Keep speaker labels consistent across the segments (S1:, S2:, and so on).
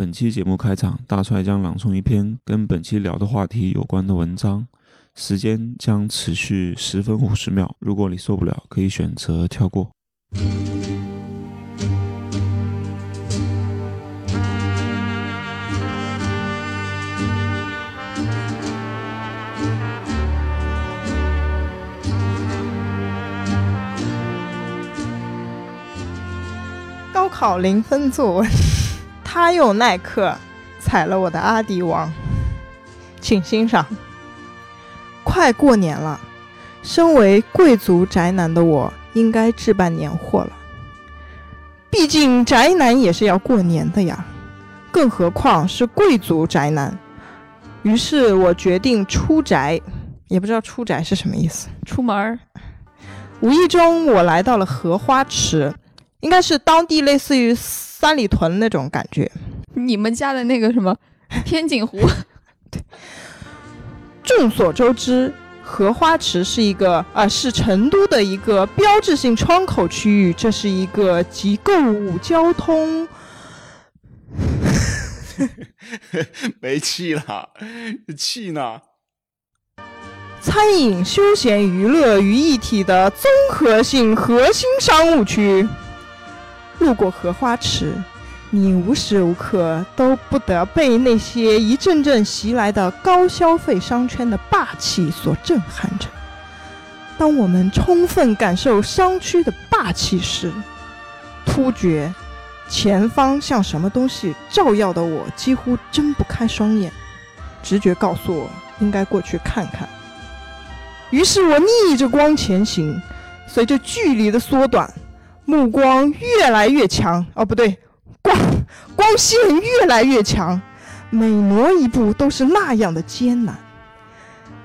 S1: 本期节目开场，大帅将朗诵一篇跟本期聊的话题有关的文章，时间将持续十分五十秒。如果你受不了，可以选择跳过。
S2: 高考零分作文， 他用耐克踩了我的阿迪王，请欣赏。快过年了，身为贵族宅男的我，应该置办年货了。毕竟宅男也是要过年的呀，更何况是贵族宅男。于是我决定出宅，也不知道出宅是什么意思。
S3: 出门儿，
S2: 无意中我来到了荷花池，应该是当地类似于三里屯那种感觉。
S3: 你们家的那个 什么天井湖，
S2: 众所周知，荷花池是一个啊、是成都的一个标志性窗口区域，这是一个集购物、交通、
S4: 没气了，气呢？
S2: 餐饮、休闲、娱乐于一体的综合性核心商务区。路过荷花池，你无时无刻都不得被那些一阵阵袭来的高消费商圈的霸气所震撼着。当我们充分感受商区的霸气时，突觉前方像什么东西照耀的我几乎睁不开双眼，直觉告诉我应该过去看看。于是我逆着光前行，随着距离的缩短，目光越来越强。哦，不对，光光线越来越强，每挪一步都是那样的艰难。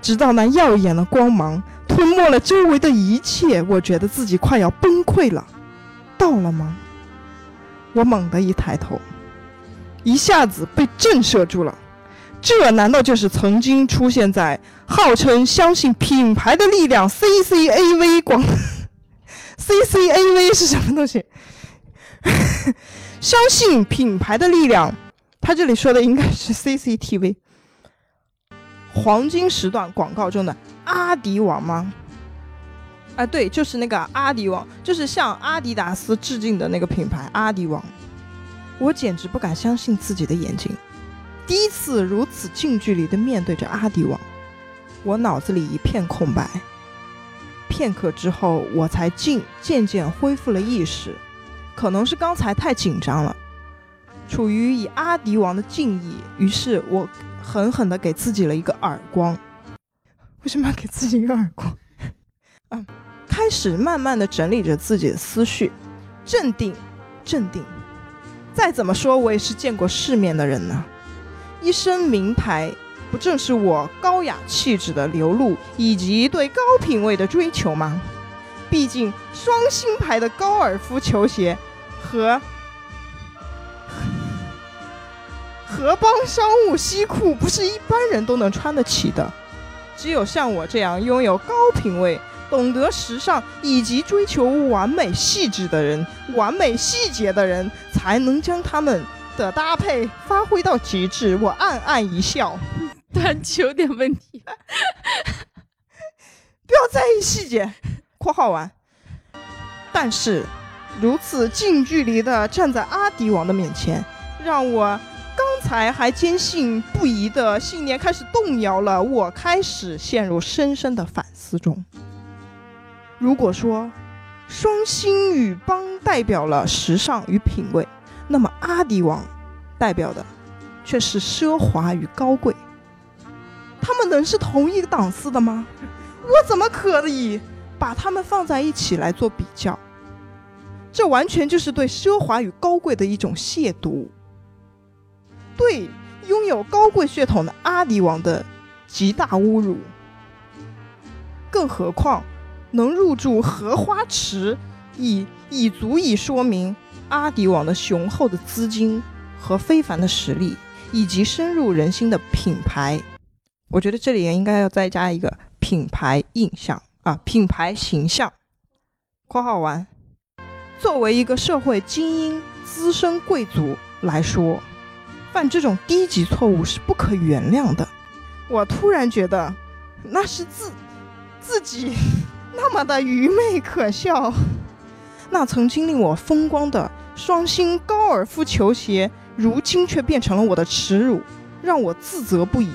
S2: 直到那耀眼的光芒吞没了周围的一切，我觉得自己快要崩溃了。到了吗？我猛地一抬头，一下子被震慑住了。这难道就是曾经出现在号称相信品牌的力量 CCAV 广 CCAV 是什么东西？ 相信品牌的力量，他这里说的应该是 CCTV 黄金时段广告中的阿迪王吗？啊，对，就是那个阿迪王，就是向阿迪达斯致敬的那个品牌阿迪王。我简直不敢相信自己的眼睛。第一次如此近距离地面对着阿迪王，我脑子里一片空白。片刻之后，我才渐渐渐恢复了意识，可能是刚才太紧张了，处于以阿迪王的敬意，于是我狠狠地给自己了一个耳光。为什么要给自己一个耳光？ 嗯，开始慢慢地整理着自己的思绪，镇定，镇定。再怎么说，我也是见过世面的人呢。一身名牌，不正是我高雅气质的流露以及对高品位的追求吗？毕竟双星牌的高尔夫球鞋和和邦商务西裤不是一般人都能穿得起的，只有像我这样拥有高品位。懂得时尚以及追求完美细致的人，完美细节的人，才能将他们的搭配发挥到极致，我暗暗一笑。
S3: 但是有点问题。
S2: 不要在意细节 （括号完）。但是，如此近距离的站在阿迪王的面前，让我刚才还坚信不疑的信念开始动摇了，我开始陷入深深的反思中。如果说双星与邦代表了时尚与品味，那么阿迪王代表的却是奢华与高贵。他们能是同一个档次的吗？我怎么可以把它们放在一起来做比较？这完全就是对奢华与高贵的一种亵渎，对拥有高贵血统的阿迪王的极大侮辱。更何况，能入住荷花池，已已足以说明阿迪王的雄厚的资金和非凡的实力，以及深入人心的品牌。我觉得这里应该要再加一个品牌印象啊，品牌形象。（括号完）作为一个社会精英、资深贵族来说，犯这种低级错误是不可原谅的。我突然觉得，那是自自己那么的愚昧可笑。那曾经令我风光的双星高尔夫球鞋，如今却变成了我的耻辱，让我自责不已。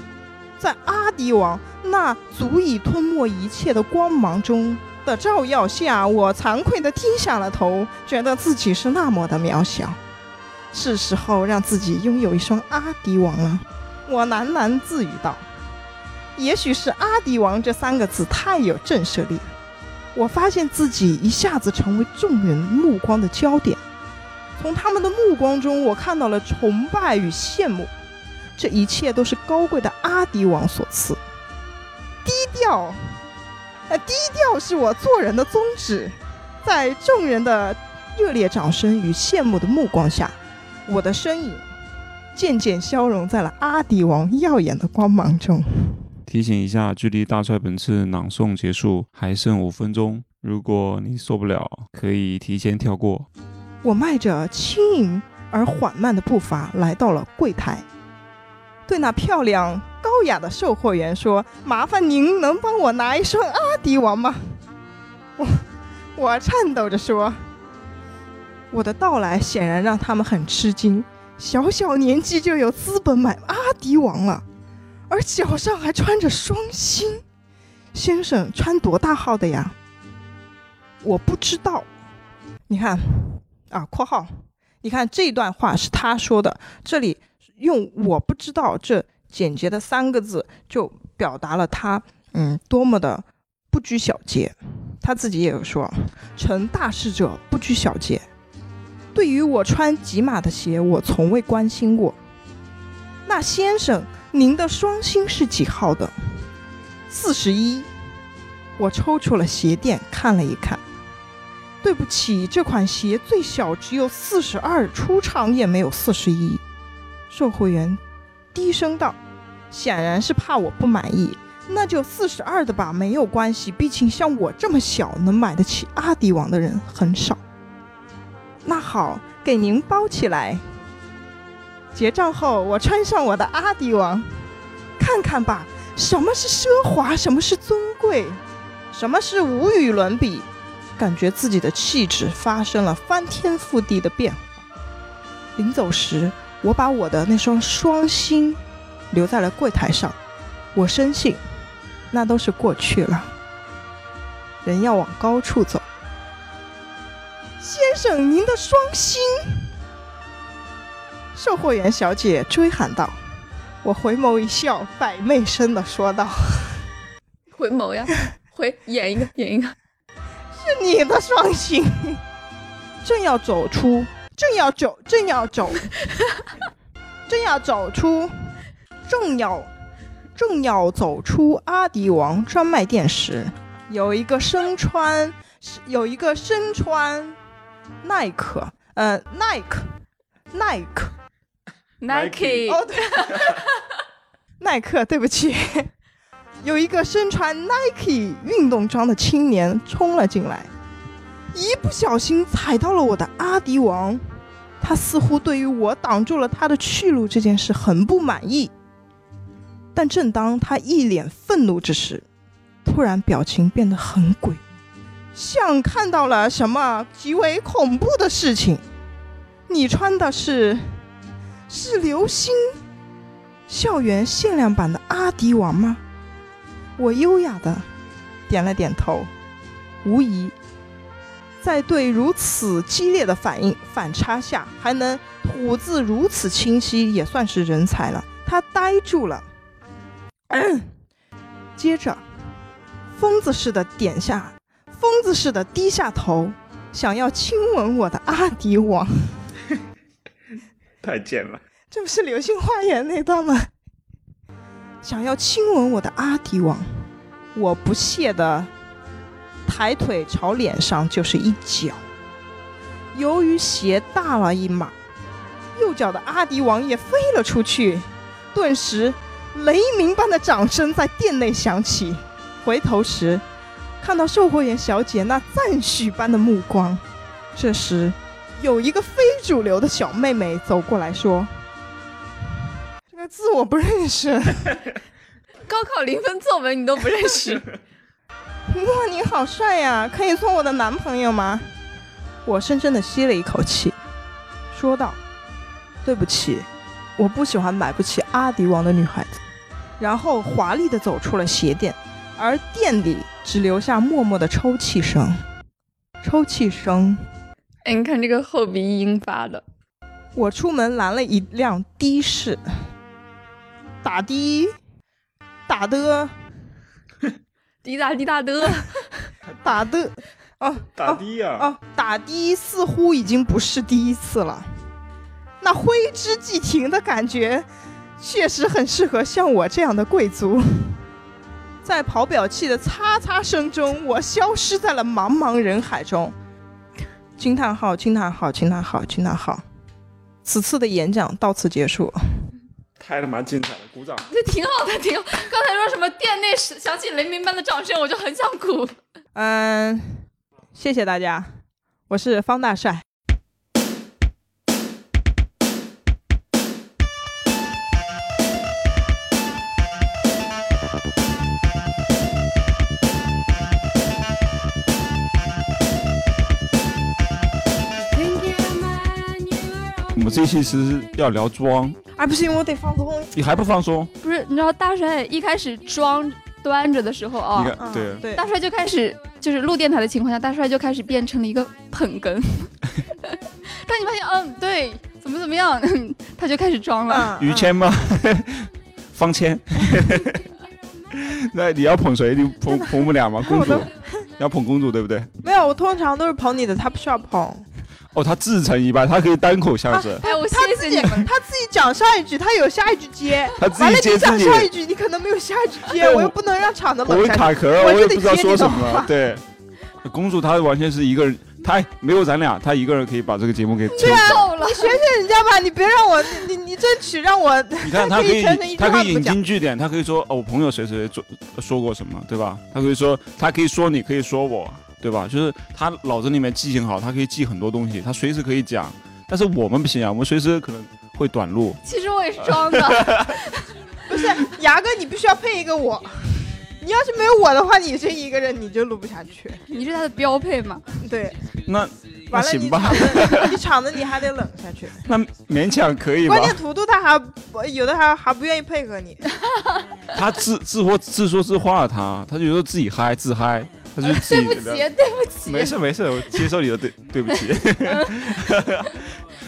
S2: 在阿迪王那足以吞没一切的光芒中的照耀下，我惭愧地低下了头，觉得自己是那么的渺小。是时候让自己拥有一双阿迪王了，我喃喃自语道。也许是“阿迪王”这三个字太有震慑力了，我发现自己一下子成为众人目光的焦点。从他们的目光中，我看到了崇拜与羡慕。这一切都是高贵的阿迪王所赐。低调，呃，低调是我做人的宗旨。在众人的热烈掌声与羡慕的目光下，我的身影渐渐消融在了阿迪王耀眼的光芒中。
S1: 提醒一下，距离大帅本次朗诵结束还剩五分钟，如果你受不了，可以提前跳过。
S2: 我迈着轻盈而缓慢的步伐来到了柜台，对那漂亮高雅的售货员说：“麻烦您能帮我拿一双阿迪王吗？”我我颤抖着说：“我的到来显然让他们很吃惊，小小年纪就有资本买阿迪王了，而脚上还穿着双星。先生穿多大号的呀？我不知道。你看，啊，括号，你看这段话是他说的，这里用“我不知道”这简洁的三个字，就表达了他嗯多么的不拘小节。他自己也有说：“成大事者不拘小节。”对于我穿几码的鞋，我从未关心过。那先生，您的双星是几号的？四十一。我抽出了鞋垫看了一看。对不起，这款鞋最小只有四十二，出厂也没有四十一。售货员低声道：“显然是怕我不满意，那就四十二的吧，没有关系，毕竟像我这么小能买得起阿迪王的人很少。”那好，给您包起来。结账后，我穿上我的阿迪王，看看吧，什么是奢华，什么是尊贵，什么是无与伦比。感觉自己的气质发生了翻天覆地的变化。临走时，我把我的那双双星留在了柜台上，我深信那都是过去了。人要往高处走。先生，您的双星！售货员小姐追喊道。我回眸一笑，百媚生的说道：“
S3: 回眸 呀，回演一个，演一个。
S2: 是你的双星。” 正要走出，正要走，正要走， 正要走出，正要正要走出阿迪王专卖店时，有一个身穿有一个身穿耐克呃耐克耐克
S4: Nike
S2: 哦，对， 耐克，对不起。 有一个身穿 Nike 运动装的青年冲了进来，一不小心踩到了我的阿迪王。他似乎对于我挡住了他的去路这件事很不满意。但正当他一脸愤怒之时，突然表情变得很诡异，像看到了什么极为恐怖的事情。你穿的是是流星校园限量版的阿迪王吗？我优雅的点了点头。无疑，在对如此激烈的反应反差下，还能吐字如此清晰，也算是人才了。他呆住了， 接着疯子似的点下，疯子似的低下头，想要亲吻我的阿迪王。
S4: 太贱了，
S2: 这不是《流星花园》那段吗？想要亲吻我的阿迪王，我不屑的抬腿朝脸上就是一脚。由于鞋大了一码，右脚的阿迪王也飞了出去，顿时雷鸣般的掌声在店内响起。回头时，看到售货员小姐那赞许般的目光。这时，有一个非主流的小妹妹走过来说：“个字我不认识。
S5: 高考零分作文你都不认 识，
S2: 哇，你好帅呀！可以做我的男朋友吗？我深深的吸了一口气，说道：“对不起，我不喜欢买不起阿迪王的女孩子。”然后华丽的走出了鞋店，而店里只留下默默的抽泣声。抽泣声。
S5: 哎，你看这个后鼻音发的，
S2: 我出门拦了一辆的士，打的，打的，
S5: 滴答滴答的，
S2: 打的，哦，
S4: 打的呀、
S1: 啊
S2: 哦，打的似乎已经不是第一次了。那挥之即停的感觉，确实很适合像我这样的贵族。 在跑表器的擦擦声中，我消失在了茫茫人海中。惊叹号！惊叹号！惊叹号！惊叹号！此次的演讲到此结束。
S4: 太他妈精彩了，鼓掌！
S5: 这挺好的，挺好。刚才说什么店内是响起雷鸣般的掌声，我就很想哭。
S2: 嗯，谢谢大家，我是方大帅。
S1: 我们这期其实要聊装，
S2: 哎，不行，我得放空。
S1: 你还不放松？
S3: 不是，你知道大帅一开始装端着的时候啊、
S1: 你看，对，
S2: 对
S3: 大，帅就开始就是录电台的情况下，大帅就开始变成了一个捧哏。 当你发现，嗯，对，怎么怎么样， 他就开始装了。
S2: 嗯
S1: 于谦吗？ 方谦。 那你要捧谁？你捧捧我们俩吗？公主
S2: 我都，
S1: 要捧公主对不对？
S2: 没有，我通常都是捧你的，他不需要捧。
S1: 哦，他自成一派，他可以单口相声，
S5: 哎，我谢
S2: 他自
S5: 谢
S2: 己
S5: 你们，
S2: 他自己讲上一句，他有下一句接，
S1: 他自
S2: 完了
S1: 己
S2: 你
S1: 接
S2: 讲
S1: 自己。
S2: 上一句，你可能没有下一句接，
S1: 对
S2: 我
S1: 我
S2: 又不能让场子
S1: 我
S2: 冷
S1: 会
S2: 下去。
S1: 卡壳，
S2: 我
S1: 我
S2: 就
S1: 也
S2: 得
S1: 不知道
S2: 接
S1: 说
S2: 你
S1: 什
S2: 的
S1: 么
S2: 话
S1: 了。对，公主她完全是一个人，她没有咱俩，她一个人可以把这个节目给撑起来。
S3: 够了，
S2: 人家吧，你别让我，你你你争取让我，
S1: 你看，她
S2: 可
S1: 可
S2: 以
S1: 以
S2: 全程一，句
S1: 她
S2: 话
S1: 可
S2: 不
S1: 以引
S2: 讲
S1: 经据典，她可以说哦，我朋友谁谁谁做说过什么，对吧？她可以说，她可以说你，可以说我，对吧？就是她脑子里面记性好，她可以记很多东西，她随时可以讲。但是我们不行啊，我们随时可能会短路。
S3: 其实我也是装的。
S2: 不 是牙哥，你必须要配一个我。你要是没有我的话，你这一个人你就录不下去。
S3: 你是他的标配嘛？
S2: 对，
S1: 那那
S2: 完了
S1: 行
S2: 你
S1: 吧
S2: 场，子你场子你还得冷 下去。
S1: 那勉强可以吧
S2: 关？键图图他还不有的还还不愿意配合你，
S1: 她自自说自说自话，她她就说自己嗨自嗨，她就自己
S3: 对不起，对不起。
S1: 没事没事，我接受你的对 对 不起。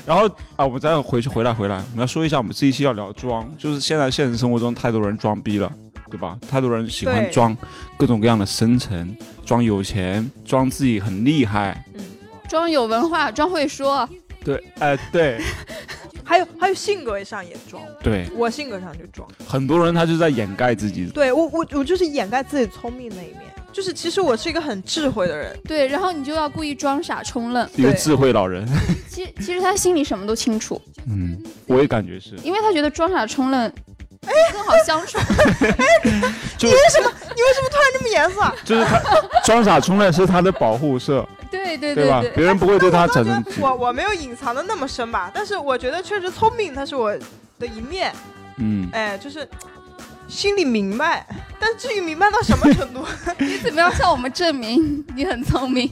S1: 然后啊，我们再回去回来回来，我们要说一下我们这一期要聊装，就是现在现实生活中太多人装逼了，对吧？太多人喜欢
S2: 对
S1: 装各种各样的深沉，装有钱，装自己很厉害。
S3: 装有文化，装会说，
S1: 对，哎、对
S2: 还有还有性格上也装，
S1: 对，
S2: 我性格上就装。
S1: 很多人他就在掩盖自己。
S2: 对我我我就是掩盖自己聪明那一面，就是其实我是一个很智慧的人，
S3: 对，然后你就要故意装傻充愣。
S1: 一个
S2: 对
S1: 智慧老人，
S3: 其实其实他心里什么都清楚，
S1: 嗯，我也感觉是，
S3: 因为他觉得装傻充愣更好相处。
S1: 就
S2: 这么严肃啊？
S1: 就是 他装傻充愣是他的保护色，
S3: 对对
S1: 对吧？
S3: 对，
S1: 别人不会对他产生
S2: 我我没有隐藏的那么深吧，但是我觉得确实聪明，它是我的一面，
S1: 嗯。
S2: 哎，就是心里明白，但至于明白到什么程度，
S3: 你怎么样向我们证明 你很聪明？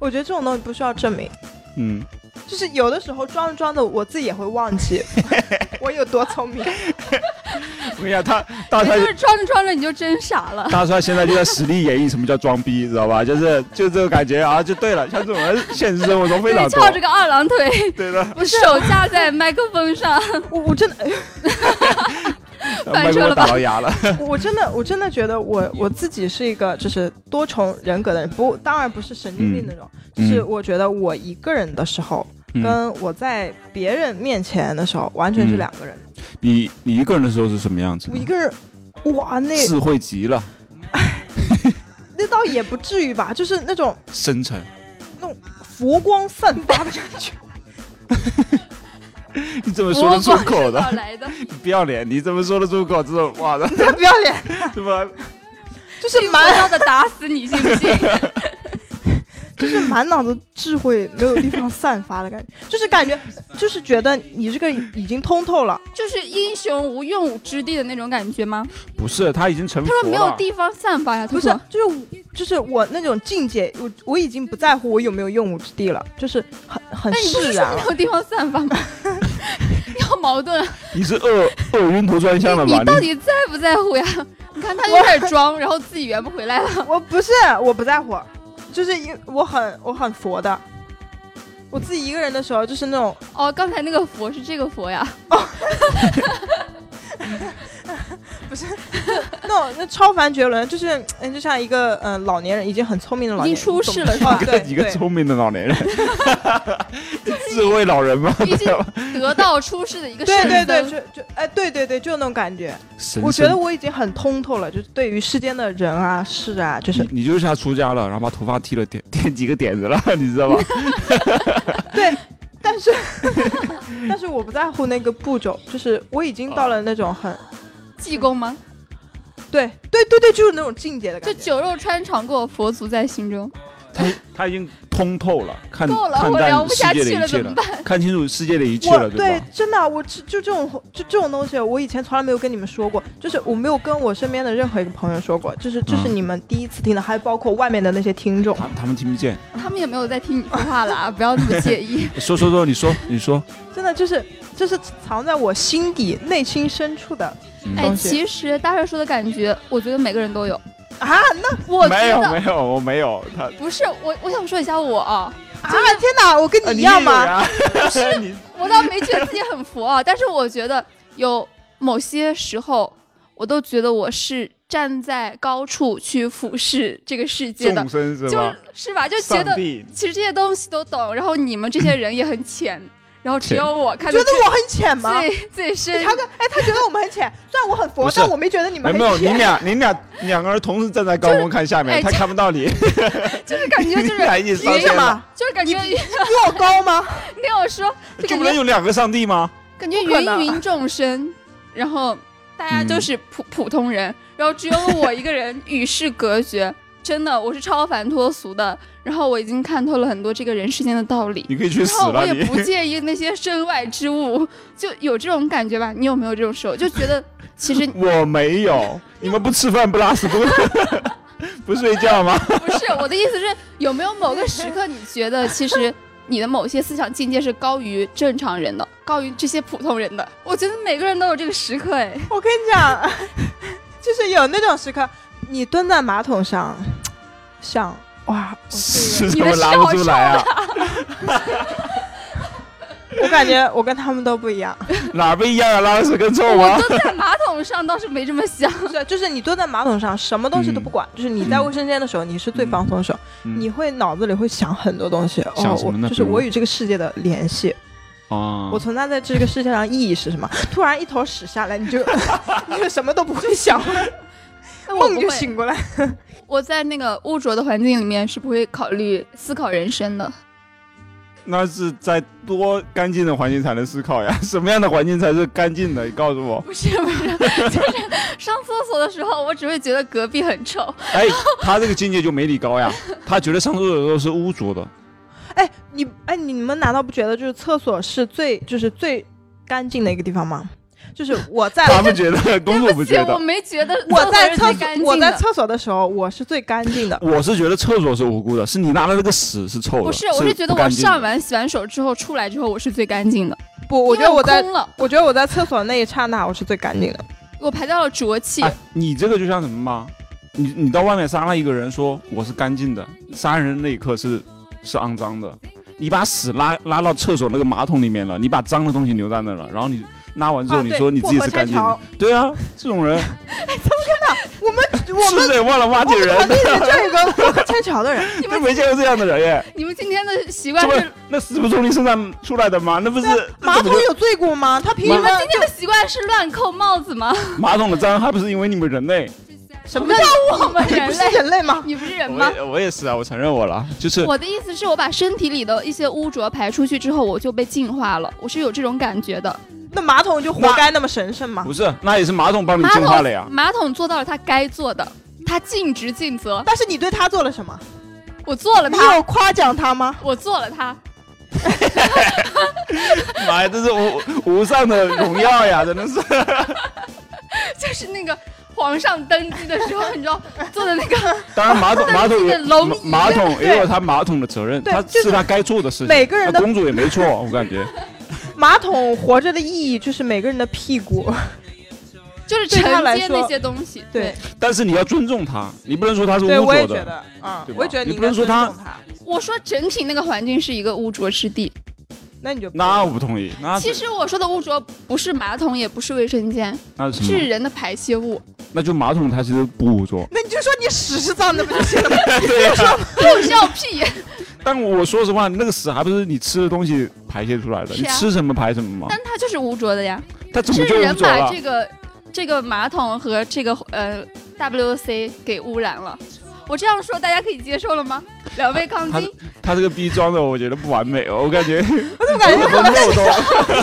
S2: 我觉得这种东西不需要证明，
S1: 嗯
S2: 就是有的时候装着装着，我自己也会忘记 我有多聪明。
S1: 我跟你讲，哎啊他大
S3: 你
S1: 帅
S3: 就是装着装着你就真傻了。
S1: 大帅现在就在实力演绎什么叫装逼，知道吧？就是就这个感觉啊，就对了。像这种人，现实生活 中非
S3: 对，
S1: 常
S3: 翘
S1: 多
S3: 着，个二郎 腿，
S1: 对 的。
S3: 不手架在麦克风上，
S2: 我我真的，
S1: 麦克
S3: 车
S1: 风
S3: 了
S1: 打
S3: 吧
S1: 到牙了，
S2: 我真的，我真的觉得我我自己是一个就是多重人格的人，不，当然不是神经病那种，
S1: 嗯
S2: 就是我觉得我一个人的时候，跟我在别人面前的时候，完
S1: 嗯
S2: 全是两个人。
S1: 你你一个人的时候是什么样子
S2: 我？一个人，哇，那
S1: 智慧极了，
S2: 那倒也不至于吧，就是那种
S1: 深沉。
S2: 佛光散发的感 觉。
S1: 你怎么 说
S3: 我
S1: 得出口的？
S3: 哪来的？
S1: 你不要脸！你怎么说得出口这 种哇的？
S2: 不要脸，
S1: 对吧？
S2: 就是
S3: 我
S2: 蛮
S3: 要的打死你，信不信？
S2: 就是满脑子智慧没有地方散发的感觉，就是感觉就是觉得你这个已经通透了，
S3: 就是英雄无用武之地的那种感觉吗？
S4: 不是，他已经成
S3: 他
S4: 佛
S3: 说没有
S4: 了。
S3: 地方散发呀，
S2: 啊不
S3: 他
S2: 是
S3: 说
S2: 就是我就是我那种境界，我我已经不在乎我有没有用武之地了，就是很很
S3: 那你不
S2: 释
S3: 是啊说
S2: 然
S3: 没
S2: 了。
S3: 有地方散发 吗？ 要矛盾啊，
S4: 你是饿饿晕头转向了
S3: 你
S4: 吧？
S3: 你到底在不在乎呀？你看他就开始装，然后自己圆不回来了。
S2: 我不是我不在乎，就是因我很我很佛的，我自己一个人的时候就是那种
S3: 哦，刚才那个佛是这个 佛呀，
S2: 那种那超凡绝伦，就是嗯就像一个嗯、呃老年人已经很聪明的老
S3: 已
S2: 年
S3: 经
S2: 人，
S3: 出
S2: 你懂
S3: 世了是
S2: 啊
S3: 吧
S4: 一？个
S2: 对
S4: 一个
S2: 对
S4: 聪明的老年人，智慧老人吗？
S3: 已经得道出世的一个
S2: 对
S3: 身
S2: 对对，
S3: 份。
S2: 就就哎，对对对，就那种感觉。
S4: 神
S2: 我觉得
S4: 圣
S2: 我已经很通透了，就是对于世间的人啊、事啊，就是
S4: 你你就是他出家了，然后把头发剃了点点几个点子了，你知道 吧？
S2: 但是但是我不在乎那个步骤，就是我已经到
S4: 啊
S2: 了那种很
S3: 济公吗？
S2: 对对对对，就是那种境界的
S3: 就
S2: 感觉。
S3: 酒肉穿肠过，佛祖在心中。
S4: 他他已经通透了，看
S3: 够了
S4: 看
S3: 我聊
S4: 淡
S3: 不
S4: 世
S3: 下
S4: 界的
S3: 去
S4: 一
S3: 了
S4: 切
S3: 怎
S4: 了
S3: 么，
S4: 看清楚世界的一切
S2: 我
S4: 了，
S2: 对
S4: 吧？
S2: 真的，啊我就就这种就这种东西，我以前从来没有跟你们说过，就是我没有跟我身边的任何一个朋友说过，就是这是
S4: 嗯
S2: 你们第一次听的，还包括外面的那些听众。啊
S4: 他他们听不见，
S3: 他们也没有在听你说 话了啊，不要那么介意。
S4: 说说说，你说你说，
S2: 真的就是就是藏在我心底内心深处的
S4: 嗯
S3: 哎，
S2: 东西
S3: 其实大帅说的感觉，我觉得每个人都有。
S2: 啊
S3: 我觉
S4: 没有
S3: 得
S4: 没有，我没有他。
S3: 不是我，我想说一下我啊，
S2: 啊！天哪，我跟
S4: 啊
S2: 你一样
S4: 也有
S2: 吗？
S4: 呀 你
S3: 我倒没觉得自己很 佛啊，但是我觉得有某些时候，我都觉得我是站在高处去俯视这个世界的
S4: 众，生是
S3: 就
S4: 吧？
S3: 是吧？就觉
S6: 上
S3: 得
S6: 帝
S3: 其实这些东西都懂，然后你们这些人也很浅，然后只
S4: 浅
S3: 有我看
S2: 觉
S3: 得
S2: 得我很浅吗？
S3: 最最深。
S2: 他跟哎，他觉得我们很浅，虽然我很佛
S4: 不，是
S2: 但我没觉得你们
S4: 没
S2: 很
S4: 有，你
S2: 浅。
S4: 俩你俩两个人同时站在高空看下面，
S3: 哎
S4: 他
S3: 这
S4: 看不 到你，
S3: 就是感觉
S4: 你
S3: 就是
S4: 俩一起上
S2: 凭什
S4: 天了，
S2: 么？
S3: 就是感觉，
S2: 你比我高吗？
S3: 你听我说，就
S4: 就
S3: 感
S4: 不能
S3: 觉
S4: 有两个上帝吗？
S3: 感觉
S2: 不可能
S3: 芸芸众生，然后大家
S4: 嗯
S3: 就是普、普通人，然后只有我一个人与世隔绝。真的，我是超凡脱俗的，然后我已经看透了很多这个人世间的道理，
S4: 你可以去
S3: 然
S4: 死
S3: 后我
S4: 了，
S3: 也
S4: 你
S3: 不介意那些身外之物，就有这种感觉吧？你有没有这种时候？就觉得其实
S4: 我没有，你们不吃饭不拉屎不不睡觉吗？
S3: 不是我的意思是，有没有某个时刻你觉得其实你的某些思想境界是高于正常人的，高于这些普通人的？我觉得每个人都有这个时刻，哎，
S2: 我跟你讲， 就是有那种时刻，你蹲在马桶上，想哇，我这
S4: 是
S3: 你
S4: 什
S3: 的
S4: 么拉
S3: 笑
S4: 不出来啊？
S2: 个，我感觉我跟他们都不一样。
S4: 哪不一样啊？拉屎跟臭
S3: 我
S4: 吗？
S3: 蹲在马桶上倒是没这么 想，
S2: 是，啊就是你蹲在马桶上，什么东西都不管，就是你在卫生间的时候，你是最放松的时候，
S4: 嗯
S2: 你会脑子里会想很多东西。
S4: 想
S2: 哦
S4: 什么呢
S2: 我就是
S4: 比如
S2: 我与这个世界的联系，
S4: 啊
S2: 我存在在这个世界上意义是什么？突然一坨屎下来， 你就你就什么都不会想了。
S3: 但我
S2: 梦
S3: 不
S2: 就
S3: 会。
S2: 醒过来。
S3: 我在那个污浊的环境里面是不会考虑思考人生的。
S4: 那是在多干净的环境才能思考呀？什么样的环境才是干净的？你告诉我。
S3: 不是不是，就是上厕所的时候，我只会觉得隔壁很臭。
S4: 哎，他这个境界就没你高呀，他觉得上厕所的时候是污浊的。
S2: 哎，你哎，你们难道不觉得就是厕所是最就是最干净的一个地方吗？就是我 在
S4: 他们觉得，公主
S3: 对
S4: 不
S3: 起
S4: 觉，
S3: 我
S4: 得。
S3: 没觉得
S2: 我在
S3: 厕
S2: 厕
S3: 所是最干
S2: 所
S3: 净
S2: 我在
S3: 的
S2: 厕所的时候，我是最干净 的。
S4: 我是觉得厕所是无辜的，是你拉的那个屎是臭的。
S3: 不是，我
S4: 是
S3: 是觉得
S4: 不干
S3: 我
S4: 净的
S3: 上完洗完手之后出来之后，我是最干净的。
S2: 不，我觉得我在
S3: 因为空了，
S2: 我觉得我在厕所那一刹那，我是最干净的。
S3: 我排掉了浊气。
S4: 哎你这个就像什么吗？你你到外面杀了一个人，说我是干净的，杀人那一刻是是肮脏的。你把屎拉拉到厕所那个马桶里面了，你把脏的东西留在那了，然后你拉完之后
S2: 啊
S4: 你
S2: 对
S4: 说你自己是干净的，
S2: 过河
S4: 对啊，这种人
S2: 我们我
S4: 是
S2: 们
S4: 不是也忘了挖
S2: 我
S4: 掘
S2: 们
S4: 人
S2: 团？队里面就有一个过河拆桥的人，
S3: 你
S4: 都
S3: 们
S4: 没见过这样的人耶，
S3: 你们今天的习惯
S4: 这不
S3: 是，
S4: 那屎不从你身上出来的吗？ 那不是
S2: 马
S4: 这
S2: 桶
S4: 不就
S2: 有罪过吗？他凭
S4: 我
S2: 什
S3: 你
S2: 么
S3: 们今天的习惯是乱扣帽子吗？
S4: 马桶的脏，还不是因为你们人类？
S2: 什
S3: 不
S2: 么
S3: 叫
S2: 叫
S3: 我们
S2: 你
S3: 人
S2: 不是
S3: 类，
S2: 人类吗？
S3: 你不是人吗
S4: 我？也我也是啊，我承认我了，就是
S3: 我的意思是我把身体里的一些污浊排出去之后，我就被净化了，我是有这种感觉的。
S2: 那马桶就活该那么神圣吗
S4: 不？是那也是马桶帮你
S3: 马
S4: 净化
S3: 桶
S4: 了呀。
S3: 马桶做到了它该做的，它尽职尽责。
S2: 但是你对他做了什么？
S7: 我做了
S2: 你
S7: 它，
S2: 有夸奖他吗？
S7: 我做了它，
S4: 妈呀，这是无无上的荣耀呀，真的是。
S7: 就是那个皇上登基的时候，你知道做的那个，
S4: 当然，马桶马桶也
S7: 那龙椅
S4: 马马桶也
S2: 对
S4: 有他马桶的责任，
S2: 对
S4: 他
S2: 就是
S4: 是他该做的事情。
S2: 每个人
S4: 那
S2: 的
S4: 公主也没错，我感觉。
S2: 马桶活着的意义就是每个人的屁股，
S7: 就是承
S2: 对他来
S7: 接
S2: 说
S7: 那些东西。
S2: 对，
S4: 但是你要尊重他，你不能说他是污
S2: 对我也
S4: 浊
S2: 觉
S4: 的。
S2: 得，嗯
S4: 对，吧
S2: 我也觉得
S4: 你
S2: 应
S4: 不
S2: 该
S4: 能说
S2: 尊
S4: 他
S2: 重他，
S3: 我说整体那个环境是一个污浊之地。
S2: 那你就不。
S4: 那我不同意，那
S3: 其实我说的污浊不是马桶，也不是卫生间，
S4: 那是什
S3: 是
S4: 么？
S3: 人的排泄物。
S4: 那就马桶它其实不污浊
S2: 那你就说你屎是脏的不就行了吗？
S4: 对呀、
S3: 又叫屁，
S4: 但我说实话，那个屎还不是你吃的东西排泄出来的？
S3: 是
S4: 你
S3: 啊
S4: 吃什么排什么嘛
S3: 但。它就是污浊的呀。
S4: 它怎
S3: 是
S4: 么就污
S3: 人
S4: 浊啊
S3: 把
S4: 了
S3: 这？个这个马桶和这个呃 WC 给污染了。我这样说大家可以接受了吗？两位抗
S4: 他
S3: 金，
S4: 他这个逼装的，我觉得不完美，我感觉
S2: 我怎么感觉
S4: 有很多漏洞。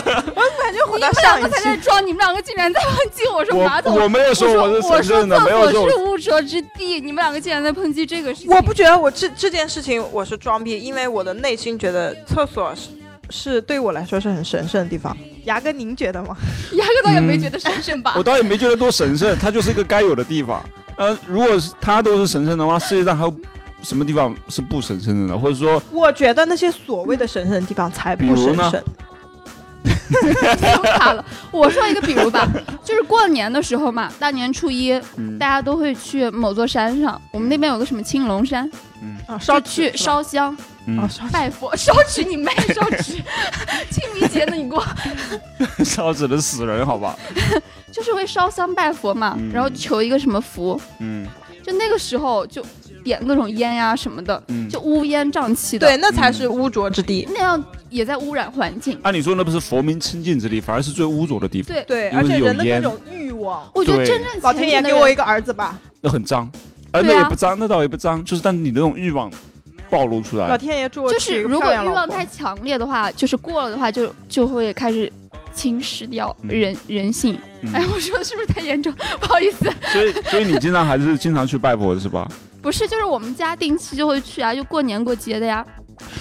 S2: 感觉
S3: 你
S2: 回
S3: 们
S2: 到上
S3: 两个
S2: 一
S3: 在
S2: 期
S3: 这？儿装，你们两个竟然在抨击我说马桶。
S4: 我我没有说
S3: 我我
S4: 是神
S3: 说
S4: 圣的，没有
S3: 厕
S4: 说
S3: 所
S4: 我
S3: 是污浊之地，你们两个竟然在抨击这个事情。
S2: 我不觉得我这这件事情我是装逼，因为我的内心觉得厕所是是对我来说是很神圣的地方。牙哥，您觉得吗？
S3: 压根倒也没觉得神圣吧
S4: 我？倒也没觉得多神圣，它就是一个该有的地方。呃，如果是它都是神圣的话，世界上还有什么地方是不神圣的呢？或者说，
S2: 我觉得那些所谓的神圣的地方才不
S4: 比如
S2: 神
S4: 呢
S2: 圣。
S3: 都卡了。我说一个比如吧，就是过年的时候嘛，大年初一
S4: 嗯
S3: 大家都会去某座山上，我们那边有个什么青龙山，
S2: 啊，烧
S3: 就
S2: 纸
S3: 去
S2: 是吧
S3: 烧香
S2: 啊
S4: 嗯，
S2: 烧纸
S3: 拜佛， 烧纸你妹，烧纸！ 清明节呢你给我，
S4: 烧纸的死人，好吧？
S3: 就是会烧香拜佛嘛，
S4: 嗯
S3: 然后求一个什么福，
S4: 嗯
S3: 就那个时候就点各种烟呀、什么的，
S4: 嗯
S3: 就。乌烟瘴气的，
S2: 对，那才是污浊之地。
S3: 那样也在污染环境。
S4: 按理说那不是佛民清净之地，反而是最污浊的地方，
S3: 啊
S2: 对，
S3: 对，
S4: 因为
S2: 而且
S4: 有
S2: 人的
S4: 烟
S2: 那种欲望，
S3: 我觉得
S4: 对
S3: 真正
S2: 老天爷
S3: 虔诚的
S2: 给我
S3: 人
S2: 一个儿子吧，
S4: 那很脏。而
S3: 对啊
S4: 那也不脏，那倒也不脏，就是但你那种欲望暴露出
S2: 老
S3: 啊
S4: 来，
S2: 天爷祝我
S3: 就是
S2: 娶一个
S3: 如果
S2: 漂亮
S3: 欲
S2: 老
S3: 望
S2: 婆
S3: 太强烈的话，就是过了的话就，就会开始侵蚀掉
S4: 嗯
S3: 人、人性。
S4: 嗯
S3: 哎，我说的是不是太严重？ 不好意思，
S4: 所以所以你经常还是经常去拜佛的是吧？
S3: 不是，就是我们家定期就会去啊，就过年过节的呀。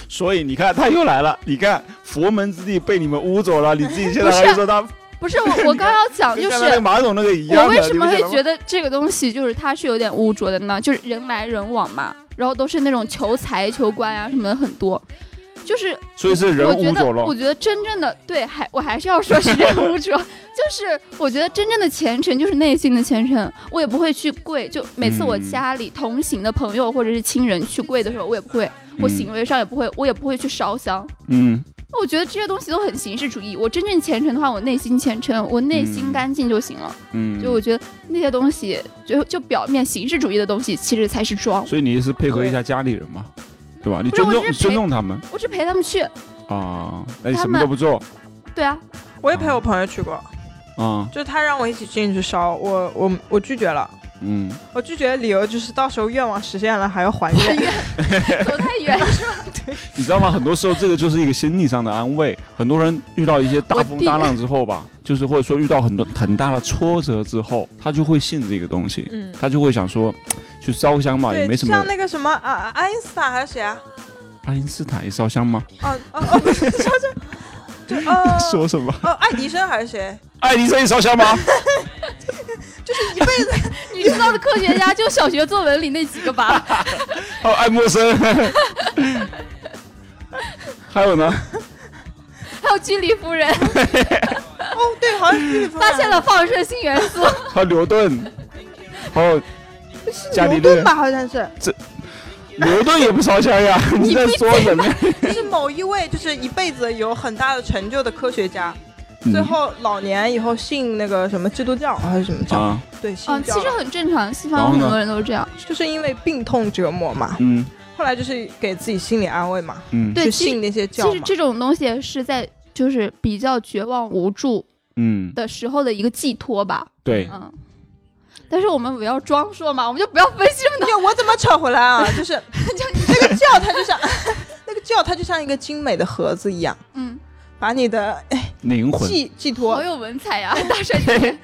S4: 所以你看他又来了，你看佛门之地被你们污浊了，你自己现在
S3: 不是
S4: 还说他
S3: 不是 我，我刚要讲就是
S4: 跟刚才那个马总那个一样
S3: 我
S4: 的，
S3: 为什么
S4: 你
S3: 会
S4: 不
S3: 觉得这个东西就是它是有点污浊的呢？就是人来人往嘛，然后都是那种求财求官啊什么的很多，就是
S4: 所以是人
S3: 我
S4: 污
S3: 觉
S4: 浊
S3: 得，
S4: 了
S3: 我。觉得真正的对，还我还是要说是人污浊， 就是我觉得真正的虔诚就是内心的虔诚，我也不会去跪，就每次我
S4: 嗯
S3: 家里同行的朋友或者是亲人去跪的时候，我也不会，我
S4: 嗯
S3: 行为上也不会，我也不会去烧香。
S4: 嗯，
S3: 我觉得这些东西都很形式主义。我真正虔诚的话，我内心虔诚，我内心
S4: 嗯
S3: 干净就行了。
S4: 嗯，
S3: 就我觉得那些东西，就就表面形式主义的东西，其实才是装。
S4: 所以你是配合一下家里人嘛，对吧？你
S3: 不是
S4: 尊重
S3: 我是
S4: 你尊重他们
S3: 我只陪他们去，
S4: 啊，那你
S3: 他
S4: 什么
S3: 们
S4: 都不做
S3: 对啊，
S2: 我也陪我朋友去过，
S4: 啊，
S2: 就是他让我一起进去烧，我我我拒绝了。
S4: 嗯，
S2: 我拒绝的理由就是到时候愿望实现了还要还愿，
S3: 走太远。
S4: 你知道吗？很多时候这个就是一个心理上的安慰。很多人遇到一些大
S3: 我
S4: 风
S3: 弟
S4: 大浪之后吧，就是或者说遇到很多很大的挫折之后，他就会信这个东西，
S2: 嗯，
S4: 他就会想说，去烧香啊嘛，也没
S2: 对，
S4: 什么
S2: 像。那个什么啊啊爱因斯坦还是谁啊？
S4: 爱因斯坦也烧 香吗？
S2: 哦哦哦，不是，就是就呃
S4: 说什么？
S2: 哦爱迪生还是谁？
S4: 爱迪生也烧香吗？
S3: 你知道的科学家就小学作文里那几个吧？
S4: 还有哦爱 默生，还有呢？
S3: 还有居里夫人
S2: 哦对，好像是
S3: 发现了放射性元素，
S4: 还有 牛顿，还有伽利
S2: 牛
S4: 略
S2: 顿，吧，好像是，
S4: 牛顿也不烧香 呀？你在说什么呀？
S2: 就是某一位就是一辈子有很大的成就的科学家，
S4: 嗯
S2: 最后老年以后信那个什么基督教还是什么教？
S4: 啊，
S2: 对，信
S3: 嗯，
S2: 教
S3: 其实
S2: 了，
S3: 很正常，西
S4: 然
S3: 方
S4: 后
S3: 很
S4: 呢
S3: 多人都是这样。
S2: 就是因为病痛折磨嘛，
S4: 嗯
S2: 后来就是给自己心理安慰嘛，
S4: 嗯
S3: 对
S2: 去
S3: 其实
S2: 信那些
S3: 其
S2: 教
S3: 实
S2: 嘛。
S3: 这种东西是在就是比较绝望无助
S4: 嗯，
S3: 的时候的一个寄托吧。
S2: 啊
S4: 对，
S3: 嗯，但是我们不要装说嘛，我们就不要分析这么多。
S2: 对，我怎么扯回来啊？ 就是那个教，它就像那个教，它就像一个精美的盒子一样，
S3: 嗯，
S2: 把你的哎
S4: 灵魂。
S2: 寄寄
S3: 好
S2: 托，
S3: 有文采呀、大帅姐！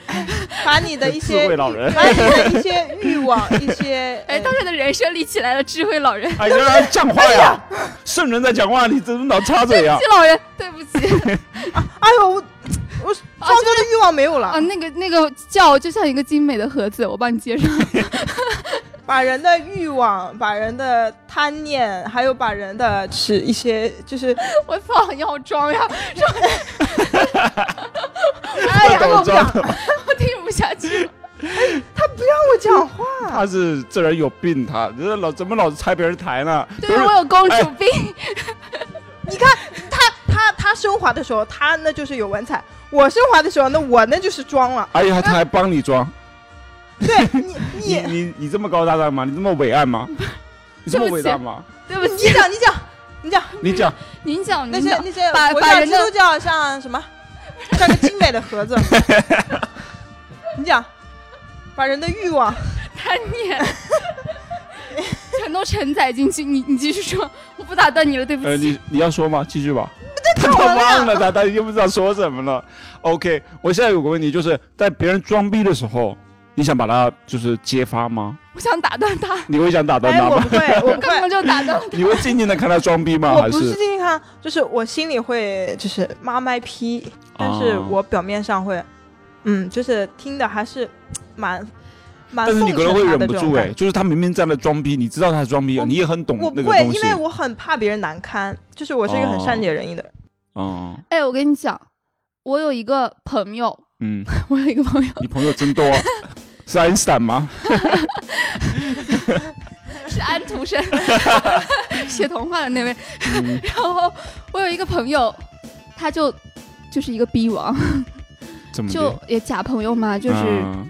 S2: 把你的一
S4: 智
S2: 些
S4: 慧 老人，
S2: 把你的一些欲望，一些
S3: 哎，大帅的人生里起来了智慧老人，
S4: 哎呀，讲话呀！圣人在讲话，你怎么老插嘴呀
S3: 智？老人，对不起
S2: 哎呦，我我方舟的欲望没有
S3: 啊，
S2: 了，
S3: 那个那个叫就像一个精美的盒子，我帮你接 上。
S2: 把人的欲望、把人的贪念，还有把人的是一些就是，
S3: 我操，你好装 呀！
S2: 哎呀，我
S4: 懂
S2: 不讲，
S4: 装，
S3: 我听不下去了。
S2: 我讲话，
S4: 他是这人有病，他这老怎么老是拆别人台呢？不
S2: 啊
S3: 对
S4: 是
S3: 我有公
S4: 哎
S3: 主病，
S2: 嗯他他升华的时候，他那就是有文采；我升华的时候，那我那就是装了。
S4: 哎呀，他还帮你装，
S2: 对你
S4: 你
S2: 你
S4: 你你这么高大上吗？你这么伟 岸吗？你这么伟大吗？
S3: 对不
S2: 你
S3: 起，
S2: 讲你讲你讲
S4: 你讲，
S3: 您讲
S2: 那
S3: 您
S2: 些
S4: 嗯
S3: 讲，
S2: 那些
S3: 把
S2: 佛
S3: 把
S2: 教、
S3: 人
S2: 基
S3: 的
S2: 督教像什么，像个精美的盒 子。你讲，把人的欲望
S3: 贪念全都承载进去。你你继续说，我不打断你了，对不
S4: 呃，
S3: 起。
S4: 你你要说吗？继续吧。他都忘了他，他又不知道说什么了。OK，我现在有个问题，就是在别人装逼的时候，你想把他就是揭发吗？
S3: 我想打断他，
S4: 你会想打断
S2: 哎，
S4: 他
S2: 我
S4: 吗
S2: 不？会，我不
S3: 根
S2: 会
S3: 本，就打 断他。
S4: 你会静静的看他装逼吗？
S2: 我
S4: 啊还
S2: 不是
S4: 是
S2: 进去看，就是我心里会就是妈卖批，但是
S4: 啊
S2: 我表面上会，嗯，就是听的还是蛮蛮
S4: 但是
S2: 奉
S4: 你可能会
S2: 承他
S4: 忍
S2: 的
S4: 不
S2: 这
S4: 住
S2: 种
S4: 哎、
S2: 感觉。
S4: 就是他明明在那装逼，你知道他是装逼，
S2: 我
S4: 你也很懂
S2: 我
S4: 那
S2: 不
S4: 个
S2: 会，
S4: 东西哦
S2: 因。为我很怕别人难堪，就是我是一个很善解人意的人。
S4: 嗯
S3: 哎，我跟你讲，我有一个朋友，
S4: 嗯，
S3: 我有一个朋友
S4: 你朋友真多，是爱因斯坦吗？
S3: 是安徒 生写童话的那位。
S4: 嗯
S3: 然后我有一个朋友，他就就是一个逼王，
S4: 怎么的
S3: 就也假朋友嘛，就是
S4: 嗯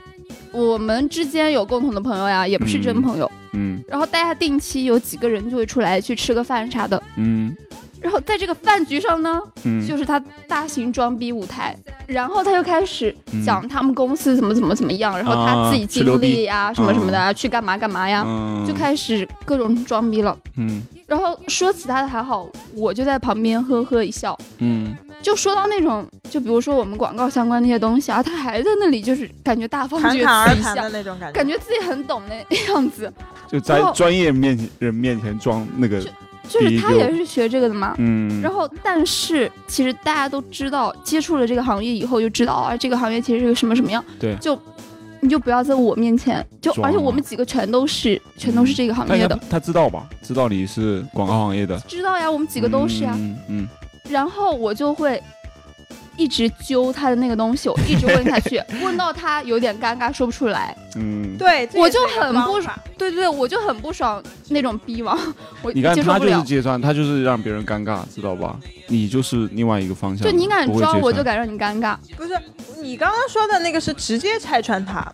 S3: 我们之间有共同的朋友呀，也不是真
S4: 嗯
S3: 朋友。
S4: 嗯
S3: 然后大家定期有几个人就会出来去吃个饭啥的。
S4: 嗯
S3: 然后在这个饭局上呢，
S4: 嗯，
S3: 就是他大型装逼舞台，然后他就开始
S4: 嗯
S3: 讲他们公司怎么怎么怎么样，然后
S4: 啊
S3: 他自己经历呀、什么什么的、啊，去干嘛干嘛呀，
S4: 嗯
S3: 啊就开始各种装逼了。
S4: 嗯
S3: 然后说其他的还好，我就在旁边呵呵一笑。
S4: 嗯
S3: 就说到那种，就比如说我们广告相关的一些东西啊，他还在那里就是感觉大放
S2: 侃
S3: 厥
S2: 侃而
S3: 词一
S2: 谈的
S3: 下，
S2: 那种感觉，
S3: 感觉自己很懂的样子。
S4: 就在
S3: 然后
S4: 专业面前人面前装那个
S3: 就就是他
S4: 第一个
S3: 也是学这个的嘛，
S4: 嗯，
S3: 然后，但是其实大家都知道，接触了这个行业以后就知道啊，这个行业其实是个什么什么样。
S4: 对
S3: 就你就不要在我面前，就
S4: 装啊
S3: 而且我
S4: 了
S3: 们几个全都是全都是这个行
S4: 但
S3: 业
S4: 是
S3: 的
S4: 他，他知道吧？知道你是广告行业的，
S3: 知道呀，我们几个啊都是呀。
S4: 嗯嗯
S3: 然后我就会一直揪他的那个东西，我一直问下去，问到他有点尴尬说不出来。
S4: 嗯。
S2: 对，这
S3: 我
S2: 也是
S3: 就
S2: 一个
S3: 很
S2: 方
S3: 不
S2: 法
S3: 对对对，我就很不爽那种逼王，我
S4: 你看
S3: 接受
S4: 他
S3: 不
S4: 就是
S3: 了。
S4: 揭穿，他就是让别人尴尬，知道吧？你就是另外一个方向，
S3: 就你敢
S4: 不会
S3: 装，
S4: 揭
S3: 我就
S4: 穿
S3: 敢让你尴尬。
S2: 不是你刚刚说的那个是直接拆穿他，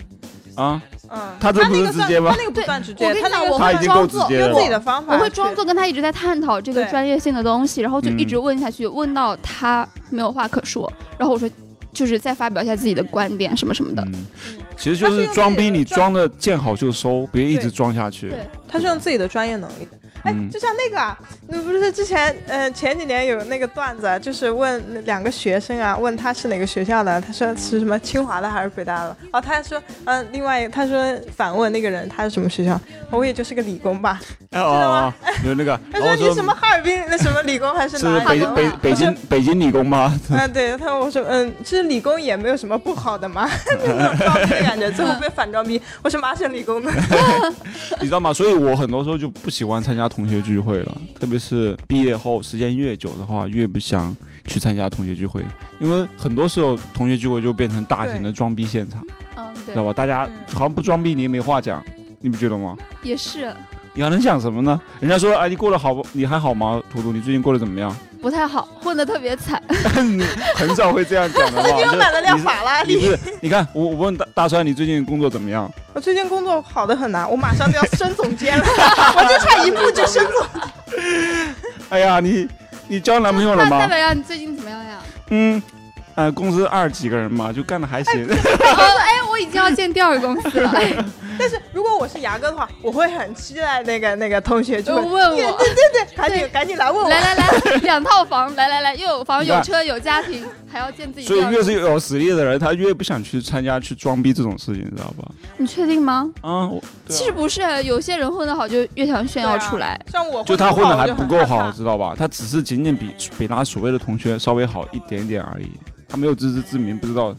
S4: 啊！
S2: 嗯，
S4: 他这不
S2: 那
S4: 是
S2: 个
S4: 直
S2: 算
S4: 接吗
S2: 他那个不算直接，
S3: 我跟你
S2: 他那
S3: 讲，
S2: 个
S3: 我
S4: 他
S3: 会
S4: 已经
S3: 装
S4: 够直
S3: 作
S4: 接
S2: 用
S4: 了
S2: 自己的方法
S3: 我
S2: 去，
S3: 会装作跟他一直在探讨这个
S2: 对
S3: 专业性的东西，然后就一直
S4: 嗯
S3: 问下去，问到他没有话可说，然后我说就是再发表一下自己的观点什么什么的。
S4: 嗯，其实就是装逼，你装的见好就收，别一直装下去。
S3: 对
S2: 他是用自己的专业能力的。哎
S4: 嗯，
S2: 就像那个啊，那不是之前呃前几年有那个段子啊，就是问两个学生啊，问他是哪个学校的，他说是什么清华的还是北大的，哦，他说嗯、另外一个他说反问那个人他是什么学校，我也就是个理工吧，
S4: 哎哦哦，哦有 那个，
S2: 他
S4: 然后
S2: 说你什么
S4: 说
S2: 哈尔滨那什么理工还是
S4: 是
S2: 哪
S4: 北
S2: 里的？
S4: 北北京北京理工吗？
S2: 啊， 对，他我说，嗯，其实理工也没有什么不好的嘛， 那种装逼的感觉，最后被反装逼， 我是麻省理工的，
S4: 你知道吗？所以我很多时候就不喜欢参加同学聚会了，特别是毕业后时间越久的话，越不想去参加同学聚会，因为很多时候同学聚会就变成大型的装逼现场，
S3: 嗯，
S4: 知道
S3: 对，
S4: 吧？大家
S2: 嗯
S4: 好像不装逼你也没话讲，你不觉得吗？
S3: 也是
S4: 你还能讲什么呢？人家说，哎，你过得好不？你还好吗？图图，你最近过得怎么样？
S3: 不太好，混得特别惨。
S4: 你很少会这样讲的 话。
S2: 你又
S4: 就
S2: 买了辆
S4: 你是
S2: 法拉
S4: 你
S2: 利。
S4: 是你看我我问大大帅你最近工作怎么样？
S2: 我最近工作好的很呐、我马上就要升总监了， 我就差一步就升总。
S4: 哎呀，你你交男朋友了
S3: 那代
S4: 吗？
S3: 表呀，你最近怎么样呀？
S4: 嗯，呃，公司二十几个人嘛，就干的还行。
S3: 哦，哎，我已经要进第二个公司了，
S2: 但是如果我是牙哥的话，我会很期待那个那个同学就
S3: 就问
S2: 对
S3: 我。
S2: 对对对，赶紧赶紧来问我，
S3: 哦来来来，两套房，来来来，又有房
S4: 你
S3: 有
S4: 看
S3: 车有家庭，还要见自己
S4: 所以
S3: 第二
S4: 越
S3: 个。
S4: 是有实力的人，他越不想去参加去装逼这种事情，你知道吧？
S3: 你确定吗？
S4: 啊，我对啊
S3: 其实不是，有些人混得好就越想炫耀出来。
S2: 像我
S4: 就他混的还不够
S2: 我就很害怕
S4: 好，知道吧？他只是仅仅比比他所谓的同学稍微好一点点而已，他没有自知之明，不知道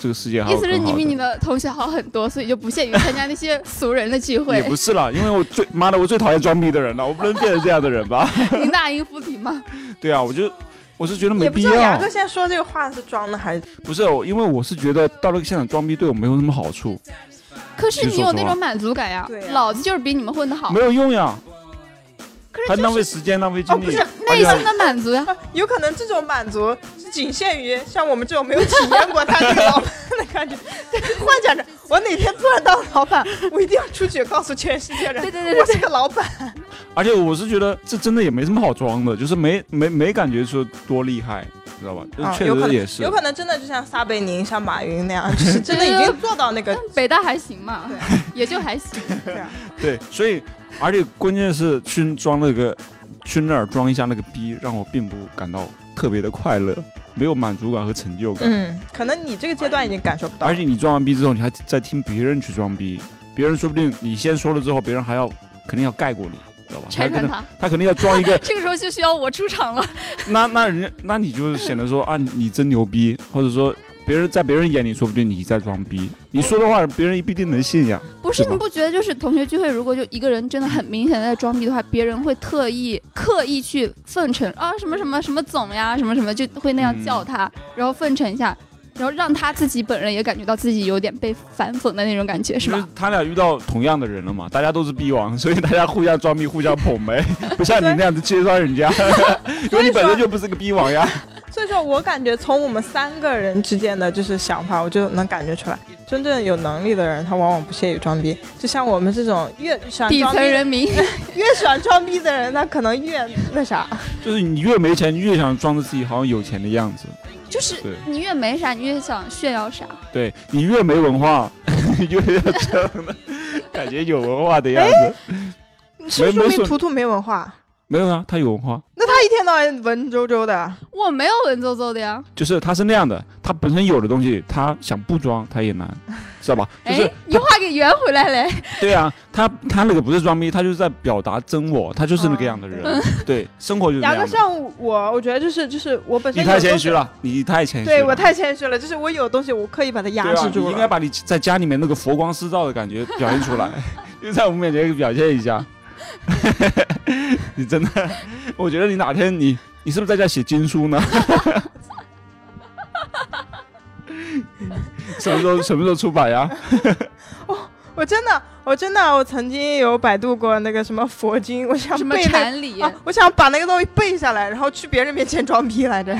S4: 这个世界还
S3: 意
S4: 有
S3: 思是
S4: 更
S3: 你
S4: 好
S3: 比你
S4: 的
S3: 的同学好很多，所以就不屑于参加那些 俗人的聚
S4: 也
S3: 会。
S4: 不是啦，因为我最妈的我最讨厌装逼的人了，我不能变成这样的人 吧？
S3: 林大英扶贫吗？
S4: 对啊，我就我是觉得没
S2: 也不
S4: 必
S2: 知道牙
S4: 要
S2: 哥，现在说这个话是装的还是
S4: 不是我，因为我是觉得到了现场装逼对我没有什么好处，
S3: 可是
S4: 你
S3: 你
S4: 说
S3: 有
S4: 什
S3: 那
S4: 么
S3: 种满足感呀
S2: 对，呀
S3: 老子就是比你们混得好
S4: 没，有用呀，
S3: 可是
S4: 还浪
S3: 就
S4: 费
S3: 是
S4: 时间浪费
S2: 哦
S4: 精
S2: 不
S4: 力
S2: 是，
S3: 内心的满足呀。
S2: 有可能这种满足是仅限于像我们这种没有体验过他这个 老板的感觉。幻想着我哪天突然当老板，我一定要出去告诉全世界人，
S3: 对对对对
S2: 我是个老板。
S4: 而且我是觉得这真的也没什么好装的，就是没 没没感觉说多厉害，知道吧？
S2: 啊
S4: 确
S2: 有可
S4: 实
S2: 能
S4: 也是
S2: 有，可能真的就像撒贝宁、像马云那 样，就是真的已经做到那 个
S3: 北大还行嘛
S2: 对，
S3: 也就还行。
S2: 这样。
S4: 对，所以而且关键是去装那个去那儿装一下那个逼，让我并不感到特别的快乐，没有满足感和成就感。
S2: 嗯，可能你这个阶段已经感受不到
S4: 而。且你装完逼之后，你还在听别人去装逼，别人说不定你先说了之后，别人还要肯定要盖过你，知道吧？他
S3: 拆
S4: 可
S3: 穿
S4: 能
S3: 他，
S4: 他肯定要装一个
S3: 这个时候就需要我出场了。
S4: 那那人家那你就显得说啊，你真牛逼，或者说别人在别人眼里说不定你在装逼，你说的话别人不一定能信呀。
S3: 不是
S4: 是吧
S3: 你不觉得就是同学聚会，如果就一个人真的很明显地在装逼的话，别人会特意刻意去奉承啊什么什么什么总呀什么什么，就会那样叫他，然后奉承一下，然后让他自己本人也感觉到自己有点被反讽的那种感觉，是
S4: 就是
S3: 吧？
S4: 他俩遇到同样的人了嘛，大家都是逼王，所以大家互相装逼、互相捧呗， 不像你那样子揭穿人家， 因为你本身就不是个逼王呀。
S2: 所以说我感觉从我们三个人之间的就是想法，我就能感觉出来，真正有能力的人，他往往不屑于装逼。就像我们这种越喜欢
S3: 底
S2: 装
S3: 层
S2: 逼的
S3: 人民，
S2: 越喜欢装逼的人，他可能越那啥。
S4: 就是你越没钱，越想装着自己好像有钱的样子，
S3: 就是
S4: 对
S3: 你越没啥，你越想炫耀啥。
S4: 对你越没文化， 越要装的 感觉有文化的样
S2: 哎
S4: 子。
S2: 是不是说
S4: 没没
S2: 明
S4: 说
S2: 图图没文化？
S4: 没有啊，他有文化，
S2: 那他一天到晚文绉绉的，
S3: 我没有文绉绉的呀，
S4: 就是他是那样的，他本身有的东西，他想不装他 也难，知道吧？就
S3: 哎
S4: 是，
S3: 你话给圆回来嘞。
S4: 对啊，他他那个不是装逼，他就是在表达真我，他就是那个
S2: 嗯
S4: 样 的人。对，生活就是
S2: 牙
S4: 那
S2: 哥
S4: 样的。
S2: 像我，我觉得就是就是我本身
S4: 你
S2: 有东
S4: 太
S2: 西
S4: 谦虚，了，你太谦虚了。
S2: 对我太谦虚了，就是我有东西我刻意把它压
S4: 对啊
S2: 制住
S4: 你应该
S2: 了。
S4: 把你在家里面那个佛光四照的感觉表现出 来，就在我们面前表现一下。 你真的，我觉得你哪天你你是不是在家写经书呢？ 什么时候什么时候出版呀？
S2: 我真的，我真的，我曾经有百度过那个什么佛经，我想
S3: 什么
S2: 背那
S3: 禅 理？
S2: 啊，我想把那个东西背下来，然后去别人面前装逼 来着。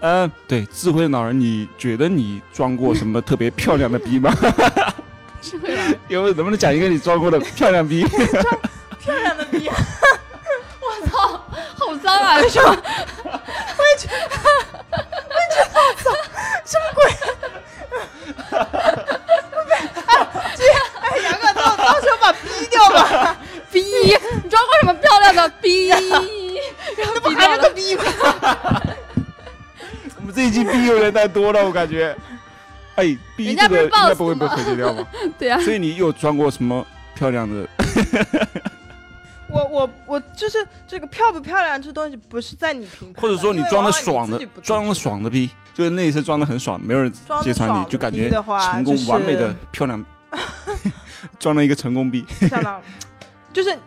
S4: 嗯，对，智慧老人，你觉得你装过什么特别漂亮的逼 吗？
S3: 是会吧
S4: 因为能不能讲一个你装过的漂 亮逼？
S2: 漂亮的逼，
S3: 好脏啊！是吧？
S2: 哎，杨哥，到到时候把逼掉吧，
S3: 逼， 你装过什么漂亮的逼？
S2: 那不还是个 逼吗？
S4: 我们这一期逼有点太多了，我感觉。哎，逼
S3: 人家
S4: 这
S3: 不
S4: 个
S3: 是
S4: 应该
S3: boss
S4: 不会被
S3: 吗
S4: 和谐掉 吧？
S3: 对呀、
S4: 所以你有装过什么漂亮的？
S2: 我我我就是这个漂不漂亮这东西不是在你评判的，
S4: 或者说你
S2: 因为
S4: 装的
S2: 往往
S4: 爽
S2: 自
S4: 的
S2: 己不，自
S4: 装的
S2: 知
S4: 爽的逼，就是那一次装的很爽，没有人
S2: 装
S4: 揭
S2: 得
S4: 穿你，
S2: 爽
S4: 就感
S2: 的逼
S4: 觉
S2: 的话
S4: 成功
S2: 就是
S4: 完美的 漂 亮，装了一个成功逼
S2: 道吗？就是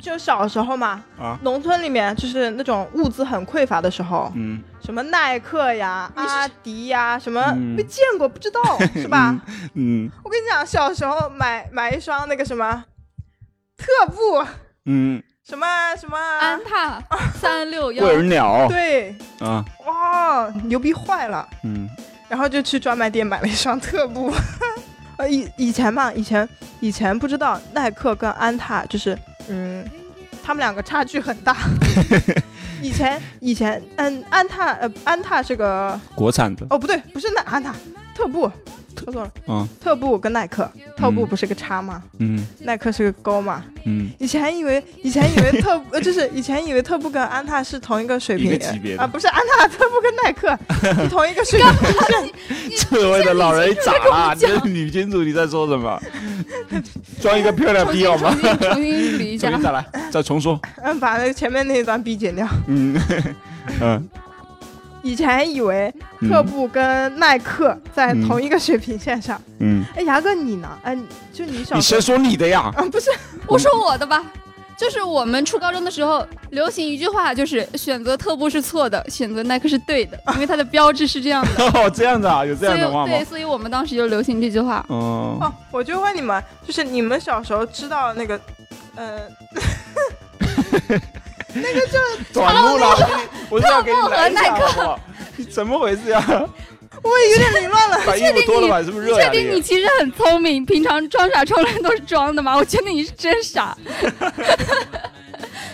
S2: 就小时候嘛，
S4: 啊，
S2: 农村里面就是那种物资很匮乏的时候，
S4: 嗯，
S2: 什么耐克呀、
S3: 你是
S2: 阿迪呀，什么
S4: 嗯
S2: 没见过不知道 是吧？
S4: 嗯
S2: 我跟你讲，小时候买买一双那个什么特步，
S4: 嗯，
S2: 什么什么
S3: 安踏 三六幺
S4: 过，人鸟
S2: 对，
S1: 嗯
S4: 啊，
S2: 哇，牛逼坏了！
S4: 嗯，
S2: 然后就去专卖店买了一双特步。 呃，以以前嘛，以前以前不知道耐克跟安踏就是，嗯，他们两个差距很 大。以前以前，嗯，安踏呃，安踏是个
S4: 国产的
S2: 哦不对，不是耐安踏，特步说错了，
S4: 啊，
S2: 特步跟耐克，特步
S4: 嗯
S2: 不是个叉吗？
S4: 嗯
S2: 耐克是个勾嘛？
S4: 嗯，
S2: 以前以为以前以为 特步呃就是以前以为特步跟安踏是同一个水平
S4: 一个级别的
S2: 啊，不是安踏特步跟耐 克是同一个水平
S4: 这位的老人咋了？你这女金主你在说 什么？装一个漂亮
S3: 重
S4: 逼
S3: 新
S4: 好
S3: 重
S4: 吗？
S3: 新重新捋一
S4: 重
S3: 下
S4: 新，再来，再重说。
S2: 嗯， 把那个前面那一段逼剪掉。
S4: 嗯嗯，
S2: 以前以为特步跟耐克在同一个水平线上。
S4: 嗯，
S2: 哎，牙哥你呢？哎，就你小
S4: 你
S2: 时候
S4: 先说你的呀。
S2: 啊，不是
S3: 我说我的吧。就是我们初高中的时候流行一句话，就是选择特步是错的，选择耐克是对 的，因为它的标志是这样的。
S4: 哦，这样子啊， 有这
S3: 所
S4: 样
S3: 以
S4: 的话吗
S3: 对，？所以我们当时就流行这句话。
S4: 嗯，
S2: 哦，我就问你们，就是你们小时候知道那个，呃，
S4: 短路了， 我给你我是要给你来一
S3: 特步和
S4: 下，
S3: 耐
S4: 好不好？你怎么回 事呀？
S2: 我也有点 凌乱了。
S4: 把衣服脱了吧，是不是
S3: 你
S4: 热呀
S3: 确？定你其实很聪明，平常装傻充愣都是装的吗？我觉得你是真 傻，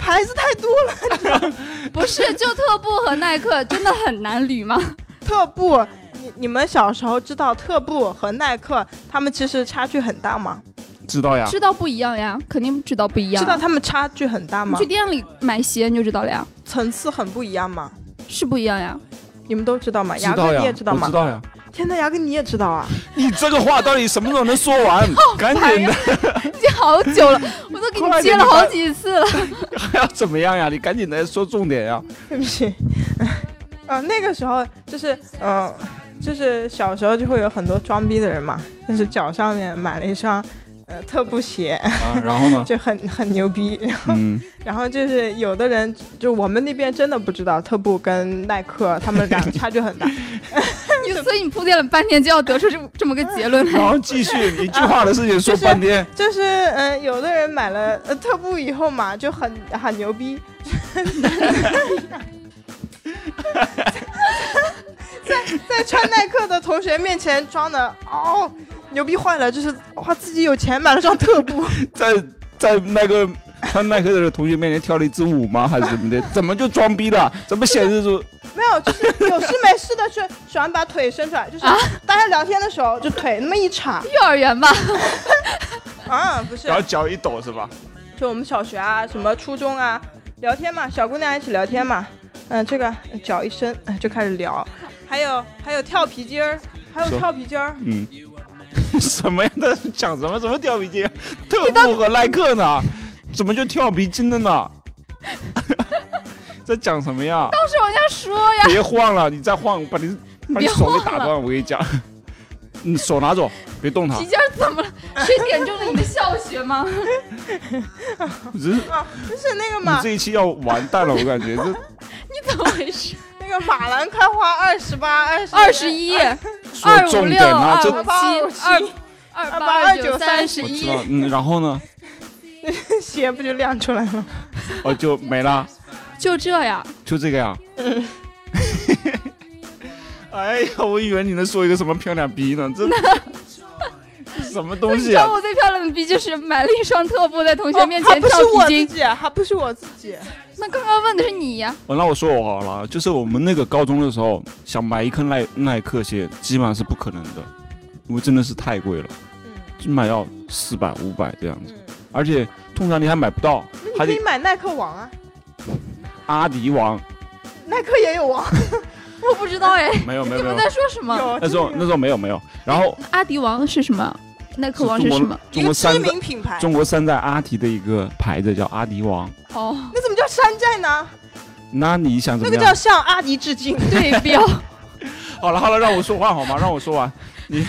S2: 牌子太多了，
S3: 不是？就特步和耐克真的很难捋 吗？
S2: 特步，你你们小时候知道特步和耐克他们其实差距很大吗？
S4: 知道呀，
S3: 知道不一样呀，肯定知道不一样。啊
S2: 知道他们差距很大
S3: 你
S2: 吗
S3: 去？店里买鞋你就知道了呀，
S2: 层次很不一样吗？
S3: 是不一样呀。
S2: 你们都知道吗？
S4: 知
S2: 牙
S4: 道
S2: 哥
S4: 呀，
S2: 你也知道
S4: 我
S2: 吗
S4: 知？道呀。
S2: 天呐，牙哥你也知道啊！
S4: 你这个话到底什么时候能说 完？赶紧的，
S3: 已经好久了，我都给你接了好几 次了。
S4: 还要怎么样呀？你赶紧的说重 点呀。
S2: 对不起， 呃，那个时候就是，嗯、就是小时候就会有很多装逼的人嘛，就是脚上面买了一双呃特步鞋，
S4: 啊，然后呢？
S2: 就很很牛逼。
S4: 嗯，
S2: 然后就是有的人，就我们那边真的不知道特步跟耐克他们俩差距很大。
S3: 你所以你铺垫了半天，就要得出这这么个结论来
S4: 然。后继续一句话的事情说
S2: 就是
S4: 半天。
S2: 就是嗯、呃有的人买了、呃、特步以后嘛，就很很牛逼。在在穿耐克的同学面前装的哦牛逼坏了，就是哇自己有钱买了双特步，
S4: 在在那个穿耐克的同学面前跳了一支舞吗？还是怎么的？怎么就装逼了？怎么显 示出
S2: 没有就是有事没事的去喜欢把腿伸出来，就是大家聊天的时候就腿那么一叉
S3: 幼儿园吧，
S2: 啊，不是
S4: 然，后脚一抖是吧？
S2: 就我们小学啊什么初中啊聊天嘛，小姑娘一起聊天嘛，嗯、这个脚一伸、呃就开始聊，还有还有跳皮筋儿，还有
S4: 说
S2: 跳皮筋 儿，
S4: 嗯。 什么呀？他讲什么？什么跳皮筋？啊特步和耐克呢？怎么就跳皮筋 了呢？在讲什么呀？
S3: 当时往家说呀，
S4: 别晃了，你再晃，把你把你
S3: 别
S4: 手
S3: 晃
S4: 给打断！我跟你讲，你手拿走，别动它
S3: 皮。筋儿怎么了？谁点中了你的笑穴吗？
S4: 只是
S2: 就是那个
S4: 你
S2: 嘛
S4: 这，一期要完蛋了，我感觉这
S3: 你怎么回事？
S2: 那个马兰开花二十八、二十
S3: 二十一。
S4: 说
S3: 二五
S4: 重
S3: 六、
S4: 点啊，
S3: 二
S4: 这
S3: 五七、二二八、二九、三十
S4: 我知
S3: 一
S4: 道，，嗯，然后呢？
S2: 鞋不就亮出来了？
S4: 哦，就没了，
S3: 就这样。
S4: 就这个呀。 哎呀，我以为你能说一个什么漂亮逼呢，这 这什么东
S3: 你
S4: 西
S3: 知道哦
S4: 啊？
S3: 我最漂亮的逼就是买了一双特步，在同学面
S2: 哦还
S3: 前
S2: 不
S3: 跳
S2: 是我
S3: 皮
S2: 自
S3: 筋。
S2: 己，啊还不是我自己，
S3: 那刚刚问的是你呀、
S4: 哦那我说我好了，就是我们那个高中的时候，想买一颗耐耐克鞋，基本上是不可能的，因为真的是太贵了，
S2: 嗯
S4: 起码要四百五百这样子，
S2: 嗯，
S4: 而且通常你还买不到，
S2: 那你
S4: 还
S2: 可以
S4: 得
S2: 买耐克王啊，
S4: 阿迪王，
S2: 耐克也有王，
S3: 我不知道哎，
S4: 没有没
S3: 你
S4: 有没
S3: 们
S4: 有，
S3: 在说什么？
S2: 有
S4: 那时候那时候没有没有，然后
S3: 阿迪王是什么？耐克王是什么？
S2: 一
S4: 中
S2: 个
S4: 国
S2: 知
S4: 山寨
S2: 名品牌，
S4: 中国山寨阿迪的一个牌子叫阿迪王，
S3: 哦，
S2: 那怎么叫山寨呢？
S4: 那你想怎
S2: 那
S4: 么
S2: 个叫
S4: 样？
S2: 向阿迪致敬。
S3: 对 标。
S4: 好了好了，让我说话好吗？让我说 完，你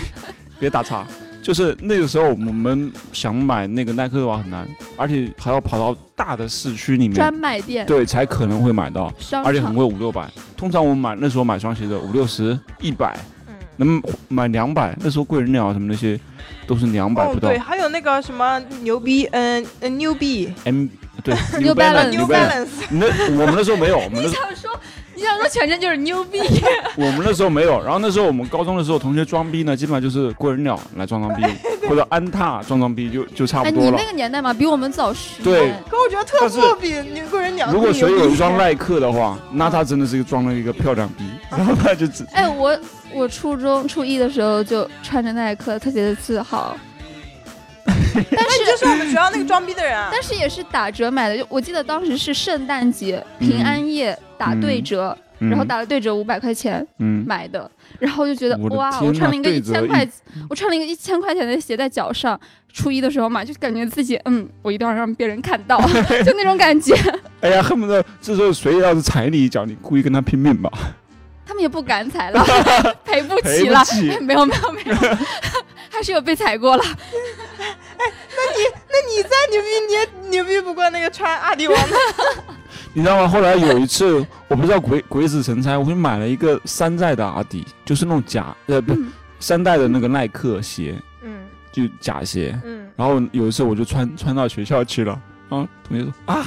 S4: 别打岔。就是那个时候，我们想买那个耐克的话很难，而且还要跑到大的市区里
S3: 专
S4: 面，
S3: 卖店、
S4: 对，才可能会买到，
S3: 商
S4: 而且很
S3: 场。
S4: 贵，五六百。通常我们买那时候买双鞋子五六十、一百，
S2: 嗯。
S4: 能买两百。那时候贵人鸟什么那些都是两百
S2: 哦
S4: 不，到
S2: 对，。还有那个什么牛逼，嗯、呃、牛逼
S4: M 对
S3: New Balance
S2: ，New
S4: New Balance，
S2: Balance，
S4: 那我们那时候没有，我们
S3: 你
S4: 那
S3: 想说，你想说全称就是牛 逼？
S4: 我们那时候没有。然后那时候我们高中的时候，同学装逼呢，基本上就是贵人鸟来 装装逼，或者安踏装装逼就就差
S3: 哎，
S4: 不
S3: 你
S4: 多了
S3: 那。个年代嘛，比我们早十
S4: 对
S3: 年。
S2: 可我觉得特
S4: 但是
S2: 步比牛个人鸟
S4: 如果
S2: 更牛
S4: 谁
S2: 逼
S4: 有一双耐克的话，那他真的是装了一个漂亮逼。然后他就只
S3: 哎，我我初中初一的时候就穿着耐克，特别的自 豪，
S2: 但是就是我们学校那个装逼的人啊。
S3: 但是也是打折买的。就我记得当时是圣诞节
S4: 嗯
S3: 平安夜打对折，
S4: 嗯
S3: 然后打了对折五百块钱
S4: 嗯，
S3: 买的，然后就觉得
S4: 我的
S3: 哇，
S4: 天
S3: 我穿
S4: 呐
S3: 了一个
S4: 对
S3: 一
S4: 折
S3: 千
S4: 一
S3: 块，我穿了一个一千块钱的鞋在脚上。初一的时候嘛，就感觉自己嗯，我一定要让别人看到， 就那种感觉。
S4: 哎呀，恨不得这时候谁要是踩你一脚，你故意跟他拼命吧，
S3: 他们也不敢踩了，赔不
S4: 赔
S3: 起
S4: 不
S3: 了。
S4: 起
S3: 没有没有没有，还是有被踩过了。
S2: 那你再牛逼，你也牛逼不过那个穿阿迪王的。
S4: 你知道吗？后来有一次，我不知道鬼鬼使神差，我去买了一个山寨的阿迪，就是那种假呃不、
S3: 嗯
S4: 山寨的那个耐克鞋，
S2: 嗯
S4: 就假鞋。
S2: 嗯，
S4: 然后有一次我就穿穿到学校去了，啊，同学说啊，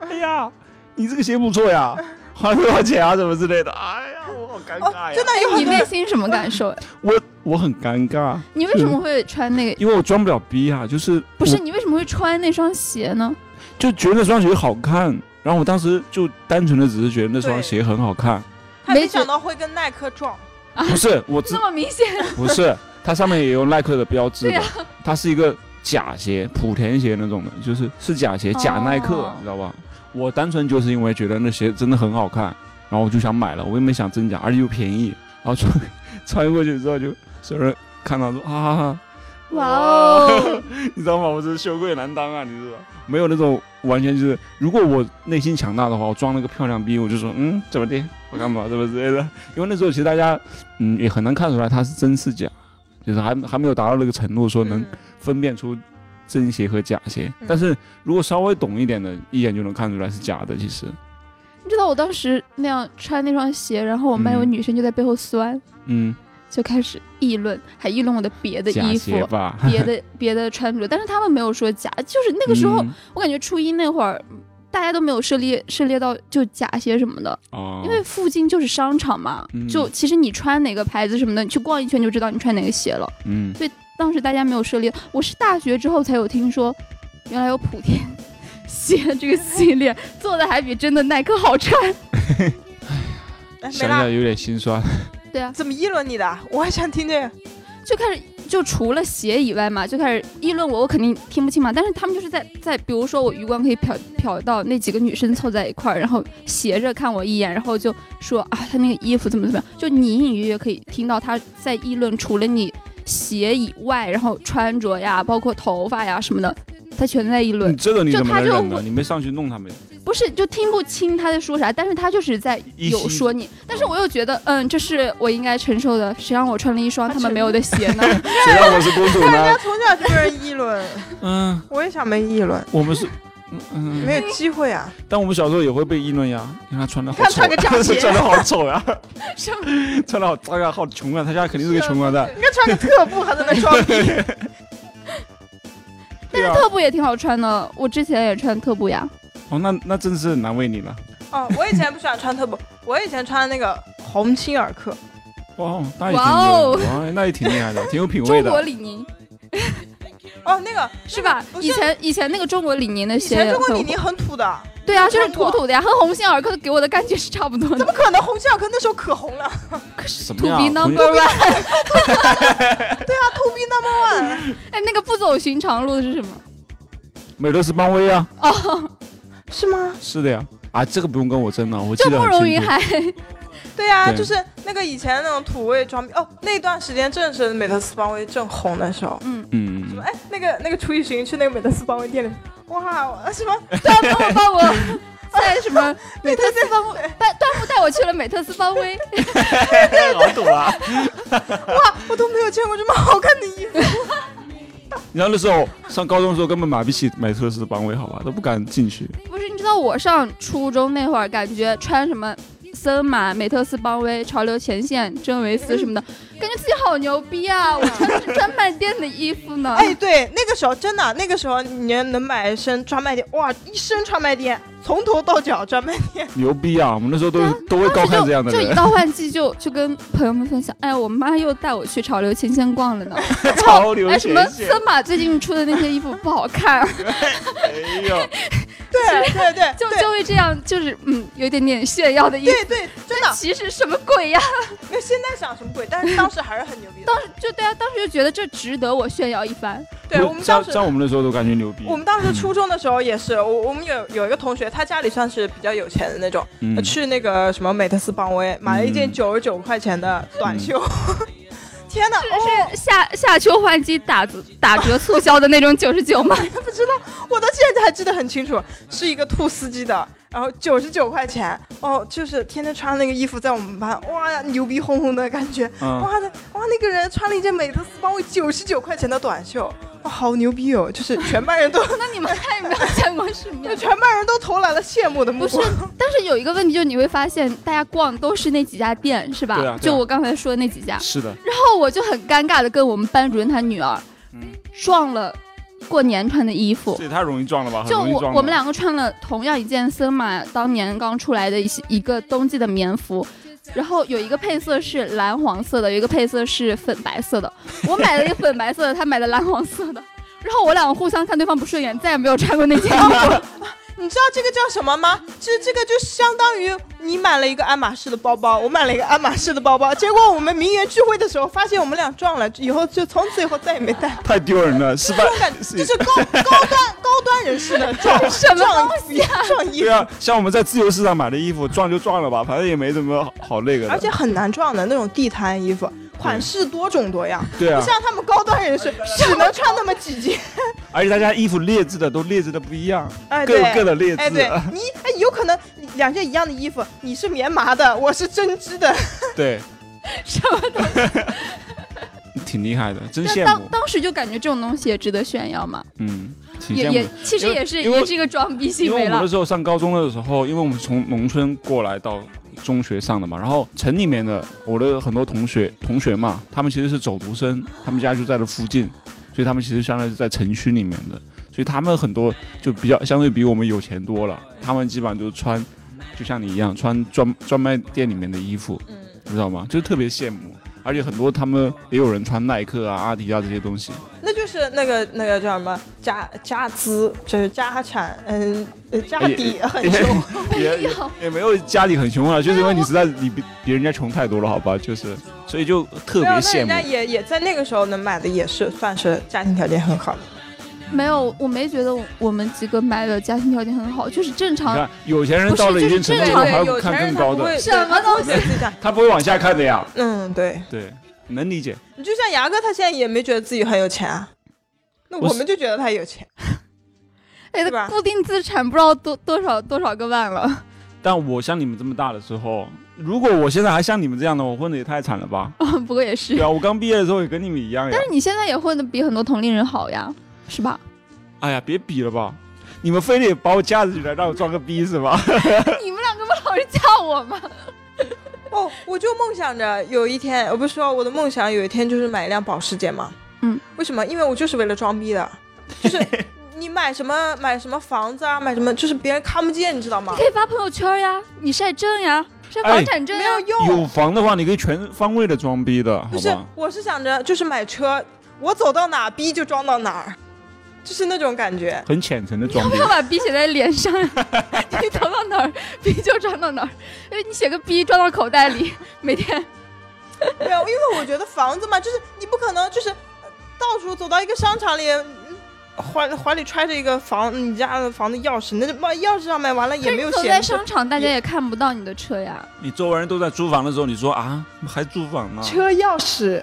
S4: 哎呀，你这个鞋不错呀，花多少钱啊，什么之类的，哎呀，我好尴尬
S2: 哦
S4: 呀，
S2: 真的有
S3: 你
S2: 很多
S3: 内
S2: 人
S3: 心什么感受？
S4: 我我很尴尬，
S3: 你为什么会穿那个？
S4: 因为我装不了逼啊，就是
S3: 不是
S4: 我
S3: 你为什么会穿那双鞋呢？
S4: 就觉得那双鞋好看，然后我当时就单纯的只是觉得那双
S2: 对
S4: 鞋很好看，
S2: 他没
S3: 没觉
S2: 想到会跟耐克撞。
S4: 不是我只
S3: 这么明显，
S4: 不是，它上面也有耐克的标志
S3: 对啊
S4: 的
S3: 呀，
S4: 它是一个假鞋，莆田鞋那种的，就是是假鞋，假耐克，
S3: 哦
S4: 你知道吧？我单纯就是因为觉得那鞋真的很好看，然后我就想买了，我也没想真假，而且又便宜，然后穿 穿过去之后就有人看到说啊，
S3: 哇哦！
S4: 你知道吗？我真是羞愧难当啊，你知道吗？没有那种完全就是，如果我内心强大的话，我装了个漂亮逼，我就说嗯怎么的，我干嘛怎么之类的。因为那时候其实大家嗯也很难看出来他是真是假，就是还还没有达到那个程度说能
S2: 嗯
S4: 分辨出真鞋和假鞋。
S2: 嗯
S4: 但是如果稍微懂一点的，一眼就能看出来是假的。其实，
S3: 你知道我当时那样穿那双鞋，然后我们班有个
S4: 嗯
S3: 女生就在背后酸，
S4: 嗯，
S3: 就开始议论，还议论我的别的
S4: 假
S3: 衣服
S4: 鞋。吧。
S3: 别的别的穿着，但是他们没有说假，就是那个时候，
S4: 嗯
S3: 我感觉初一那会儿，大家都没有涉猎涉猎到就假鞋什么的，
S4: 哦，
S3: 因为附近就是商场嘛，
S4: 嗯
S3: 就其实你穿哪个牌子什么的，你去逛一圈就知道你穿哪个鞋了。
S4: 嗯，
S3: 当时大家没有涉猎，我是大学之后才有听说，原来有莆田鞋这个系列，做的还比真的耐克好 穿。
S2: 哎，没
S4: 想
S2: 啦
S4: 想，有点心酸。
S3: 对啊，
S2: 怎么议论你的？我还想听 这个。
S3: 就开始就除了鞋以外嘛，就开始议论我，我肯定听不清嘛。但是他们就是在在，比如说我余光可以瞟瞟到那几个女生凑在一块儿，然后斜着看我一眼，然后就说啊，她那个衣服怎么怎么样，就你隐隐约约可以听到她在议论除了你鞋以外，然后穿着呀，包括头发呀什么的，她全在议
S4: 你
S3: 论。
S4: 这个你
S3: 就
S4: 怎么
S3: 他
S4: 能
S3: 就
S4: 忍呢？
S3: 会
S4: 你没上去弄他们，
S3: 不是，就听不清她在说啥，但是她就是在
S4: 一
S3: 有
S4: 心
S3: 说你，但是我又觉得，嗯，这是我应该承受的，谁让我穿了一双他们没有的鞋呢？
S4: 谁让我是公主 呢？
S2: 他从小就被人议论，
S4: 嗯，
S2: 我也想被议论，
S4: 我们是，嗯嗯，
S2: 没有机会啊。
S4: 但我们小时候也会被议论呀。你看他穿的好
S2: 看
S4: 丑
S2: 穿个
S4: 啊，
S2: 假鞋
S4: 穿的好丑呀，
S3: 什么？
S4: 穿的好糟呀，好穷啊！他家肯定是个穷光蛋。
S2: 应该穿个特步还在那装逼。
S4: 对啊，
S3: 特步也挺好穿的，我之前也穿特步呀。
S4: 哦，那那真是难为你了。
S2: 哦，我以前不喜欢穿特步，我以前穿那个鸿星尔克。
S4: 哇哦，那也挺
S3: 哇哦
S4: 牛，哇，那也挺厉害的，挺有品味
S3: 中国
S4: 的。
S3: 李宁
S2: 哦，那个
S3: 是吧？
S2: 不是
S3: 以前以前那个中国李宁的
S2: 以
S3: 鞋
S2: 前
S3: 也
S2: 中国
S3: 很
S2: 李宁很土的，
S3: 对啊，
S2: 没
S3: 就是
S2: 穿
S3: 土
S2: 过
S3: 土的呀，和鸿星尔克给我的感觉是差不多
S2: 怎
S3: 的。
S2: 么可能？鸿星尔克那时候可红了。
S4: 什
S3: 土
S4: 么呀？
S3: 鼻
S4: 朋
S3: number
S4: 友
S3: one，
S2: 他 to be 啊 number one
S3: 哎，那个不走寻常路的是什么？哦
S4: 美乐斯邦威啊，
S2: 是吗？
S4: 是的呀。啊，这个不用跟我争了，我记
S3: 就
S4: 得
S3: 慕
S4: 很
S3: 容
S4: 清
S3: 云
S4: 楚。
S3: 海，
S2: 对呀、
S4: 对
S2: 就是那个以前那种土味装逼。哦，那段时间正是美特斯邦威正红的时候。什么
S4: 嗯，
S2: 哎，那个那个楚雨荨去那个美特斯邦威店里，哇，我什么
S3: 端木啊 帮我在什么 美
S2: 美
S3: 特
S2: 特
S3: 斯邦威，端端木带我去了美特斯邦威，
S4: 好土啊！
S2: 我都没有见过这么好看的衣服。
S4: 你知道那时候上高中的时候根本买不起美特斯邦威，好吧，都不敢进去。
S3: 不是，你知道我上初中那会儿，感觉穿什么森马、美特斯邦威、潮流前线、真维斯什么的，感觉自己好牛逼啊！我穿的是专卖店的衣服 呢。
S2: 哎，对，那个时候真的，那个时候你能买一身专卖店，哇，一身专卖店，从头到脚专卖店。
S4: 牛逼啊！我们那时候都
S3: 对啊
S4: 都会高看这样的
S3: 就一
S4: 人，
S3: 到换季就就跟朋友们分享，哎，我妈又带我去潮流前线逛了呢。
S4: 潮流
S3: 哎，什么
S4: 前线。
S3: 森马最近出的那些衣服不好 看，
S4: 哎呦，
S2: 对对对
S3: 就
S2: 对
S3: 就会这样，就是嗯，有一点点炫耀的意思。
S2: 对对，真的
S4: 啊
S3: 歧视什么鬼呀？
S2: 那现在想什么鬼？但是当时还是很牛逼的。
S3: 当时就对啊，当时就觉得这值得我炫耀一番。
S2: 对
S4: 不
S2: 我们
S4: 在
S2: 当时
S4: 在我们那时候都感觉牛
S3: 嗯
S4: 逼。
S2: 我们当时初中的时候也是，我我们有有一个同学，他家里算是比较有钱的那种，
S4: 嗯
S2: 去那个什么美特斯邦威买了一件
S4: 嗯
S2: 九十九块钱的短袖， 天哪！哦，
S3: 是夏夏秋换季打折打折促销的那种九十九吗？
S2: 不知道，我到现在还记得很清楚，是一个兔司机的，然后九十九块钱，哦，就是天天穿那个衣服在我们班，哇，牛逼哄哄的感觉，
S4: 嗯，
S2: 哇的哇，那个人穿了一件美特斯邦威九十九块钱的短袖，哇，好牛逼哦！就是全班人都，
S3: 那你们看有没有见过世面？
S2: 全班人都投来了羡慕的目
S3: 不是
S2: 光。，
S3: 但是有一个问题，就是你会发现大家逛都是那几家店，是吧？
S4: 对啊对啊
S3: 就我刚才说的那几家。
S4: 是的，
S3: 然后我就很尴尬的跟我们班主任他女儿
S4: 嗯
S3: 撞了过年穿的衣服。
S4: 这也太容易撞了吧？很
S3: 就
S4: 容易
S3: 我
S4: 撞
S3: 我们
S4: 吧
S3: 两个穿了同样一件森马当年刚出来的一些一个冬季的棉服，然后有一个配色是蓝黄色的，有一个配色是粉白色的。我买了一个粉白色的，他买了蓝黄色的。然后我两个互相看对方不顺眼，再也没有穿过那件衣服 了。
S2: 你知道这个叫什么吗？这这个就相当于你买了一个爱马仕的包包，我买了一个爱马仕的包包，结果我们名媛聚会的时候发现我们俩撞了，以后就从此以后再也没带。
S4: 太丢人了，失败
S2: 这种 感觉就是高高端高端人士的撞
S3: 什么
S2: 撞撞衣
S4: 对
S2: 服，
S4: 啊，像我们在自由市场买的衣服，撞就撞了吧，反正也没怎么好好那个的。
S2: 而且很难撞的那种地摊衣服，款式多种多样，
S4: 对啊
S2: 不，像他们高端 人士只能穿那么几件。
S4: 而且大家衣服劣质的都劣质的不一样，
S2: 哎，
S4: 各有
S2: 对
S4: 各的劣
S2: 哎，
S4: 质
S2: 对。你哎，有可能两件一样的衣服，你是棉麻的，我是针织的，
S4: 对，
S3: 什么的？
S4: 挺厉害的，真
S3: 但
S4: 羡
S3: 当
S4: 慕。
S3: 当时就感觉这种东西也值得炫耀嘛，
S4: 嗯，挺
S3: 也
S4: 羡
S3: 也
S4: 慕。
S3: 其实
S4: 因为
S3: 也是
S4: 因为
S3: 也是一个装逼
S4: 因
S3: 行
S4: 为
S3: 为
S4: 我们
S3: 了
S4: 那。时候上高中的时候，因为我们从农村过来到中学上的嘛，然后城里面的我的很多同学同学嘛，他们其实是走读生，他们家就在这附近，所以他们其实相当于是在城区里面的，所以他们很多就比较相对比我们有钱多了，他们基本上就是穿，就像你一样穿专专卖店里面的衣服，嗯你知道吗？就是特别羡慕，而且很多他们也有人穿耐克啊、阿迪啊这些东西，
S2: 那就是那个那个叫什么家家资，就是家产，嗯，呃家
S4: 哎
S2: 底很凶。
S4: 也也也没有家里很穷啊，就是因为你实在你比比人家穷太多了，好吧？就是，所以就特
S2: 没
S4: 别
S2: 有，那
S4: 羡
S2: 人家
S4: 慕。
S2: 也也在那个时候能买的也是算是家庭条件很好的。
S3: 没有，我没觉得我我们几个买的家庭条件很好，就是正
S4: 你
S3: 常。
S4: 看，有钱人到了一定程度之后，还会看更高 的，
S3: 什么东西
S2: 西？
S4: 他不会往下看的呀。
S2: 嗯，对，
S4: 对，能理解。
S2: 你就像牙哥，他现在也没觉得自己很有钱啊。那
S4: 我
S2: 我们就觉得他有钱，
S3: 哎，
S2: 对吧
S3: 固定资产不知道多多少多少个万了，
S4: 但我像你们这么大的时候，如果我现在还像你们这样的，我混的也太惨 了吧？
S3: 哦不过也是
S4: 对。啊，我刚毕业的时候也跟你们一样呀
S3: 但。是你现在也混的比很多同龄人好呀，是吧？
S4: 哎呀，别比了吧，你们非得把我架起来让我装个逼是 吧？
S3: 你们两个不老是叫我吗？
S2: 哦，我就梦想着有一天，呃我不是说我的梦想有一天就是买一辆保时捷吗？
S3: 嗯，
S2: 为什么？因为我就是为了装逼的，就是你买什么买什么房子啊，买什么就是别人看不见，你知道吗
S3: 可？以发朋友圈呀，你晒证呀，晒房产证
S2: 没
S3: 呀
S2: 有。用，
S4: 有房的话，你可以全方位的装逼的，
S2: 哦不
S4: 好
S2: 是
S4: 吧？，
S2: 我是想着就是买车，我走到哪逼就装到哪儿，就是那种感觉。
S4: 很浅层的装 逼
S3: 不。要把逼写在脸上呀， 你走到哪儿逼就装到哪儿，因为你写个逼装到口袋里，每天
S2: 没有，因为我觉得房子嘛，就是你不可能就是呃到处走到一个商场里，嗯怀怀里揣着一个房你家的房子钥匙，那把钥匙上面完了也没有
S3: 走
S2: 写
S3: 在。商场，大家也看不到你的车呀。
S4: 你周围人都在租房的时候，你说啊，还租房呢？
S2: 车钥匙，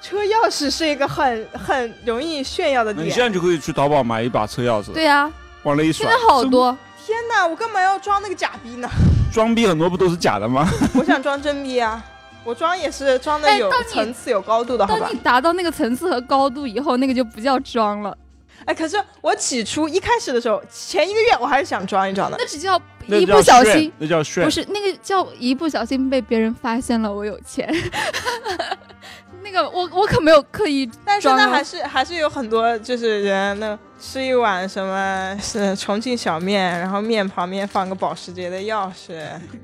S2: 车钥匙是一个很很容易炫耀的
S4: 那你
S2: 点
S4: 现。在就可以去淘宝买一把车钥匙，
S3: 对呀、
S4: 往那一
S3: 现
S4: 甩
S3: 在，好多。
S2: 天哪，我干嘛要装那个假 逼呢？
S4: 装逼很多不都是假 的吗？
S2: 我想装真逼啊！我装也是装的
S3: 哎
S2: 有
S3: 当你
S2: 层次、有高度的，好吧
S3: 当你？达到那个层次和高度以后，那个就不叫装了，
S2: 哎，可是我起初一开始的时候，前一个月我还是想装一装的。
S3: 那只叫
S4: 那
S3: 一
S4: 叫
S3: 不小
S4: 炫
S3: 心，
S4: 那叫炫
S3: 不。是那个叫一不小心被别人发现了我有钱， 那个我我可没有刻意，
S2: 但是现在
S3: 装了
S2: 还
S4: 啊
S2: 是还是有很多就是人那吃一碗什么是重庆小面，然后面旁边放个保时捷的钥匙。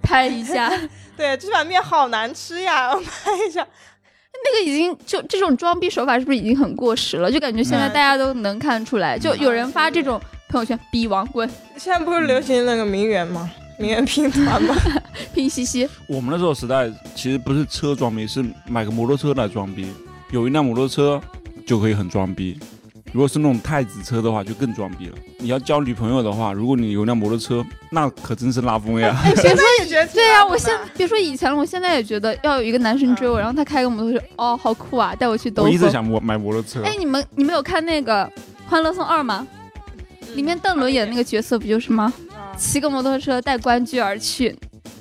S3: 拍一下， 那
S2: 对，这碗面好难吃呀！ 我拍一下，
S3: 个已经就这种装逼手法是不是已经很过时了？就感觉现在
S2: 嗯
S3: 大家都能嗯看出来，就有人发这种朋友圈逼王滚，
S2: 现在不是流行那个名媛吗？名媛拼团嘛，
S3: 拼夕夕，
S4: 我们那时候时代其实不是车装逼，是买个摩托车来装逼。有一辆摩托车就可以很装逼。如果是那种太子车的话，就更装逼了。你要交女朋友的话，如果你有辆摩托车，那可真是拉风
S3: 哎
S4: 呀！
S2: 现在也觉得
S3: 对呀、
S2: 呀、
S3: 我现别说以前了，我现在也觉得要有一个男生追我，然后他开个摩托车，哦，好酷啊，嗯带我去兜
S4: 我一直
S3: 风。
S4: 想摩买摩托车，
S3: 哎，你们你们有看那个《欢乐颂二》吗？里面邓伦演的那个角色不就是吗？
S2: 个
S3: 骑个摩托车带关雎而去，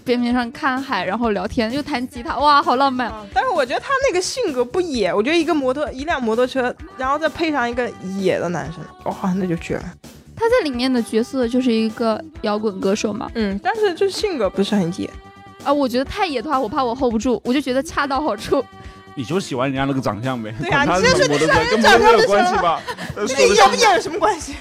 S3: 边边上看海，然后聊天，又弹吉他，哇，好浪漫！
S2: 啊，但是我觉得他那个性格不野，我觉得一个摩托一辆摩托车，然后再配上一个野的男生，哇、那就绝了。
S3: 他在里面的角色就是一个摇滚歌手嘛，
S2: 嗯，但是就是性格不是很野，
S3: 啊，我觉得太野的话，我怕我 hold 不住，我就觉得恰到好处。
S4: 你就喜欢人家那个长相呗，
S3: 啊
S2: 对呀
S4: 管他
S2: 你这
S4: 什么摩托车，跟摩
S2: 长
S4: 托
S2: 相
S4: 车有
S2: 就
S4: 关
S2: 行
S4: 系
S2: 了
S4: 吧？呃
S2: 这
S4: 说 得
S2: 野不
S4: 清
S2: 野有什么关系？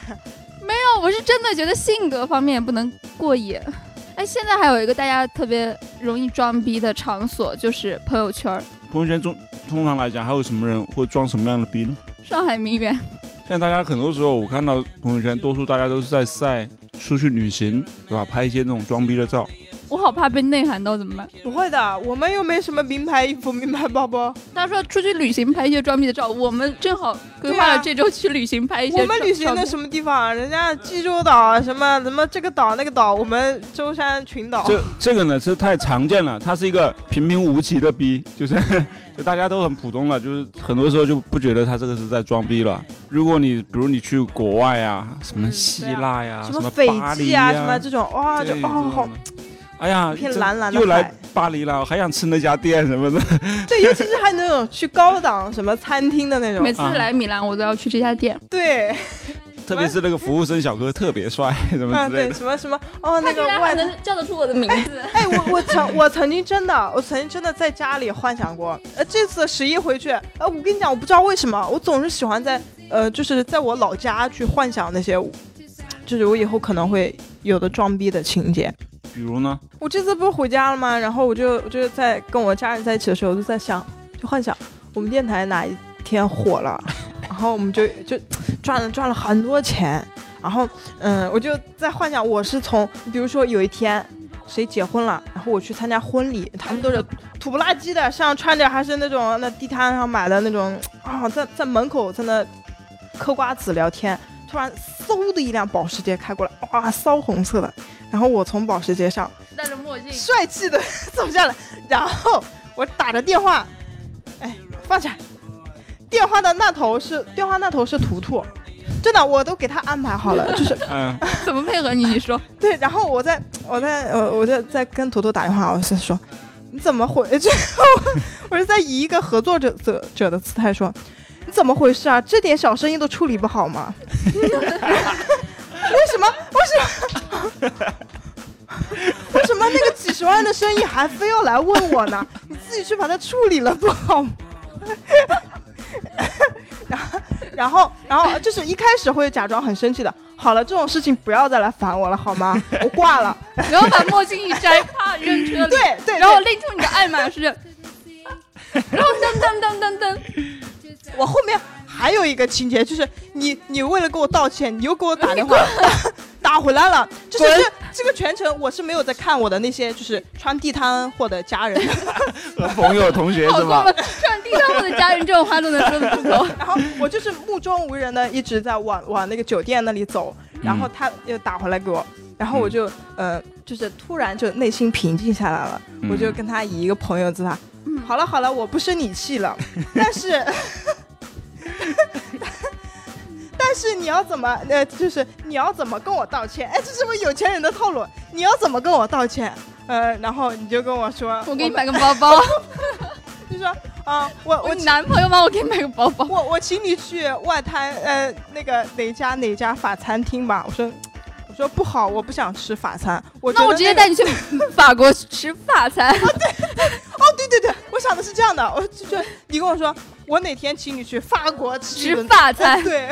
S3: 哦，我是真的觉得性格方面也不能过野。 哎，现在还有一个大家特别容易装逼的场所，就是朋友圈儿。
S4: 朋友圈中通常来讲，还有什么人会装什么样的逼呢？
S3: 上海名媛，
S4: 现在大家很多时候，我看到朋友圈，多数大家都是在晒出去旅行，对吧？拍一些那种装逼的照。
S3: 我好怕被内涵到，怎么办？
S2: 不会的，我们又没什么名牌衣服、名牌包包，
S3: 他说出去旅行拍一些装逼的照，我们正好规划了这周去旅行拍一些
S2: 啊我
S3: 装。
S2: 们旅行的
S3: 候，
S2: 什么地方啊？人家济州岛啊，什么什么这个岛那个岛，我们舟山群岛。
S4: 这这个呢是太常见了，它是一个平平无奇的逼，就是 就大家都很普通了，就是很多时候就不觉得他这个是在装逼了。如果你比如你去国外啊，什么希腊呀、
S2: 啊什
S4: 啊什
S2: 么斐
S4: 巴黎
S2: 济
S4: 呀、
S2: 啊，什么这种，哇，就
S4: 对
S2: 哦，
S4: 这
S2: 好
S4: 种，哎呀，
S2: 一片
S4: 这
S2: 蓝蓝的
S4: 又来
S2: 海
S4: 巴黎了，我还想吃那家店什么的。
S2: 对，尤其是还有那种去高档什么餐厅的那种
S3: 每，次来米兰，我都要去这家店。
S2: 对，
S4: 特别是那个服务生小哥特别帅，什么
S2: 啊，
S4: 之类
S2: 对，
S4: 的。
S2: 什么什么，哦，那个外
S3: 能叫得出我的名字。
S2: 哎，我我曾我曾经真的，我曾经真的在家里幻想过，呃，这次十一回去，呃，我跟你讲，我不知道为什么，我总是喜欢在呃，就是在我老家去幻想那些，就是我以后可能会有的装逼的情节。
S4: 比如呢，
S2: 我这次不是回家了吗？然后我就我就在跟我家人在一起的时候，我就在想，就幻想我们电台哪一天火了，然后我们就就赚了赚了很多钱，然后嗯，我就在幻想我是从，比如说有一天谁结婚了，然后我去参加婚礼，他们都是土不拉几的，身上穿着还是那种那地摊上买的那种啊，在在门口在那嗑瓜子聊天，突然嗖的一辆保时捷开过来，哇，骚红色的，然后我从保时捷上。
S3: 戴着墨镜，
S2: 帅气的 走下来，然后我打着电话，哎，放下。电话的那头是电话那头是图图，真的我都给他安排好了，就是
S4: 嗯，
S3: 怎么配合你？你说
S2: 对。然后我在我在呃我就在跟图图打电话，我是说你怎么回？就 我是在以一个合作者者者的姿态说，你怎么回事啊？这点小生意都处理不好吗？ 为什么？为什 么？为什么那个几十万的生意还非要来问我呢？你自己去把它处理了不好吗？然后，然后，然后就是一开始会假装很生气的。好了，这种事情不要再来烦我了，好吗？我挂了。
S3: 然后把墨镜一摘，啪扔车里，
S2: 对对，
S3: 然后拎出你的爱马仕，然后噔噔噔噔噔。
S2: 我后面还有一个情节，就是你你为了给我道歉，你又给我打电话，打回来了。就是这这个全程我是没有在看我的那些就是穿地摊货的家人的，
S4: 和朋友同学
S3: 好
S4: 是
S3: 过
S4: 吧？
S3: 分！上地上我的家人这种话都能说得出口。
S2: 然后我就是目中无人的一直在往往那个酒店那里走，然后他又打回来给我，然后我就、呃就是突然就内心平静下来了，
S4: 嗯
S2: 我就跟他以一个朋友姿态，
S3: 嗯
S2: 好了好了，我不生你气了，但是。但是你要怎么呃，就是你要怎么跟我道歉？哎，这是不是有钱人的套路？你要怎么跟我道歉？呃，然后你就跟我说，
S3: 我给你买个包包，
S2: 们，就说啊、我
S3: 我
S2: 我
S3: 男朋友帮我给你买个包包。
S2: 我我请你去外滩呃那个哪家哪家法餐厅吧。我说我说不好，我不想吃法餐。我觉
S3: 那
S2: 得
S3: 我直接
S2: 那个
S3: 带你去法国吃法餐。
S2: 哦，对对对，我想的是这样的，我就就你跟我说，我哪天请你去法国吃一
S3: 吃
S2: 顿
S3: 法餐
S2: 对。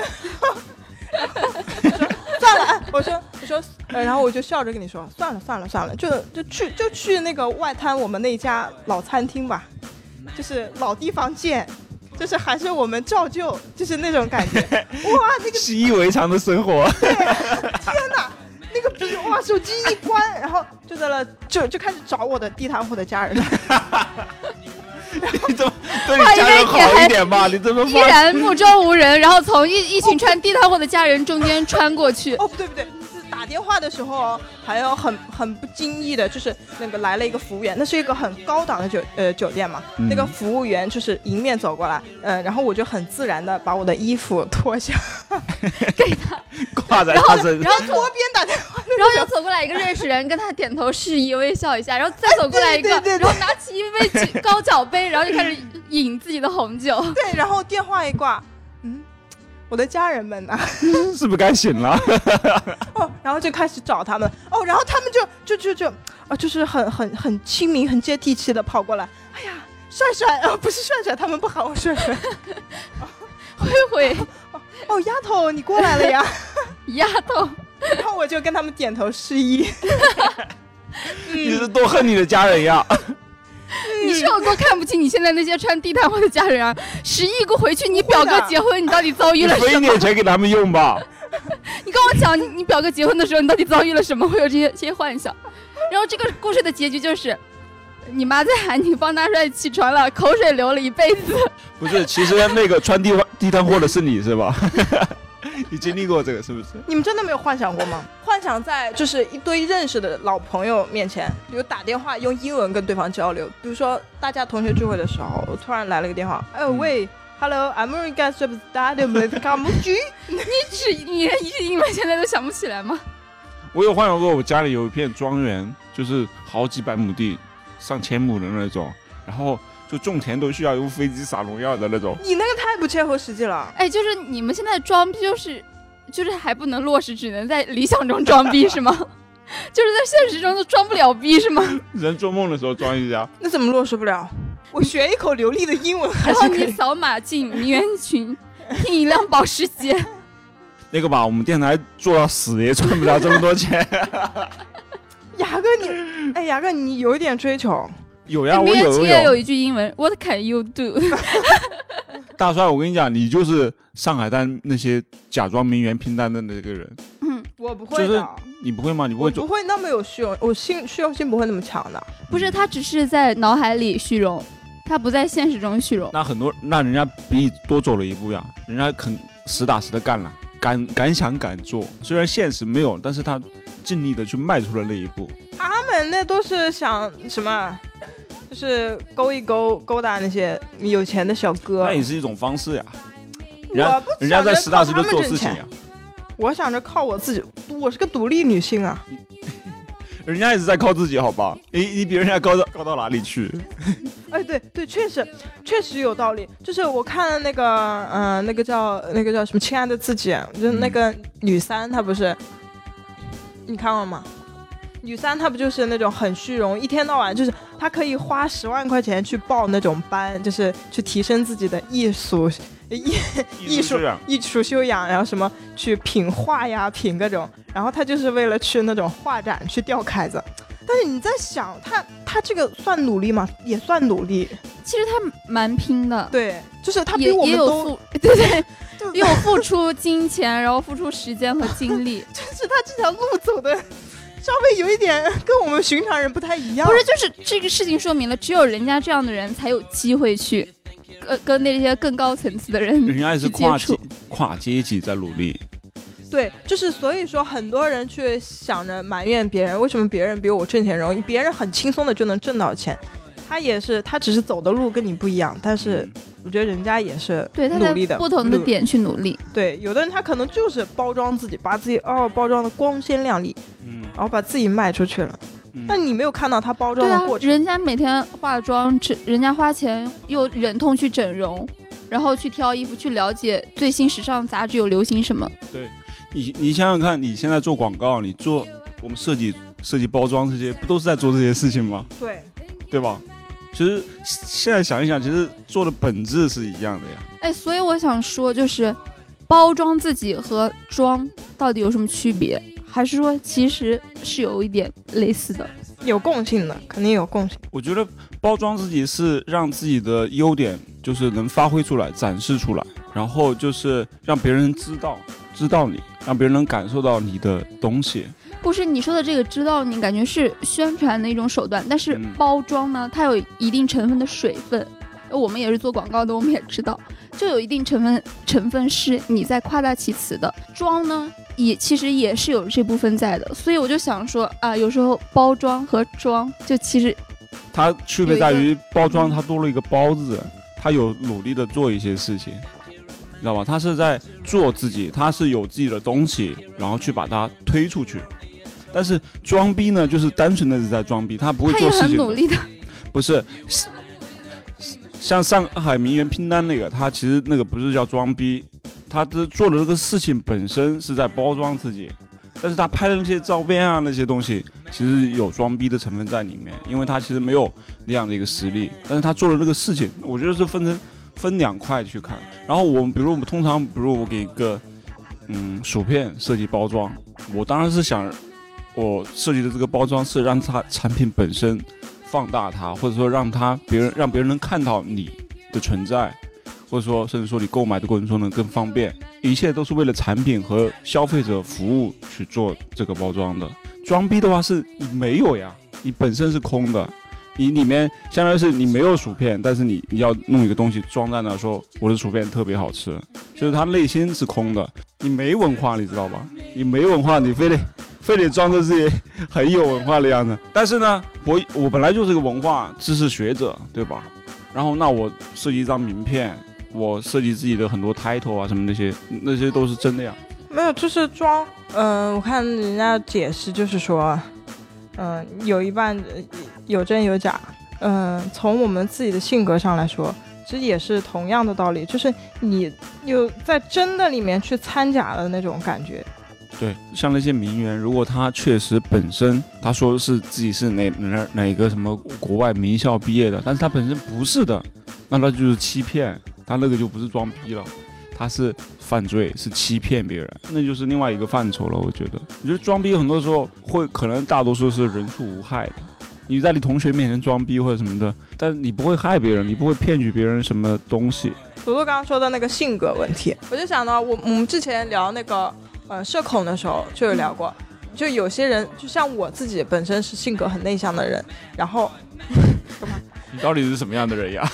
S2: 算了，哎我说我说，呃然后我就笑着跟你说，算了算了算了，就就去就去那个外滩我们那家老餐厅吧，就是老地方见，就是还是我们照旧，就是那种感觉。哇，那个
S4: 习以为常的生活，
S2: 那个逼哇，把手机一关，然后就在那就就开始找我的地摊户的家 人，
S4: 你怎么对你家人好一点啊吧？你怎么
S3: 依
S4: 发
S3: 然目中无人，然后从一一群穿地摊货的家人中间穿过去，
S2: 哦，不对不对，是打电话的时候哦还有很很不经意的，就是那个来了一个服务员，那是一个很高档的酒呃酒店嘛，
S4: 嗯
S2: 那个服务员就是迎面走过来，呃，然后我就很自然的把我的衣服脱下，
S4: 挂在他身
S2: 然
S4: 上？
S2: 后 脱边打电话，
S3: 然后又走过来一个认识人，跟他点头示意微笑一下，然后再走过来一个，
S2: 哎对对对对
S3: 然后拿起一杯酒高脚杯，然后就开始饮自己的红酒。
S2: 对，然后电话一挂，嗯，我的家人们呢？
S4: 是不是该醒了？
S2: 哦，然后就开始找他们，哦，然后他们就就就就，啊、就是很很很亲民、很接地气的跑过来，哎呀，帅帅啊、不是帅帅，他们不喊我帅帅，
S3: 慧慧
S2: 哦，丫头你过来了呀，
S3: 丫头，
S2: 然后我就跟他们点头示意， 嗯
S4: 你是多恨你的家人呀！
S3: 你是有多看不起你现在那些穿地摊货的家人啊？十亿给我回去，你表哥结婚，你到底遭遇
S4: 你
S3: 了
S4: 分
S3: 什
S4: 一
S3: 么？
S4: 点钱给他们用吧。
S3: 你跟我讲，你你表哥结婚的时候，你到底遭遇了什么？会有这些这些幻想。然后这个故事的结局就是，你妈在喊你方大帅起床了，口水流了一辈子。
S4: 不是，其实那个穿地地摊货的是你是吧？ 你经历过这个是不是？
S2: 你们真的没有幻想过吗？幻想在就是一堆认识的老朋友面前，比如打电话用英文跟对方交流，比如说大家同学聚会的时候，突然来了个电话，
S4: 嗯
S2: 哎喂。Hello，America s u b s t a d i u m 卡姆居，
S3: 你只你连一句英文现在都想不起来吗？
S4: 我有幻想过，我家里有一片庄园，就是好几百亩地，上千亩的那种，然后就种田都需要用飞机撒农药的那种。
S2: 你那个太不切合实际了。
S3: 哎，就是你们现在装逼，就是就是还不能落实，只能在理想中装逼是吗？ 就是在现实中都装不了逼是吗？
S4: 人做梦的时候装一下，
S2: 那怎么落实不了？我学一口流利的英文还
S3: 然后
S2: 是可
S3: 你
S2: 以。
S3: 扫码进名媛群，拼一辆保 时捷，
S4: 那个吧，我们电台做到死也赚不了这么多钱。
S2: 牙哥你，哎，牙哥你有一点追求，
S4: 有
S2: 哎
S4: 呀，
S3: 名
S4: 我
S3: 媛
S4: 有
S3: 群
S4: 有
S3: 也有
S4: 有。
S3: 一句英文 “What can you do”，
S4: 大帅，我跟你讲，你就是上海滩那些假装名媛拼单的那个人，
S2: 我不
S4: 就是你不会吗？你不
S2: 我
S4: 会做
S2: 不？会那么有虚荣，我性虚荣心不会那么强的。
S3: 不是他只是在脑海里虚荣，他不在现实中虚荣。
S4: 那很多，那人家比你多走了一步呀，人家肯实打实的干了，敢敢想敢做，虽然现实没有，但是他尽力的去迈出了那一步。
S2: 他们那都是想什么？啊就是勾一勾勾搭那些有钱的小哥
S4: 那。也是一种方式呀，人
S2: 啊我
S4: 家
S2: 不想
S4: 人家在
S2: 着
S4: 实打
S2: 靠
S4: 实
S2: 他
S4: 的
S2: 们
S4: 做
S2: 挣
S4: 事情啊
S2: 钱
S4: 呀，
S2: 我想着靠我自己，我是个独立女性啊。
S4: 人家也是在靠自己，好吧？你你比人家高到高到哪里去？
S2: 哎，对对，确实确实有道理。就是我看了那个，嗯、那个叫那个叫什么《亲爱的自己》，就是那个女三，她不是，你看过吗？女三她不就是那种很虚荣，一天到晚就是她可以花十万块钱去报那种班，就是去提升自己的艺术艺艺术
S4: 呀，
S2: 艺术修养，然后什么去品画呀，品各种，然后他就是为了去那种画展去吊凯子。但是你在想，他他这个算努力吗？也算努力，
S3: 其实他蛮拼的，
S2: 对，就是他比
S3: 也
S2: 我
S3: 也
S2: 们
S3: 有
S2: 都，
S3: 付， 对对，
S2: 就
S3: 有付出金钱，然后付出时间和精力，
S2: 就是他这条路走的稍微有一点跟我们寻常人不太一样。
S3: 不是，就是这个事情说明了，只有人家这样的人才有机会去，呃，跟那些更高层次的人
S4: 人家也是
S3: 嗯去接
S4: 跨
S3: 触
S4: 阶跨阶级在努力。
S2: 对，就是所以说，很多人去想着埋怨别人，为什么别人比我挣钱容易，别人很轻松的就能挣到钱。他也是，他只是走的路跟你不一样，但是我觉得人家也是
S3: 对他
S2: 努
S3: 在
S2: 力的，
S3: 不同的
S2: 努
S3: 点去努力。
S2: 对，有的人他可能就是包装自己，把自己哦包装的光鲜亮丽，
S4: 嗯，
S2: 然后把自己卖出去了。
S4: 嗯
S2: 但你没有看到他包装
S3: 对啊
S2: 的过，程，
S3: 人家每天化妆，这人家花钱又忍痛去整容，然后去挑衣服，去了解最新时尚杂志有流行什么。
S4: 你你想想看，你现在做广告，你做我们设计设计包装这些，不都是在做这些事情吗？
S2: 对
S4: 对吧？其实现在想一想，其实做的本质是一样的呀。
S3: 哎，所以我想说，就是包装自己和装到底有什么区别？还是说其实是有一点类似的？
S2: 有共性的，肯定有共性。
S4: 我觉得包装自己是让自己的优点就是能发挥出来、展示出来，然后就是让别人知道知道你，让别人能感受到你的东西。
S3: 不是你说的这个知道你感觉是宣传的一种手段，但是
S4: 嗯
S3: 包装呢，它有一定成分的水分。我们也是做广告的，我们也知道，就有一定成分成分是你在夸大其词的。装呢，也其实也是有这部分在的，所以我就想说啊，有时候包装和装就其实
S4: 它区别
S3: 有一
S4: 在
S3: 个
S4: 于包装，它多了一个“包”字，它有努力的做一些事情，你知道吧？它是在做自己，它是有自己的东西，然后去把它推出去。但是装逼呢，就是单纯的是在装逼，他不会
S3: 他也
S4: 做事
S3: 很
S4: 情
S3: 努
S4: 的，嗯
S3: 力的，
S4: 不是。像上海名媛拼单那个，他其实那个不是叫装逼，他这做的这个事情本身是在包装自己，但是他拍的那些照片啊那些东西，其实有装逼的成分在里面，因为他其实没有那样的一个实力，但是他做了这个事情，我觉得是分成分两块去看。然后我们比如我们通常，比如我给一个嗯薯片设计包装，我当然是想我设计的这个包装是让它产品本身放大它，或者说让它别人让别人能看到你的存在，或者说甚至说你购买的过程中能更方便，一切都是为了产品和消费者服务去做这个包装的。装逼的话是你没有呀，你本身是空的，你里面相当于是你没有薯片，但是你你要弄一个东西装在那说我的薯片特别好吃，就是他内心是空的，你没文化你知道吧？你没文化你非得非得装着自己很有文化的样子。但是呢，我我本来就是个文化知识学者，对吧？然后那我设计一张名片，我设计自己的很多 title 啊什么那些，那些都是真的呀。
S2: 没有，就是装。嗯、我看人家解释就是说，嗯、有一半呃有真有假。嗯、从我们自己的性格上来说，其实也是同样的道理，就是你有在真的里面去掺假的那种感觉。
S4: 对，像那些名媛，如果她确实本身她说是自己是哪哪哪个什么国外名校毕业的，但是她本身不是的，那她就是欺骗，她那个就不是装逼了，她是犯罪，是欺骗别人，那就是另外一个范畴了。我觉得，我觉得装逼很多时候会可能大多数是人畜无害的。你在你同学面前装逼或者什么的，但你不会害别人，你不会骗取别人什么东西。
S2: 图图刚刚说的那个性格问题，我就想到我我们之前聊那个呃社恐的时候就有聊过，就有些人就像我自己本身是性格很内向的人，然后
S4: 你到底是什么样的人呀？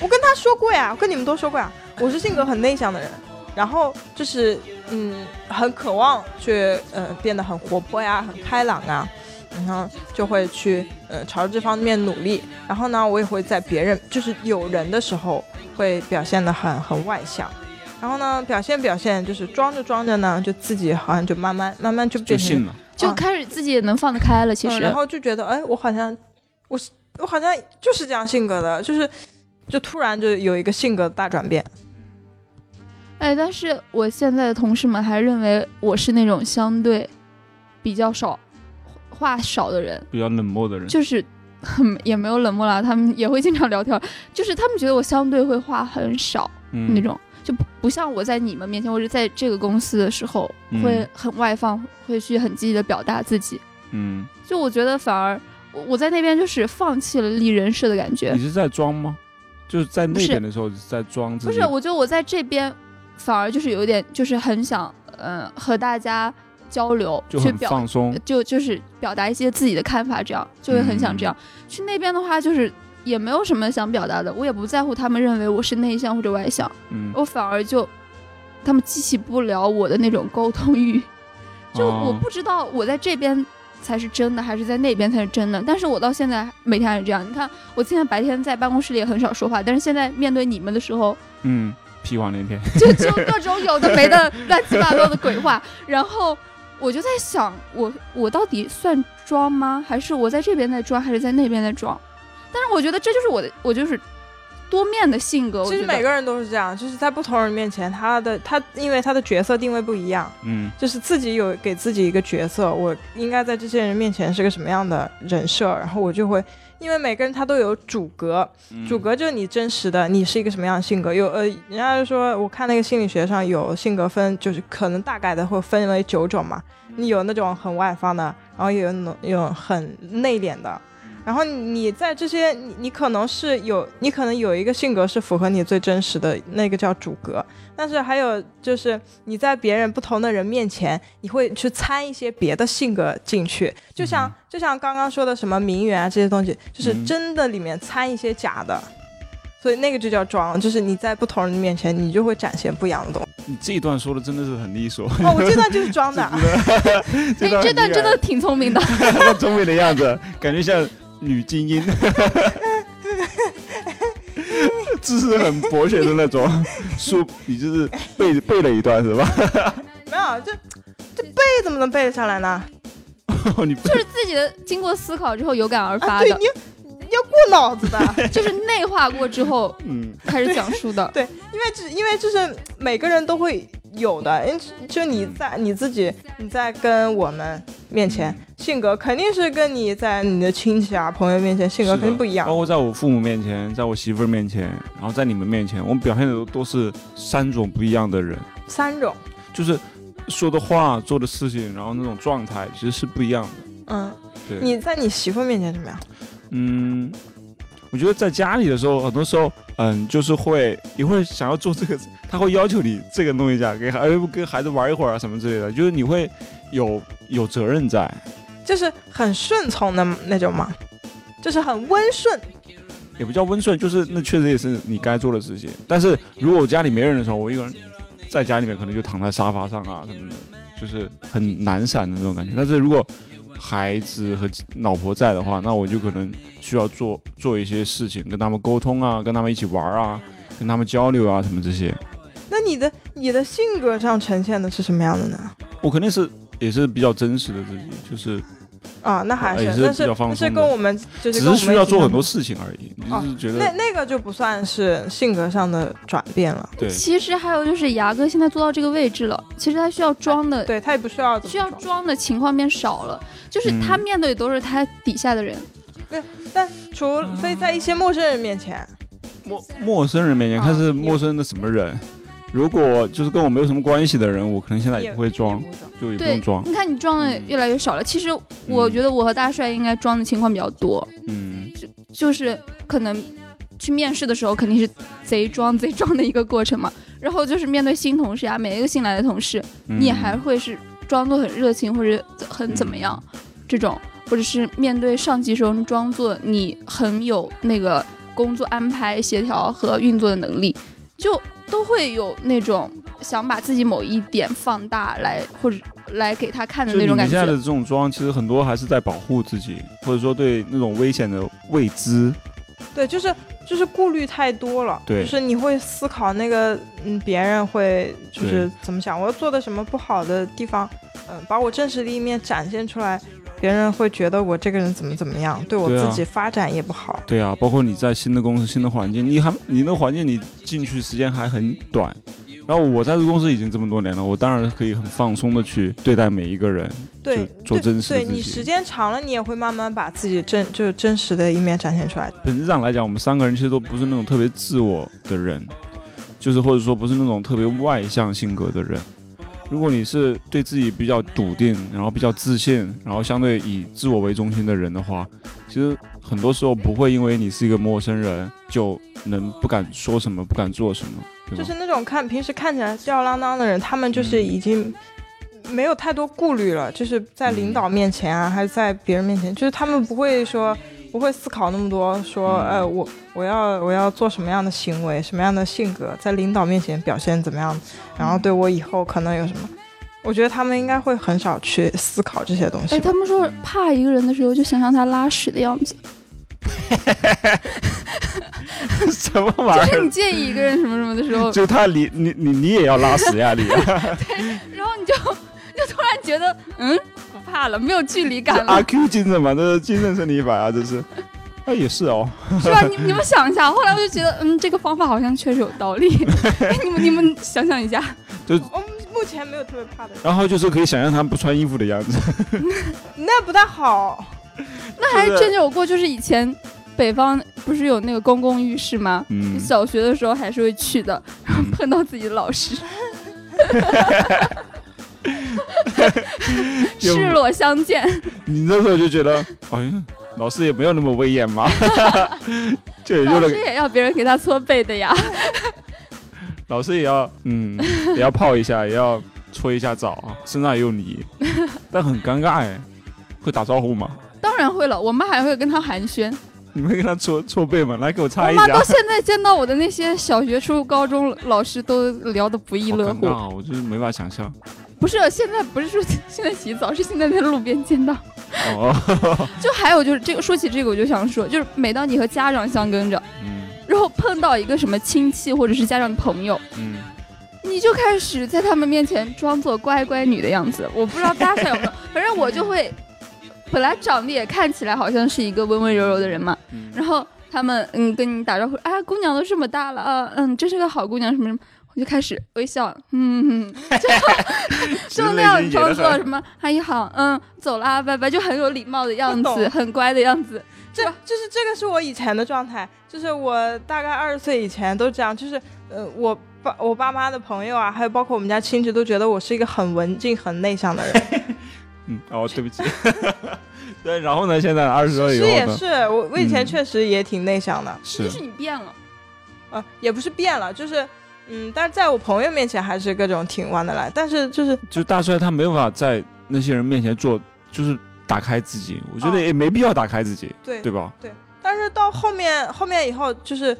S2: 我跟他说过呀，我跟你们都说过呀，我是性格很内向的人，然后就是嗯，很渴望去呃变得很活泼呀，很开朗啊，然后就会去呃朝着这方面努力。然后呢，我也会在别人就是有人的时候会表现得很很外向。然后呢，表现表现，就是装着装着呢，就自己好像就慢慢慢慢就
S4: 就
S2: 变成
S4: 信了。
S3: 就
S2: 啊
S3: 开始自己也能放得开了。其
S2: 嗯
S3: 实
S2: 然后就觉得，哎，我好像，我是我好像就是这样性格的，就是就突然就有一个性格大转变。
S3: 哎，但是我现在的同事们还认为我是那种相对比较少话少的人，
S4: 比较冷漠的人，
S3: 就是很也没有冷漠啦，他们也会经常聊天儿，就是他们觉得我相对会话很少、
S4: 嗯
S3: 那种，就不不像我在你们面前或者在这个公司的时候
S4: 嗯
S3: 会很外放，会去很积极的表达自己。
S4: 嗯，
S3: 就我觉得反而我我在那边就是放弃了立人设的感觉
S4: 你，是在装吗？就是在那边的时候是在装自
S3: 不
S4: 己，
S3: 是，我觉得我在这边反而就是有一点就是很想嗯、呃和大家交流，
S4: 就
S3: 去
S4: 很
S3: 表呃
S4: 放松。
S3: 就就是表达一些自己的看法，这样就会很想
S4: 嗯
S3: 这样。去那边的话，就是也没有什么想表达的，我也不在乎他们认为我是内向或者外向，
S4: 嗯，
S3: 我反而就他们激起不了我的那种沟通欲，就
S4: 哦
S3: 我不知道我在这边。才是真的，还是在那边才是真的？但是我到现在每天还是这样。你看，我现在白天在办公室里也很少说话，但是现在面对你们的时候，
S4: 嗯，屁话连篇。
S3: 就就各种有的没的乱七八糟的鬼话。然后我就在想，我我到底算装吗？还是我在这边在装，还是在那边在装？但是我觉得这就是我的，我就是多面的性格。我
S2: 其实
S3: 觉得
S2: 每个人都是这样，就是在不同人面前，他的他因为他的角色定位不一样，
S4: 嗯，
S2: 就是自己有给自己一个角色，我应该在这些人面前是个什么样的人设，然后我就会，因为每个人他都有主格，主格就是你真实的，你是一个什么样的性格？有呃，人家就说，我看那个心理学上有性格分，就是可能大概的会分为九种嘛。你有那种很外放的，然后有那种有很内敛的，然后你在这些，你你可能是有，你可能有一个性格是符合你最真实的那个叫主格，但是还有就是你在别人不同的人面前，你会去掺一些别的性格进去，就像、
S4: 嗯
S2: 就像刚刚说的什么名媛啊这些东西，就是
S4: 嗯
S2: 真的里面掺一些假的，所以那个就叫装，就是你在不同人面前，你就会展现不一样的东西。
S4: 你这一段说的真的是很利索，，
S2: 哦，我这段就是装的
S4: 这
S3: 哎，这段真的挺 聪明的，
S4: 的聪明的样子，感觉像女精 英，知识很博学的那种。书你就是背背了一段是吧？
S2: 没有这这背怎么能背得下来呢？
S4: 你背
S3: 就是自己的经过思考之后有感而
S2: 啊，
S3: 发
S2: 对
S3: 的，
S2: 你你要过脑子的。
S3: 就是内化过 之后
S4: 嗯，
S3: 开始讲述的。
S2: 因为这，因为这是每个人都会有的，因为就你在你自己，你在跟我们面前，
S4: 嗯
S2: 性格肯定是跟你在你的亲戚啊、朋友面前性格
S4: 是的哦
S2: 肯定不一样
S4: 包。括在我父母面前，在我媳妇儿面前，然后在你们面前，我们表现的都都是三种不一样的人，
S2: 三种，
S4: 就是说的话、做的事情，然后那种状态其实是不一样的。
S2: 嗯，
S4: 对，
S2: 你在你媳妇面前怎么样？
S4: 嗯，我觉得在家里的时候，很多时候，嗯，就是会你会想要做这个， 他会要求你这个弄一下，给孩子跟孩子玩一会儿啊什么之类的，就是你会有有责任在，
S2: 就是很顺从的那种吗？就是很温顺，
S4: 也不叫温顺，就是那确实也是你该做的事情。但是如果我家里没人的时候，我一个人在家里面可能就躺在沙发上啊什么的，就是很懒散的那种感觉。但是如果孩子和老婆在的话，那我就可能需要做做一些事情，跟他们沟通啊，跟他们一起玩啊，跟他们交流啊什么这些。
S2: 那你的你的性格上呈现的是什么样的呢？
S4: 我肯定是也是比较真实的自己，就是
S2: 啊，那还是，
S4: 也是
S2: 那
S4: 比
S2: 是
S4: 较放
S2: 那
S4: 松
S2: 是
S4: 的
S2: 跟我们就是
S4: 只
S2: 跟我
S4: 是
S2: 们
S4: 需要
S2: 一起
S4: 做很
S2: 的
S4: 多事情而已。你就是觉
S2: 那
S4: 得
S2: 那个就不算是性格上的转变了，
S4: 对，
S3: 其实还有就是牙哥现在做到这个位置了，其实他需要装的
S2: 哎对他也不需要怎么
S3: 呃需要
S2: 装
S3: 装的情况变少了，就是他
S4: 嗯
S3: 面对的都是他底下的人，
S2: 但除非在一些陌生人面前，
S4: 陌陌生人面前，
S3: 哦
S2: 啊
S4: 看是陌生的什么人。如果就是跟我没有什么关系的人，我可能现在也
S2: 也
S4: 不会装，
S2: 也不懂
S4: 就也不
S3: 对
S4: 用装，。
S3: 你看你装的
S4: 嗯
S3: 越来越少了。其实我觉得我和大帅应该装的情况比较多，
S4: 嗯，
S3: 就是可能去面试的时候肯定是贼装贼装的一个过程嘛。然后就是面对新同事啊，每一个新来的同事，
S4: 嗯
S3: 你也还会是装作很热情或者很怎么样
S4: 嗯
S3: 这种，或者是面对上级时候你装作你很有那个工作安排、协调和运作的能力，就都会有那种想把自己某一点放大来或者来给他看的
S4: 就
S3: 那
S4: 你
S3: 种
S4: 们
S3: 感
S4: 现在的
S3: 觉。
S4: 这种装，其实很多还是在保护自己，或者说对那种危险的未知，
S2: 对，就是就是顾虑太多了，
S4: 对
S2: 就是你会思考那个嗯别人会就是
S4: 对
S2: 怎么想，我要做的什么不好的地方，嗯，把我真实的一面展现出来，别人会觉得我这个人怎么怎么样，对我
S4: 对啊
S2: 自己发展也不好，
S4: 对啊，包括你在新的公司、新的环境，你还你那环境你进去时间还很短，然后我在这个公司已经这么多年了，我当然可以很放松的去对待每一个人，
S2: 对
S4: 就做真实的
S2: 对，对
S4: 自己
S2: 你时间长了，你也会慢慢把自己真就是真实的一面展现出来，
S4: 本质上来讲，我们三个人其实都不是那种特别自我的人，就是或者说不是那种特别外向性格的人。如果你是对自己比较笃定，然后比较自信，然后相对以自我为中心的人的话，其实很多时候不会因为你是一个陌生人就能不敢说什么、不敢做什么，对
S2: 就
S4: 吧？
S2: 是那种看平时看起来吊儿郎当的人，他们就是
S4: 嗯
S2: 已经没有太多顾虑了，就是在领导面前啊，还是在别人面前，就是他们不会说不会思考那么多，说
S4: 嗯
S2: 呃我我要我要做什么样的行为，什么样的性格，在领导面前表现怎么样，然后对我以后可能有什么。我觉得他们应该会很少去思考这些东西
S3: 哎，
S2: 吧。
S3: 他们说怕一个人的时候，就想象他拉屎的 样子。
S4: 什么玩意
S3: 就是 你
S4: 儿？
S3: 介意一个人什么什么的时候，
S4: 就他你你你你也要拉屎呀 你！
S3: 然后你就 就突然觉得，嗯，不怕了，没有距离感
S4: 阿
S3: 了，
S4: Q 精神嘛，这是精神生理法啊，这是。啊，也是哦，
S3: 是吧？你你们想一下，后来我就觉得，嗯，这个方法好像确实有道理。 哎你们你们想想一下，
S2: 我们目前没有特别怕的人，
S4: 然后就是可以想象他们不穿衣服的样子。
S2: 那不太好。
S3: 那还真有过，就是以前北方不是有那个公共浴室吗？
S4: 嗯，
S3: 小学的时候还是会去的，然后碰到自己的老 师，
S4: 就
S3: 赤裸相见。
S4: 你那时候就觉得，哎呀，老师也没有那么威严 嘛，就也就
S3: 老
S4: 那
S3: 师
S4: 个
S3: 也要别人给他搓背的 呀。
S4: 老师也要 嗯，也要泡一下，也要搓一下澡啊，身上也有 泥，但很尴尬哎。会打招呼吗？
S3: 当然会了，我妈还会跟他寒 暄。
S4: 你们跟他搓搓背吗？来给我擦
S3: 我
S4: 一
S3: 妈
S4: 下
S3: 到。现在见到我的那些小学、初高中老师都聊得不亦
S4: 好
S3: 乐
S4: 尴尬
S3: 乎。
S4: 啊！我就是没法想象。
S3: 不是现在，不是说 现在洗澡，是现在在路边见到。
S4: 哦，
S3: 就还有就是这个，说起这个我就想说，就是每当你和家长相跟着，
S4: 嗯
S3: 然后碰到一个什么亲戚或者是家长朋友，
S4: 嗯，
S3: 你就开始在他们面前装作乖乖女的样子。我不知道大家有没 有，反正我就会，本来长得也看起来好像是一个温温柔柔的人嘛，
S4: 嗯
S3: 然后他们嗯跟你打招呼，哎，姑娘都这么大了啊，嗯，真是个好姑娘什么什么。我就开始微笑，嗯，就就那样装作什么阿姨好，嗯，走啦，拜拜，就很有礼貌的样
S2: 不
S3: 子，
S2: 懂
S3: 很乖的样子。
S2: 这就是这个是我以前的状态，就是我大概二十岁以前都这样，就是呃，我爸我爸妈的朋友啊，还有包括我们家亲戚都觉得我是一个很文静、很内向的人。
S4: 嗯，哦，对不起。 对，然后呢？现在二十岁
S2: 其
S4: 以
S2: 实也
S4: 后呢？
S2: 是，我我以前
S4: 嗯
S2: 确实也挺内向的，
S4: 是
S3: 就是你变了，
S2: 呃，也不是变了，就是嗯，但是在我朋友面前还是各种挺玩得来，但是就是
S4: 就大帅他没有办法在那些人面前做，就是打开自己。我觉得也没必要打开自己，
S2: 哦对
S4: 对吧？
S2: 但是到后面后面以后，就是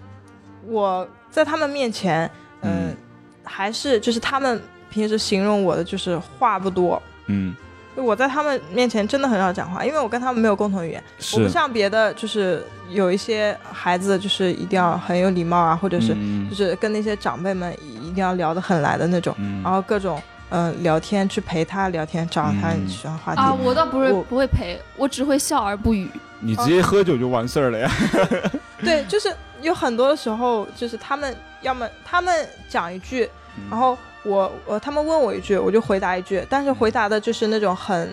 S2: 我在他们面前，嗯，
S4: 嗯
S2: 还是就是他们平时形容我的就是话不多，
S4: 嗯，
S2: 我在他们面前真的很少讲话，因为我跟他们没有共同语言。我不
S4: 是，
S2: 像别的，就是有一些孩子就是一定要很有礼貌啊，或者是
S4: 嗯
S2: 就是跟那些长辈们一定要聊得很来的那种，
S4: 嗯
S2: 然后各种嗯、呃聊天去陪他聊天，找他
S4: 嗯
S2: 喜欢话题。
S3: 啊，我倒不会
S2: 我
S3: 不会陪，我只会笑而不语。
S4: 你直接喝酒就完事儿了呀。
S2: 对，就是有很多时候，就是他们要么他们讲一句，然后我我他们问我一句，我就回答一句，但是回答的就是那种很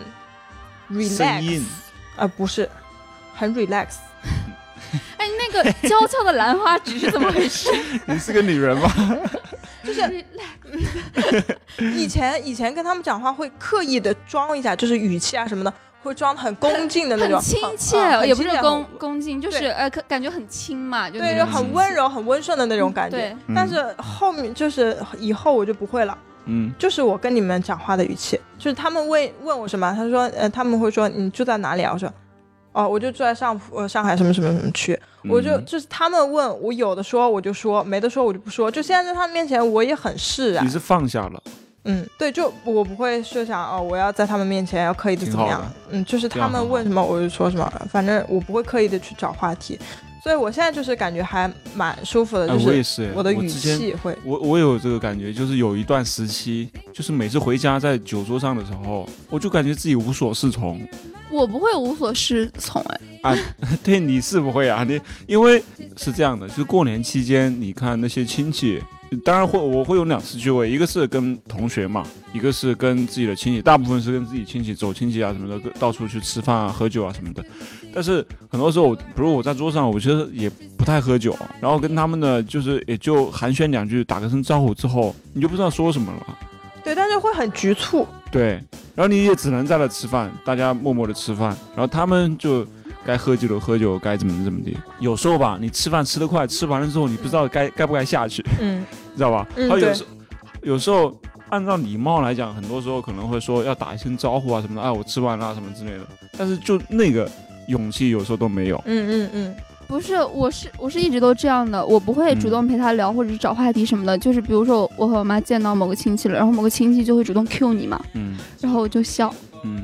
S4: 声音
S2: 哦 relax，呃，不是很 relax，
S3: 哎，那个娇俏的兰花指是怎么回事？
S4: 你是个女人 吗？
S2: 就是以前以前跟他们讲话会刻意的装一下，就是语气啊什么的，会装的很恭敬的那种，
S3: 很亲切
S2: 啊，很
S3: 也不是
S2: 亲切
S3: 恭
S2: 很
S3: 恭敬，就是
S2: 对
S3: 呃，可感觉很亲嘛，就
S2: 对，
S3: 那
S2: 就
S3: 种
S2: 很温柔、很温顺的那种感觉。
S3: 对，
S2: 但是后面就是以后我就不会了，
S4: 嗯，
S2: 就是我跟你们讲话的语气，就是他们问问我什么，他说呃他们会说你住在哪里啊，我说哦我就住在上浦呃上海什么什么什么区，
S4: 嗯
S2: 我就就是他们问我有的说我就说，没得说我就不说，就现在在他们面前我也很释然
S4: 你，是放下了，
S2: 嗯，对，就我不会设想哦，我要在他们面前要刻意的
S4: 挺
S2: 怎么
S4: 好
S2: 样
S4: 的，
S2: 嗯，就是
S4: 这
S2: 他
S4: 样
S2: 们
S4: 很
S2: 问什么我就说什么，反正我不会刻意的去找话题，所以我现在就是感觉还蛮舒服的，
S4: 哎，
S2: 呃就
S4: 我也
S2: 是
S4: 是，
S2: 我的
S4: 我
S2: 语
S4: 之前
S2: 气会，
S4: 我我有这个感觉，就是有一段时期，就是每次回家在酒桌上的时候，我就感觉自己无所适从。
S3: 我不会无所适从哎。
S4: 对，你是不会啊，你因为是这样的，就是过年期间，你看那些亲戚，当然会我会有两次聚会，一个是跟同学嘛，一个是跟自己的亲戚，大部分是跟自己亲戚走亲戚啊什么的，到处去吃饭啊、喝酒啊什么的。但是很多时候，比如我在桌上，我其实也不太喝酒，然后跟他们呢，就是也就寒暄两句，打个声招呼之后，你就不知道说什么了。
S2: 对，但是会很局促，
S4: 对，然后你也只能在那吃饭，大家默默的吃饭，然后他们就该喝酒的喝酒，该怎么怎么地。有时候吧，你吃饭吃得快，吃完了之后你不知道该该不该下去，
S2: 嗯，
S4: 知道吧？
S2: 嗯
S4: 他有
S2: 对
S4: 时有时候按照礼貌来讲，很多时候可能会说要打一声招呼啊什么的，哎，我吃完了啊什么之类的，但是就那个勇气有时候都没有。
S2: 嗯嗯嗯，
S3: 不是，我是我是一直都这样的，我不会主动陪他聊或者是找话题什么的。就是比如说我和我妈见到某个亲戚了，然后某个亲戚就会主动 Q 你嘛，
S4: 嗯
S3: 然后我就笑，
S4: 嗯，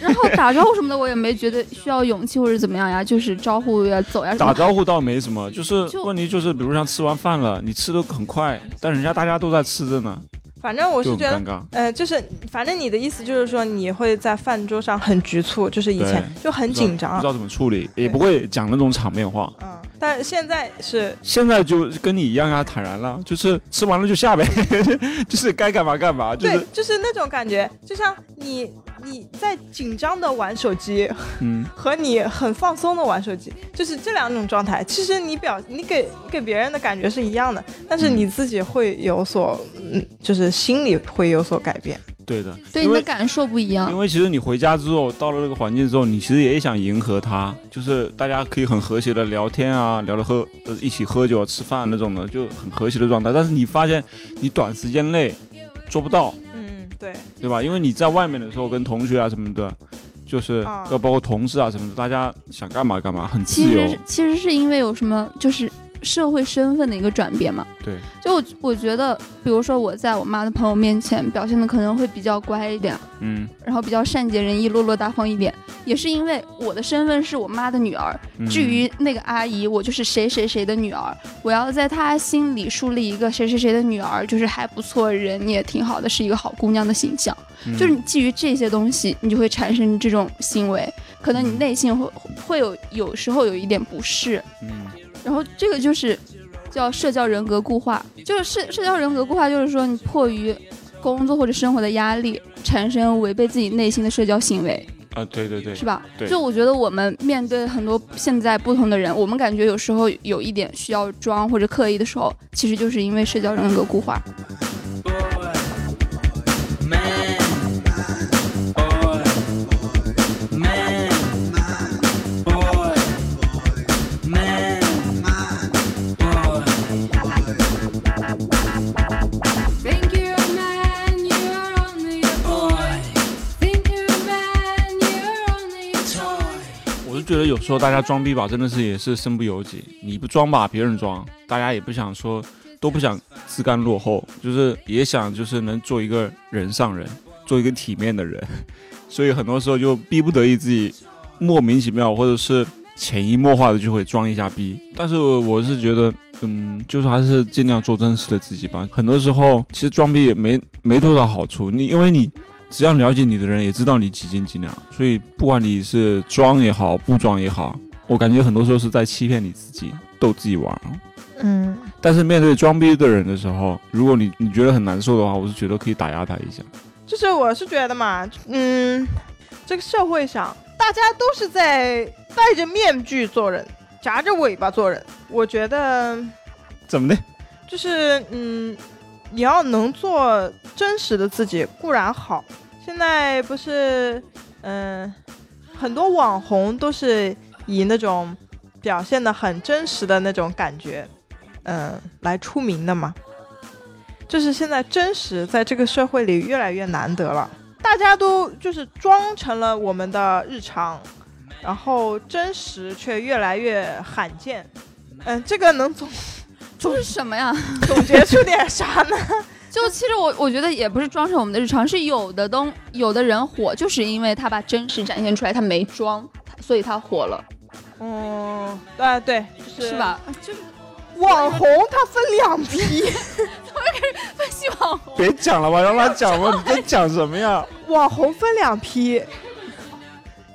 S3: 然后打招呼什么的我也没觉得需要勇气或者怎么样呀，就是招呼呀走呀什
S4: 嗯打
S3: 么的。
S4: 招呼倒没什么，就是
S3: 就
S4: 问题就是，比如像吃完饭了，你吃的很快，但人家大家都在吃着呢，
S2: 反正我
S4: 就是很
S2: 觉得
S4: 尴。尬。
S2: 呃，就是反正你的意思就是说，你会在饭桌上很局促，就是以前就很紧
S4: 不
S2: 张
S4: 知，道怎么处理，也
S2: 啊对
S4: 不会讲那种场面话。
S2: 嗯，但现在是
S4: 现在就跟你一样啊，坦然了，就是吃完了就下呗， 就是该干嘛干嘛，就
S2: 对
S4: 是，
S2: 就是那种感觉，就像你你在紧张的玩手机
S4: 嗯，
S2: 和你很放松的玩手机，就是这两种状态。其实你表你给给别人的感嗯觉是一样的，但是你自己会有所，嗯，就是心里会有所改变。
S4: 对的，
S3: 对
S4: 因
S3: 你
S4: 为
S3: 的感受不一样
S4: 因。为其实你回家之后，到了这个环境之后，你其实也想迎合他，就是大家可以很和谐的聊天啊，聊着喝，呃，一起喝酒、吃饭那种的，就很和谐的状态。但是你发现你短时间内做不到，
S2: 嗯，对，
S4: 对吧？因为你在外面的时候跟同学啊什么的，就是
S2: 啊
S4: 要包括同事啊什么的，大家想干嘛干嘛，很自
S3: 其
S4: 由
S3: 实。是其实是因为有什么就是社会身份的一个转变嘛。
S4: 对，
S3: 就我我觉得，比如说我在我妈的朋友面前表现的可能会比较乖一点，
S4: 嗯，
S3: 然后比较善解人意、落落大方一点，也是因为我的身份是我妈的女儿。
S4: 嗯
S3: 至于那个阿姨，我就是谁谁谁的女儿，我要在她心里树立一个谁谁谁的女儿，就是还不错，人也挺好的，是一个好姑娘的形象。
S4: 嗯
S3: 就是你基于这些东西，你就会产生这种行为，可能你内心会会有有时候有一点不适，
S4: 嗯
S3: 然后这个就是叫社交人格固化，就是社社交人格固化，就是说你迫于工作或者生活的压力，产生违背自己内心的社交行为，
S4: 啊，对对对，
S3: 是吧？
S4: 对
S3: 就我觉得我们面对很多现在不同的人，我们感觉有时候有一点需要装或者刻意的时候，其实就是因为社交人格固化。
S8: Think you're a man, you're only a boy. Think you're a man, you're only a toy.
S4: 我是觉得有时候大家装逼吧，真的是也是身不由己。你不装吧，别人装，大家也不想说，都不想自甘落后，就是也想就是能做一个人上人，做一个体面的人。 所以很多时候就逼不得已自己莫名其妙或者是潜移默化的就会装一下逼。但是我是觉得，嗯，就是还是尽量做真实的自己吧。很多时候其实装逼也没没多少好处，你因为你只要了解你的人也知道你几斤几两，所以不管你是装也好，不装也好，我感觉很多时候是在欺骗你自己，逗自己玩儿。
S2: 嗯，
S4: 但是面对装逼的人的时候，如果你你觉得很难受的话，我是觉得可以打压他一下。
S2: 就是我是觉得嘛，嗯，这个社会上大家都是在戴着面具做人，夹着尾巴做人。我觉得
S4: 怎么的？
S2: 就是嗯，你要能做真实的自己固然好，现在不是嗯、很多网红都是以那种表现的很真实的那种感觉，嗯、来出名的嘛。就是现在真实在这个社会里越来越难得了，大家都就是装成了我们的日常，然后真实却越来越罕见。嗯、这个能总
S3: 这是什么呀？
S2: 总结出点啥呢？
S3: 就其实我我觉得也不是装成我们的日常，是有的东有的人火，就是因为他把真实展现出来，他没装，他所以他火了，
S2: 嗯，啊，对，就是
S3: 是？吧？就是
S2: 网红他分两批，
S3: 分析 网红，
S4: 别讲了吧，让他讲吧。你在讲什么呀？
S2: 网红分两批，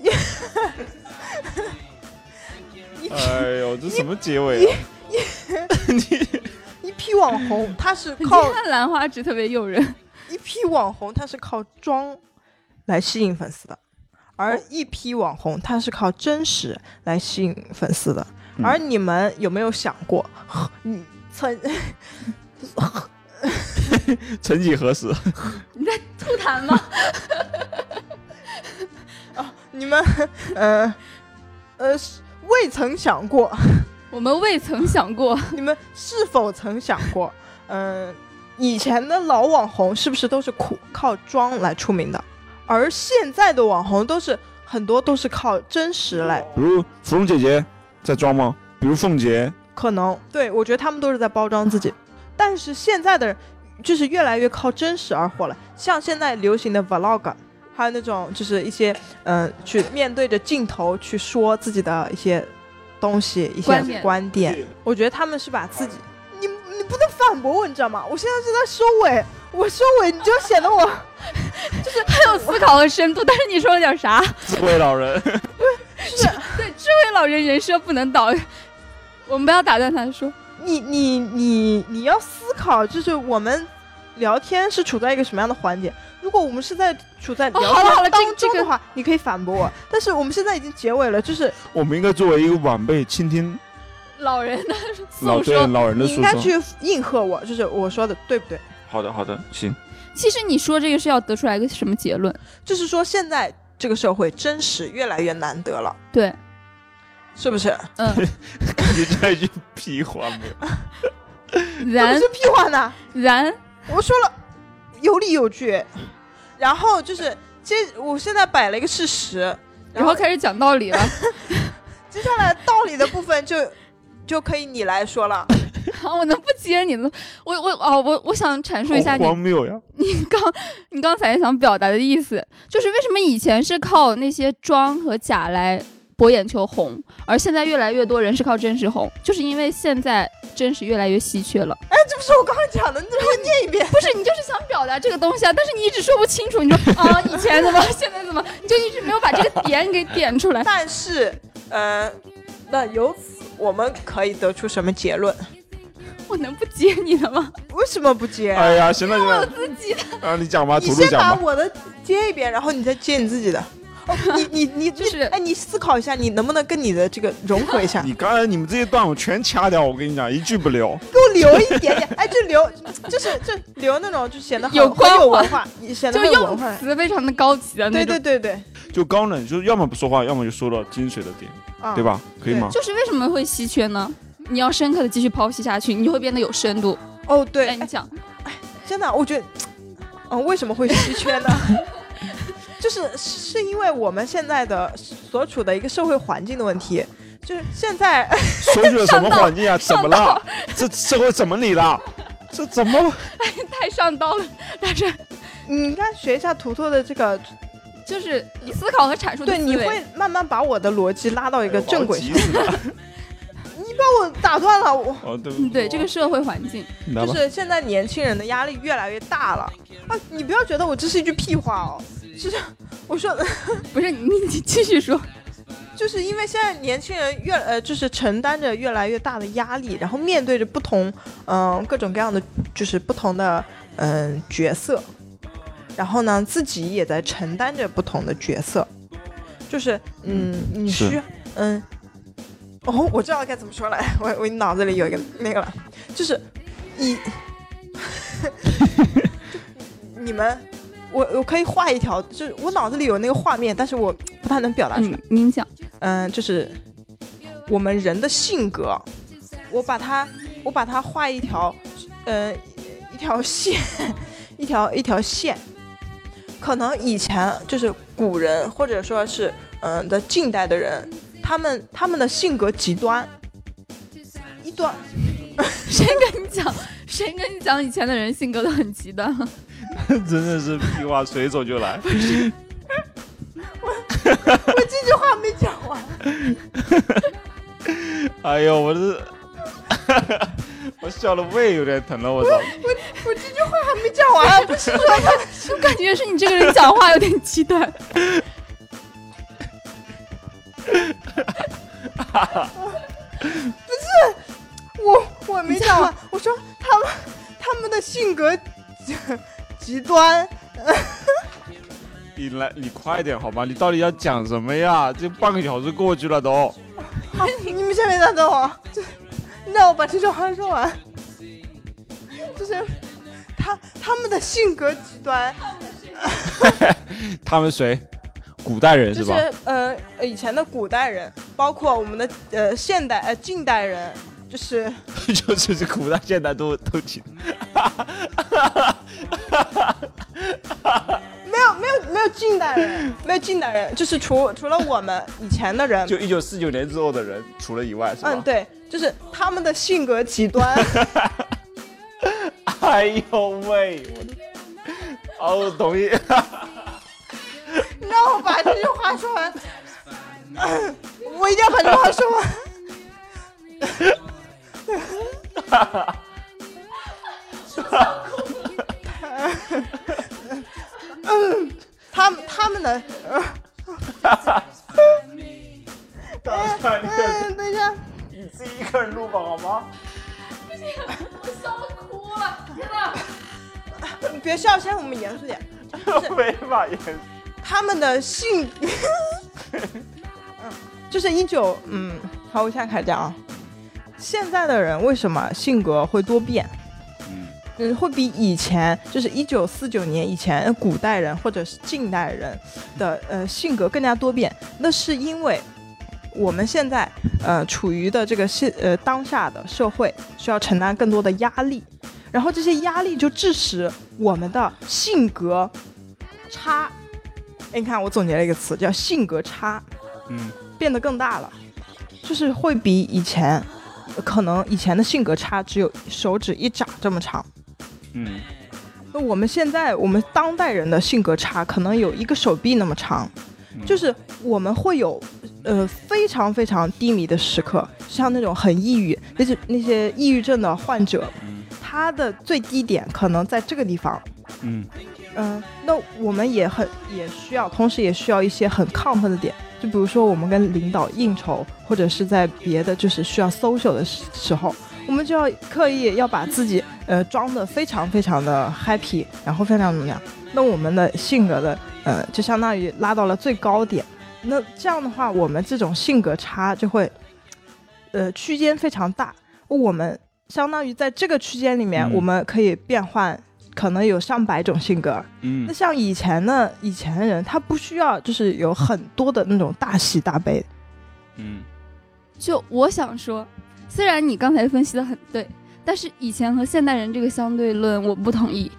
S4: 哎呦，这什么结尾、啊？
S2: 一批网 红他是
S3: 你
S2: 靠
S3: 看兰花指特别诱人，
S2: 一批网红他是靠装来吸引粉丝的，而
S3: 哦
S2: 一批网红他是靠真实来吸引粉丝的。
S4: 嗯
S2: 而你们有没有想过，你曾
S4: 曾几何 时？
S3: 吐痰吗？
S2: 你们呃呃是未曾想过，
S3: 我们未曾想过，
S2: 你们是否曾想过，嗯、以前的老网红是不是都是苦靠装来出名的，而现在的网红都是很多都是靠真实来，
S4: 比如芙蓉姐姐在装吗？比如凤姐，
S2: 可能对我觉得他们都是在包装自己，但是现在的人就是越来越靠真实而火了，像现在流行的 vlog。还有那种就是一些，嗯、去面对着镜头去说自己的一些东西、一些
S3: 观点
S2: 观点，我觉得他们是把自己，你你不能反驳我，你知道吗？我现在是在收尾，我收尾你就显得我
S3: 很有思考和深度。但是你说了点啥？
S4: 智慧老人。
S3: 对老人人设不能倒， 我们不要打断他说。
S2: 你你你你要思考，就是我们聊天是处在一个什么样的环节？如果我们是在处在聊
S3: 哦好了好了
S2: 天
S3: 这个
S2: 当
S3: 这
S2: 中
S3: 个
S2: 的话，你可以反驳我，但是我们现在已经结尾了，就是
S4: 我们应该作为一个晚辈，倾听
S3: 老人的 诉
S4: 老对
S3: 说，
S4: 老人的
S2: 你
S4: 诉
S2: 应该
S4: 说。
S2: 去应和我，就是我说的对不对？
S4: 好的，好的，行。
S3: 其实你说这个是要得出来个什么结论？
S2: 就是说现在这个社会真实越来越难得了，
S3: 对，
S2: 是不是？
S3: 嗯，
S4: 你这一句屁话没有？
S2: 这不
S3: 然
S2: 是屁话呢，
S3: 然
S2: 我说了有理有据，然后就是接我现在摆了一个事实，
S3: 然后开始讲道理了。
S2: 接下来道理的部分就就可以你来说了。
S3: 啊，我能不接你了？我我哦，我我想阐述一下
S4: 好
S3: 你
S4: 哦荒谬呀！
S3: 你刚你刚才想表达的意思，就是为什么以前是靠那些装和假来博眼球红，而现在越来越多人是靠真实红，就是因为现在真实越来越稀缺了。
S2: 哎，这不是我刚刚讲的，你怎么又念一遍？
S3: 不是你就是想表达这个东西啊，但是你一直说不清楚，你说啊以前怎么， 现在怎么，你就一直没有把这个点给点出 来。
S2: 但是，呃，那由此我们可以得出什么结论？
S3: 我能不接你了吗？
S2: 为什么不接？
S4: 哎呀，行了行
S3: 我
S4: 了，
S3: 自己的
S4: 啊，你讲吧，
S2: 你
S4: 图图
S2: 先把
S4: 讲吧。
S2: 我的接一遍，然后你再接你自己的。哦，你你你
S3: 就是
S2: 哎，你思考一下，你能不能跟你的这个融合一下？
S4: 你刚才你们这些段我全掐掉，我跟你讲，一句不留。
S2: 给我留一点 点，哎，就留，就是就留那种就显得很
S3: 有
S2: 很
S3: 光
S2: 有文化，你显得
S3: 就
S2: 很有
S3: 用
S2: 文化。
S3: 词非常的高级的
S2: 对
S3: 那种
S2: 对。对对，
S4: 就高冷，就是要么不说话，要么就说到精髓的点，
S2: 啊，
S4: 对？吧？可以吗？
S3: 就是为什么会稀缺呢？你要深刻的继续剖析下去，你就会变得有深度。
S2: 哦，对，
S3: 哎，
S2: 哎
S3: 你 讲，
S2: 真的，我觉得，嗯，为什么会稀缺呢？ 就是是因为我们现在的所处的一个社会环境的问题，就是现在
S4: 说去了什么环境啊？怎
S3: 上
S4: 么
S3: 道
S4: 了？这社会怎么你了？这怎么？
S3: 太上道了，但是
S2: 你应该学一下图图的这个，
S3: 就是思考和阐述的
S2: 对，
S3: 思
S2: 你
S3: 维
S2: 会慢慢把我的逻辑拉到一个正轨上。
S4: 急死了！
S2: 我打断了，我
S4: 哦，对
S3: 嗯对这个社会环境，
S4: 你来吧
S2: 就。是现在年轻人的压力越来越大了啊！你不要觉得我这是一句屁话哦，就是我说，
S3: 不是你你继 续说，
S2: 就是因为现在年轻人越呃，就是承担着越来越大的压力，然后面对着不同嗯、各种各样的就是不同的嗯、角色，然后呢自己也在承担着不同的角色，就是嗯你
S4: 是
S2: 需嗯哦我知道该怎么说了， 我我脑子里有一个那个了，就是你 你们。我我可以画一条，就是我脑子里有那个画面，但是我不太能表达出来。
S3: 嗯，您讲，
S2: 嗯，就是我们人的性格，我把它我把它画一条，呃，一条线，一条一条线。可能以前就是古人或者说是嗯、呃的近代的人，他们他们的性格极端，一端
S3: 谁跟你讲，谁跟你讲以前的人性格都很极端，
S4: 真的是屁话随手就来。
S2: 这句话没讲完，
S4: 哎呦，我这， 我笑的胃有点疼了，我操！
S2: 我这句话还没讲完，不是说
S3: 啊我感觉是你这个人讲话有点极端，
S2: 我我没讲完，我说他们他们的性格极极端，
S4: 你来，你快点好吗？你到底要讲什么呀？这半个小时过去了都。
S2: 好， 你们先别打断我，这你让我把这句话说完。就是他他们的性格极端，
S4: 他们谁？古代人
S2: 就是是
S4: 吧？
S2: 呃以前的古代人，包括我们的呃现代呃近代人，就是
S4: 就是这古代现代都都挺
S2: 没有没有没有近代 人，没有近代人，就是除除了我们以前的人，
S4: 就一九四九年之后的人，除了以外，是吧？
S2: 嗯。对，就是他们的性格极端。
S4: 哎呦喂！我的哦，我同意。
S2: 你让我把这句话说完，我一定要把这句话说完。嗯，他们他们的，
S4: 打算
S2: 嗯，等一下，
S4: 你自己一个人录吧，好吗？
S2: 你别笑，先我们严肃点。
S4: 没法也是
S2: 他们的性， 嗯，就是一九，嗯，好，我现在开始讲啊。现在的人为什么性格会多变？嗯，会比以前就是一九四九年以前呃古代人或者是近代人的呃性格更加多变。那是因为我们现在呃处于的这个现呃当下的社会需要承担更多的压力，然后这些压力就致使我们的性格差。哎你看，我总结了一个词叫性格差。
S4: 嗯，
S2: 变得更大了，就是会比以前，可能以前的性格差只有手指一掌这么长。
S4: 嗯，
S2: 那我们现在我们当代人的性格差可能有一个手臂那么长，
S4: 嗯
S2: 就是我们会有呃非常非常低迷的时刻，像那种很抑郁，那些那些抑郁症的患者，
S4: 嗯
S2: 他的最低点可能在这个地方。
S4: 嗯
S2: 嗯，那我们也很也需要，同时也需要一些很亢奋的点，就比如说我们跟领导应酬，或者是在别的就是需要 social 的时时候，我们就要刻意要把自己呃装的非常非常的 happy，然后非常怎么样？那我们的性格的呃就相当于拉到了最高点。那这样的话，我们这种性格差就会呃区间非常大。我们相当于在这个区间里面，
S4: 嗯
S2: 我们可以变换可能有上百种性格。那
S4: 嗯
S2: 像以前呢，以前的人他不需要就是有很多的那种大喜大悲，
S4: 嗯，
S3: 就我想说，虽然你刚才分析的很对，但是以前和现代人这个相对论我不同意。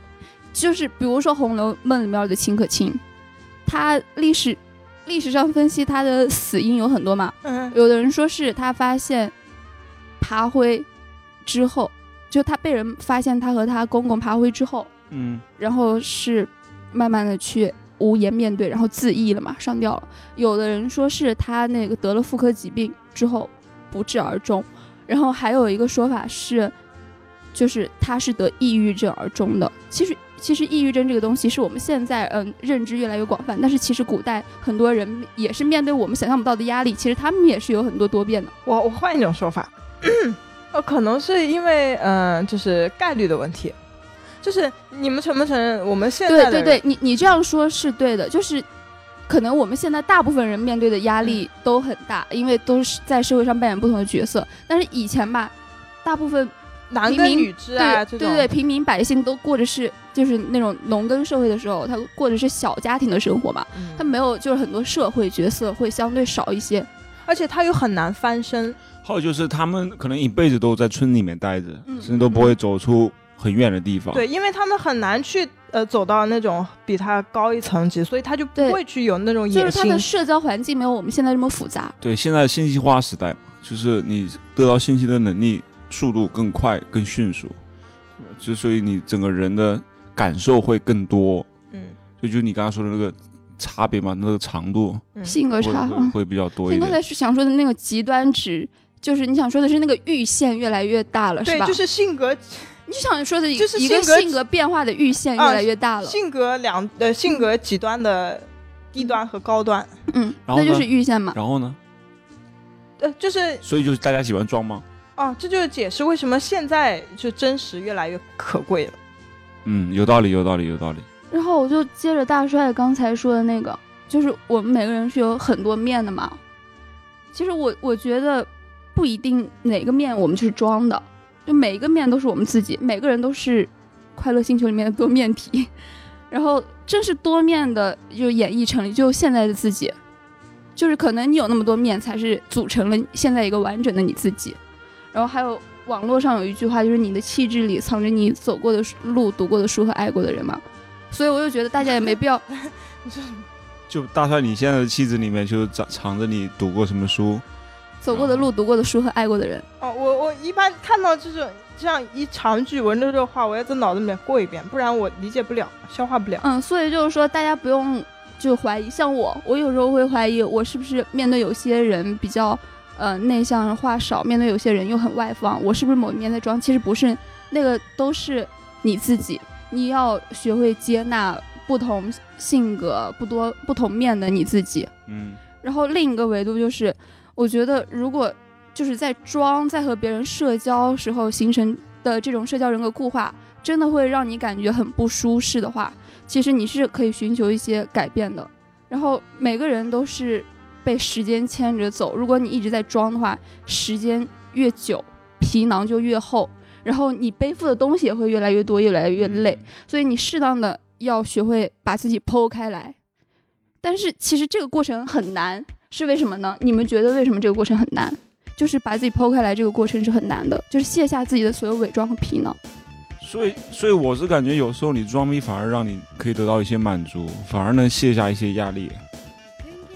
S3: 就是比如说《红楼梦》里面的秦可卿，她历史历史上分析她的死因有很多嘛，
S2: 嗯，
S3: 有的人说是她发现爬灰之后，就她被人发现她和她公公爬灰之后，
S4: 嗯
S3: 然后是慢慢的去无颜面对，然后自缢了嘛，上吊了。有的人说是他那个得了妇科疾病之后不治而终，然后还有一个说法是，就是他是得抑郁症而终的。其实。其实抑郁症这个东西是我们现在嗯认知越来越广泛，但是其实古代很多人也是面对我们想象不到的压力，其实他们也是有很多多变的。
S2: 我我换一种说 法，呃，可能是因为嗯、呃就是概率的问题，就是你们承不承认我们现在
S3: 对
S2: 的
S3: 对
S2: 人
S3: 对，你你这样说是对的，就是可能我们现在大部分人面对的
S2: 嗯
S3: 压力都很大，因为都是在社会上扮演不同的角色。但是以前吧，大部分
S2: 男
S3: 明
S2: 耕
S3: 明
S2: 女织
S3: 对、
S2: 啊这
S3: 对
S2: 种，
S3: 对平民百姓都过着是就是那种农耕社会的时候，他过着是小家庭的生活嘛，
S2: 嗯
S3: 他没有就是很多社会角色会相对少一些。
S2: 而且他又很难翻身，
S4: 还有就是他们可能一辈子都在村里面待着，
S3: 嗯
S4: 甚至都不会走出很远的地
S3: 哦
S4: 方。
S2: 对，因为他们很难去呃走到那种比他高一层级，所以他就不
S3: 对
S2: 会去有那种
S3: 就
S2: 野
S3: 是他
S2: 心。
S3: 的社交环境没有我们现在这么复杂，
S4: 对，现在信息化时代嘛，就是你得到信息的能力速度更快、更迅速，就所以你整个人的感受会更多。
S2: 嗯
S4: 就就你刚刚说的那个差别嘛，那个长度
S2: 嗯
S3: 性格
S4: 会
S3: 差。
S4: 会
S3: 嗯
S4: 会比较多
S3: 所
S4: 一
S3: 以刚才
S4: 点。
S3: 是想说的那个极端值，就是你想说的是那个阈限越来越大了，
S2: 对，
S3: 吧？
S2: 就是性格
S3: 你就想说的一
S2: 就是
S3: 一个
S2: 性格啊
S3: 性格变化的阈限越来越大了，
S2: 性格两呃性格极端的低端和高端，
S3: 嗯，
S4: 然
S3: 那
S4: 后呢
S3: 就是阈限嘛。
S4: 然后呢？
S2: 呃，就是
S4: 所以就是大家喜欢装吗？
S2: 哦，这就是解释为什么现在就真实越来越可贵了。
S4: 嗯，有道理，有道理，有道理。
S3: 然后我就接着大帅刚才说的那个，就是我们每个人是有很多面的嘛。其实我我觉得不一定哪个面我们就是装的，就每一个面都是我们自己，每个人都是《快乐星球》里面的多面体。然后正是多面的就演绎成了就现在的自己，就是可能你有那么多面，才是组成了现在一个完整的你自己。然后还有网络上有一句话，就是你的气质里藏着你走过的路、读过的书和爱过的人嘛。所以我就觉得大家也没必要，
S4: 就大帅，你现在的气质里面就藏藏着你读过什么书？
S3: 走过的路、读过的书和爱过的人。
S2: 哦，我我一般看到这种这样一长句文绉绉的话，我要在脑子里面过一遍，不然我理解不了，消化不了。
S3: 嗯，所以就是说，大家不用就怀疑，像我，我有时候会怀疑，我是不是面对有些人比较呃内向话少，面对有些人又很外放，我是不是某一面在装？其实不是，那个都是你自己，你要学会接纳不同性格、不多不同面的你自己。
S4: 嗯
S3: 然后另一个维度就是，我觉得如果就是在装，在和别人社交时候形成的这种社交人格固化，真的会让你感觉很不舒适的话，其实你是可以寻求一些改变的。然后每个人都是被时间牵着走，如果你一直在装的话，时间越久，皮囊就越厚。然后你背负的东西也会越来越多，越来越累。所以你适当的要学会把自己剖开来。但是其实这个过程很难，是为什么呢？你们觉得为什么这个过程很难？就是把自己剖开来这个过程是很难的，就是卸下自己的所有伪装和皮囊。
S4: 所以，所以我是感觉有时候你装逼反而让你可以得到一些满足，反而能卸下一些压力。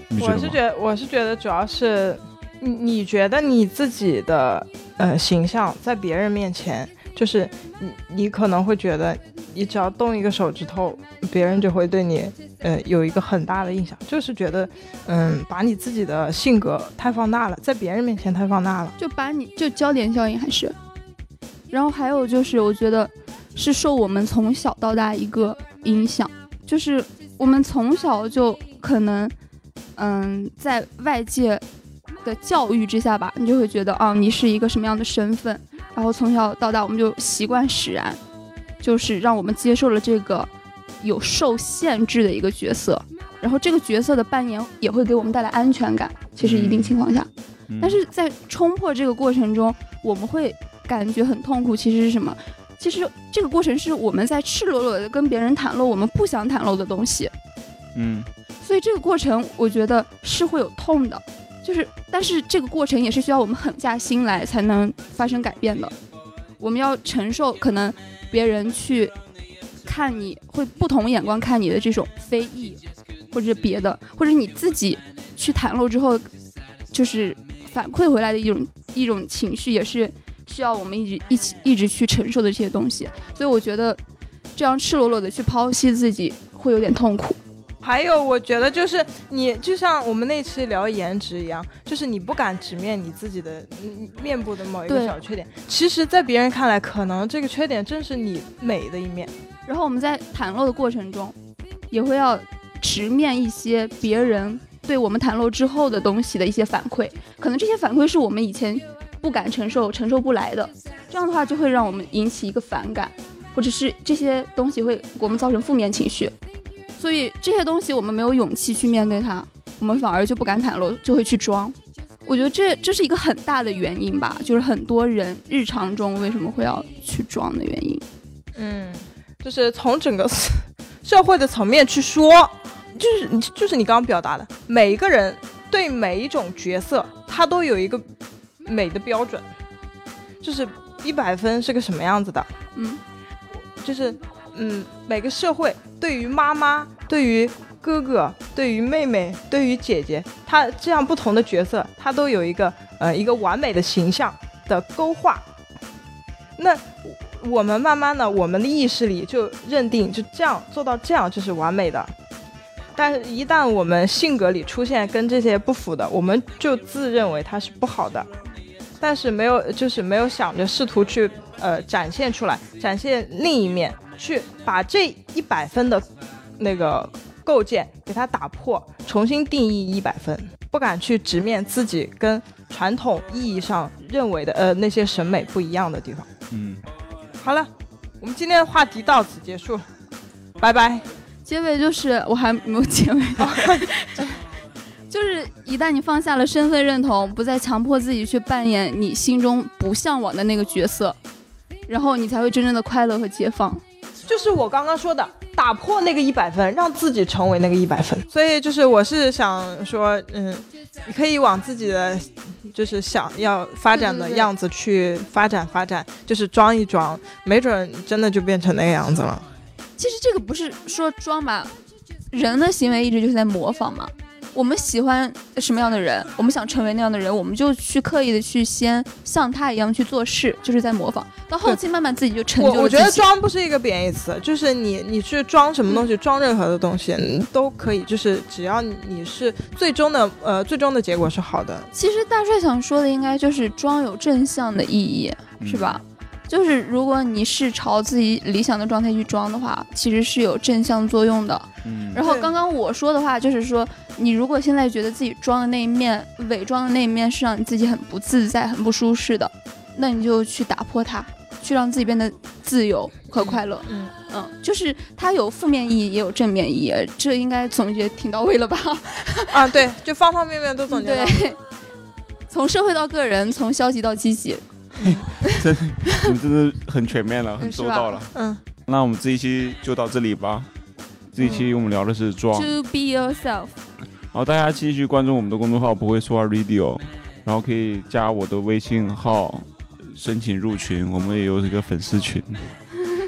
S4: 你
S2: 我
S4: 吗
S2: 是觉得，我是觉得主要是你你觉得你自己的呃形象在别人面前，就是你你可能会觉得，你只要动一个手指头，别人就会对你呃有一个很大的印象，就是觉得嗯把你自己的性格太放大了，在别人面前太放大了。
S3: 就把你就焦点效应还是，然后还有就是我觉得是受我们从小到大一个影响，就是我们从小就可能嗯在外界的教育之下吧，你就会觉得啊你是一个什么样的身份，然后从小到大我们就习惯使然，就是让我们接受了这个有受限制的一个角色，然后这个角色的扮演也会给我们带来安全感，其实一定情况下。
S4: 嗯
S3: 但是在冲破这个过程中，我们会感觉很痛苦。其实是什么？其实这个过程是我们在赤裸裸的跟别人袒露我们不想袒露的东西，
S4: 嗯，
S3: 所以这个过程我觉得是会有痛的，就是但是这个过程也是需要我们狠下心来才能发生改变的。我们要承受可能别人去看你会不同眼光看你的这种非议，或者是别的，或者你自己去袒露之后，就是反馈回来的一种一种情绪，也是需要我们一直一起一直去承受的这些东西。所以我觉得这样赤裸裸的去剖析自己会有点痛苦。
S2: 还有，我觉得就是你，就像我们那期聊颜值一样，就是你不敢直面你自己的嗯面部的某一个
S3: 对
S2: 小缺点。其实，在别人看来，可能这个缺点正是你美的一面。
S3: 然后我们在袒露的过程中，也会要直面一些别人对我们袒露之后的东西的一些反馈，可能这些反馈是我们以前不敢承受、承受不来的。这样的话，就会让我们引起一个反感，或者是这些东西会给我们造成负面情绪。所以这些东西我们没有勇气去面对它，我们反而就不敢袒露，就会去装。我觉得这这是一个很大的原因吧，就是很多人日常中为什么会要去装的原因。
S2: 嗯，就是从整个 社会的层面去说，就是就是你刚刚表达的，每一个人对每一种角色，他都有一个美的标准，就是一百分是个什么样子的，
S3: 嗯，
S2: 就是嗯，每个社会对于妈妈、对于哥哥、对于妹妹、对于姐姐，他这样不同的角色，他都有一个呃一个完美的形象的勾画。那我我们慢慢的，我们的意识里就认定就这样做到这样就是完美的。但是，一旦我们性格里出现跟这些不符的，我们就自认为它是不好的，但是没有，就是没有想着试图去呃展现出来，展现另一面，去把这一百分的那个构建给它打破，重新定义一百分，不敢去直面自己跟传统意义上认为的呃那些审美不一样的地方。
S4: 嗯，
S2: 好了，我们今天的话题到此结束，拜拜。
S3: 结尾就是我还没有结尾， 就是一旦你放下了身份认同，不再强迫自己去扮演你心中不向往的那个角色，然后你才会真正的快乐和解放。
S2: 就是我刚刚说的，打破那个一百分，让自己成为那个一百分。所以就是我是想说，嗯，你可以往自己的就是想要发展的
S3: 对对对
S2: 样子去发展发展，就是装一装，没准真的就变成那个样子了。
S3: 其实这个不是说装吧，人的行为一直就是在模仿嘛。我们喜欢什么样的人，我们想成为那样的人，我们就去刻意的去先像他一样去做事，就是在模仿。到后期慢慢自己就成就
S2: 我
S3: 了
S2: 我觉得
S3: 自己
S2: 装不是一个贬义词，就是你你去装什么东西，装任何的东西嗯都可以，就是只要你是最终的呃最终的结果是好的，
S3: 其实大帅想说的应该就是装有正向的意义，
S4: 嗯
S3: 是？吧？就是如果你是朝自己理想的状态去装的话，其实是有正向作用的。
S4: 嗯，
S3: 然后
S2: 对
S3: 刚刚我说的话就是说，你如果现在觉得自己装的那一面、伪装的那一面是让你自己很不自在、很不舒适的，那你就去打破它，去让自己变得自由和快乐。
S2: 嗯，
S3: 嗯，就是它有负面意义，也有正面意义，这应该总结挺到位了吧？
S2: 啊 对，就方方面面都总结到
S3: 对，从社会到个人，从消极到积极，
S4: 你们真的很全面了，很
S3: 嗯是
S4: 周
S3: 吧
S4: 到了。
S2: 嗯，
S4: 那我们这一期就到这里吧。这一
S3: 嗯
S4: 期我们聊的是妆，
S3: To be yourself，
S4: 好，大家继续关注我们的公众号“不会说话 Radio”，然后可以加我的微信号申请入群，我们也有这个粉丝群。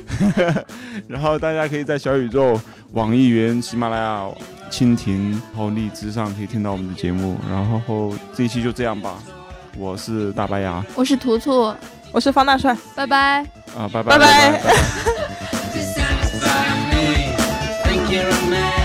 S4: 然后大家可以在小宇宙、网易云、喜马拉雅、蜻蜓、然后荔枝上可以听到我们的节目。然后这一期就这样吧，我是大白牙啊、
S3: 我是图图，
S2: 我是方大帅。
S3: 拜拜。
S4: 拜拜
S2: 拜拜
S4: 拜拜。
S8: Thank you're a man.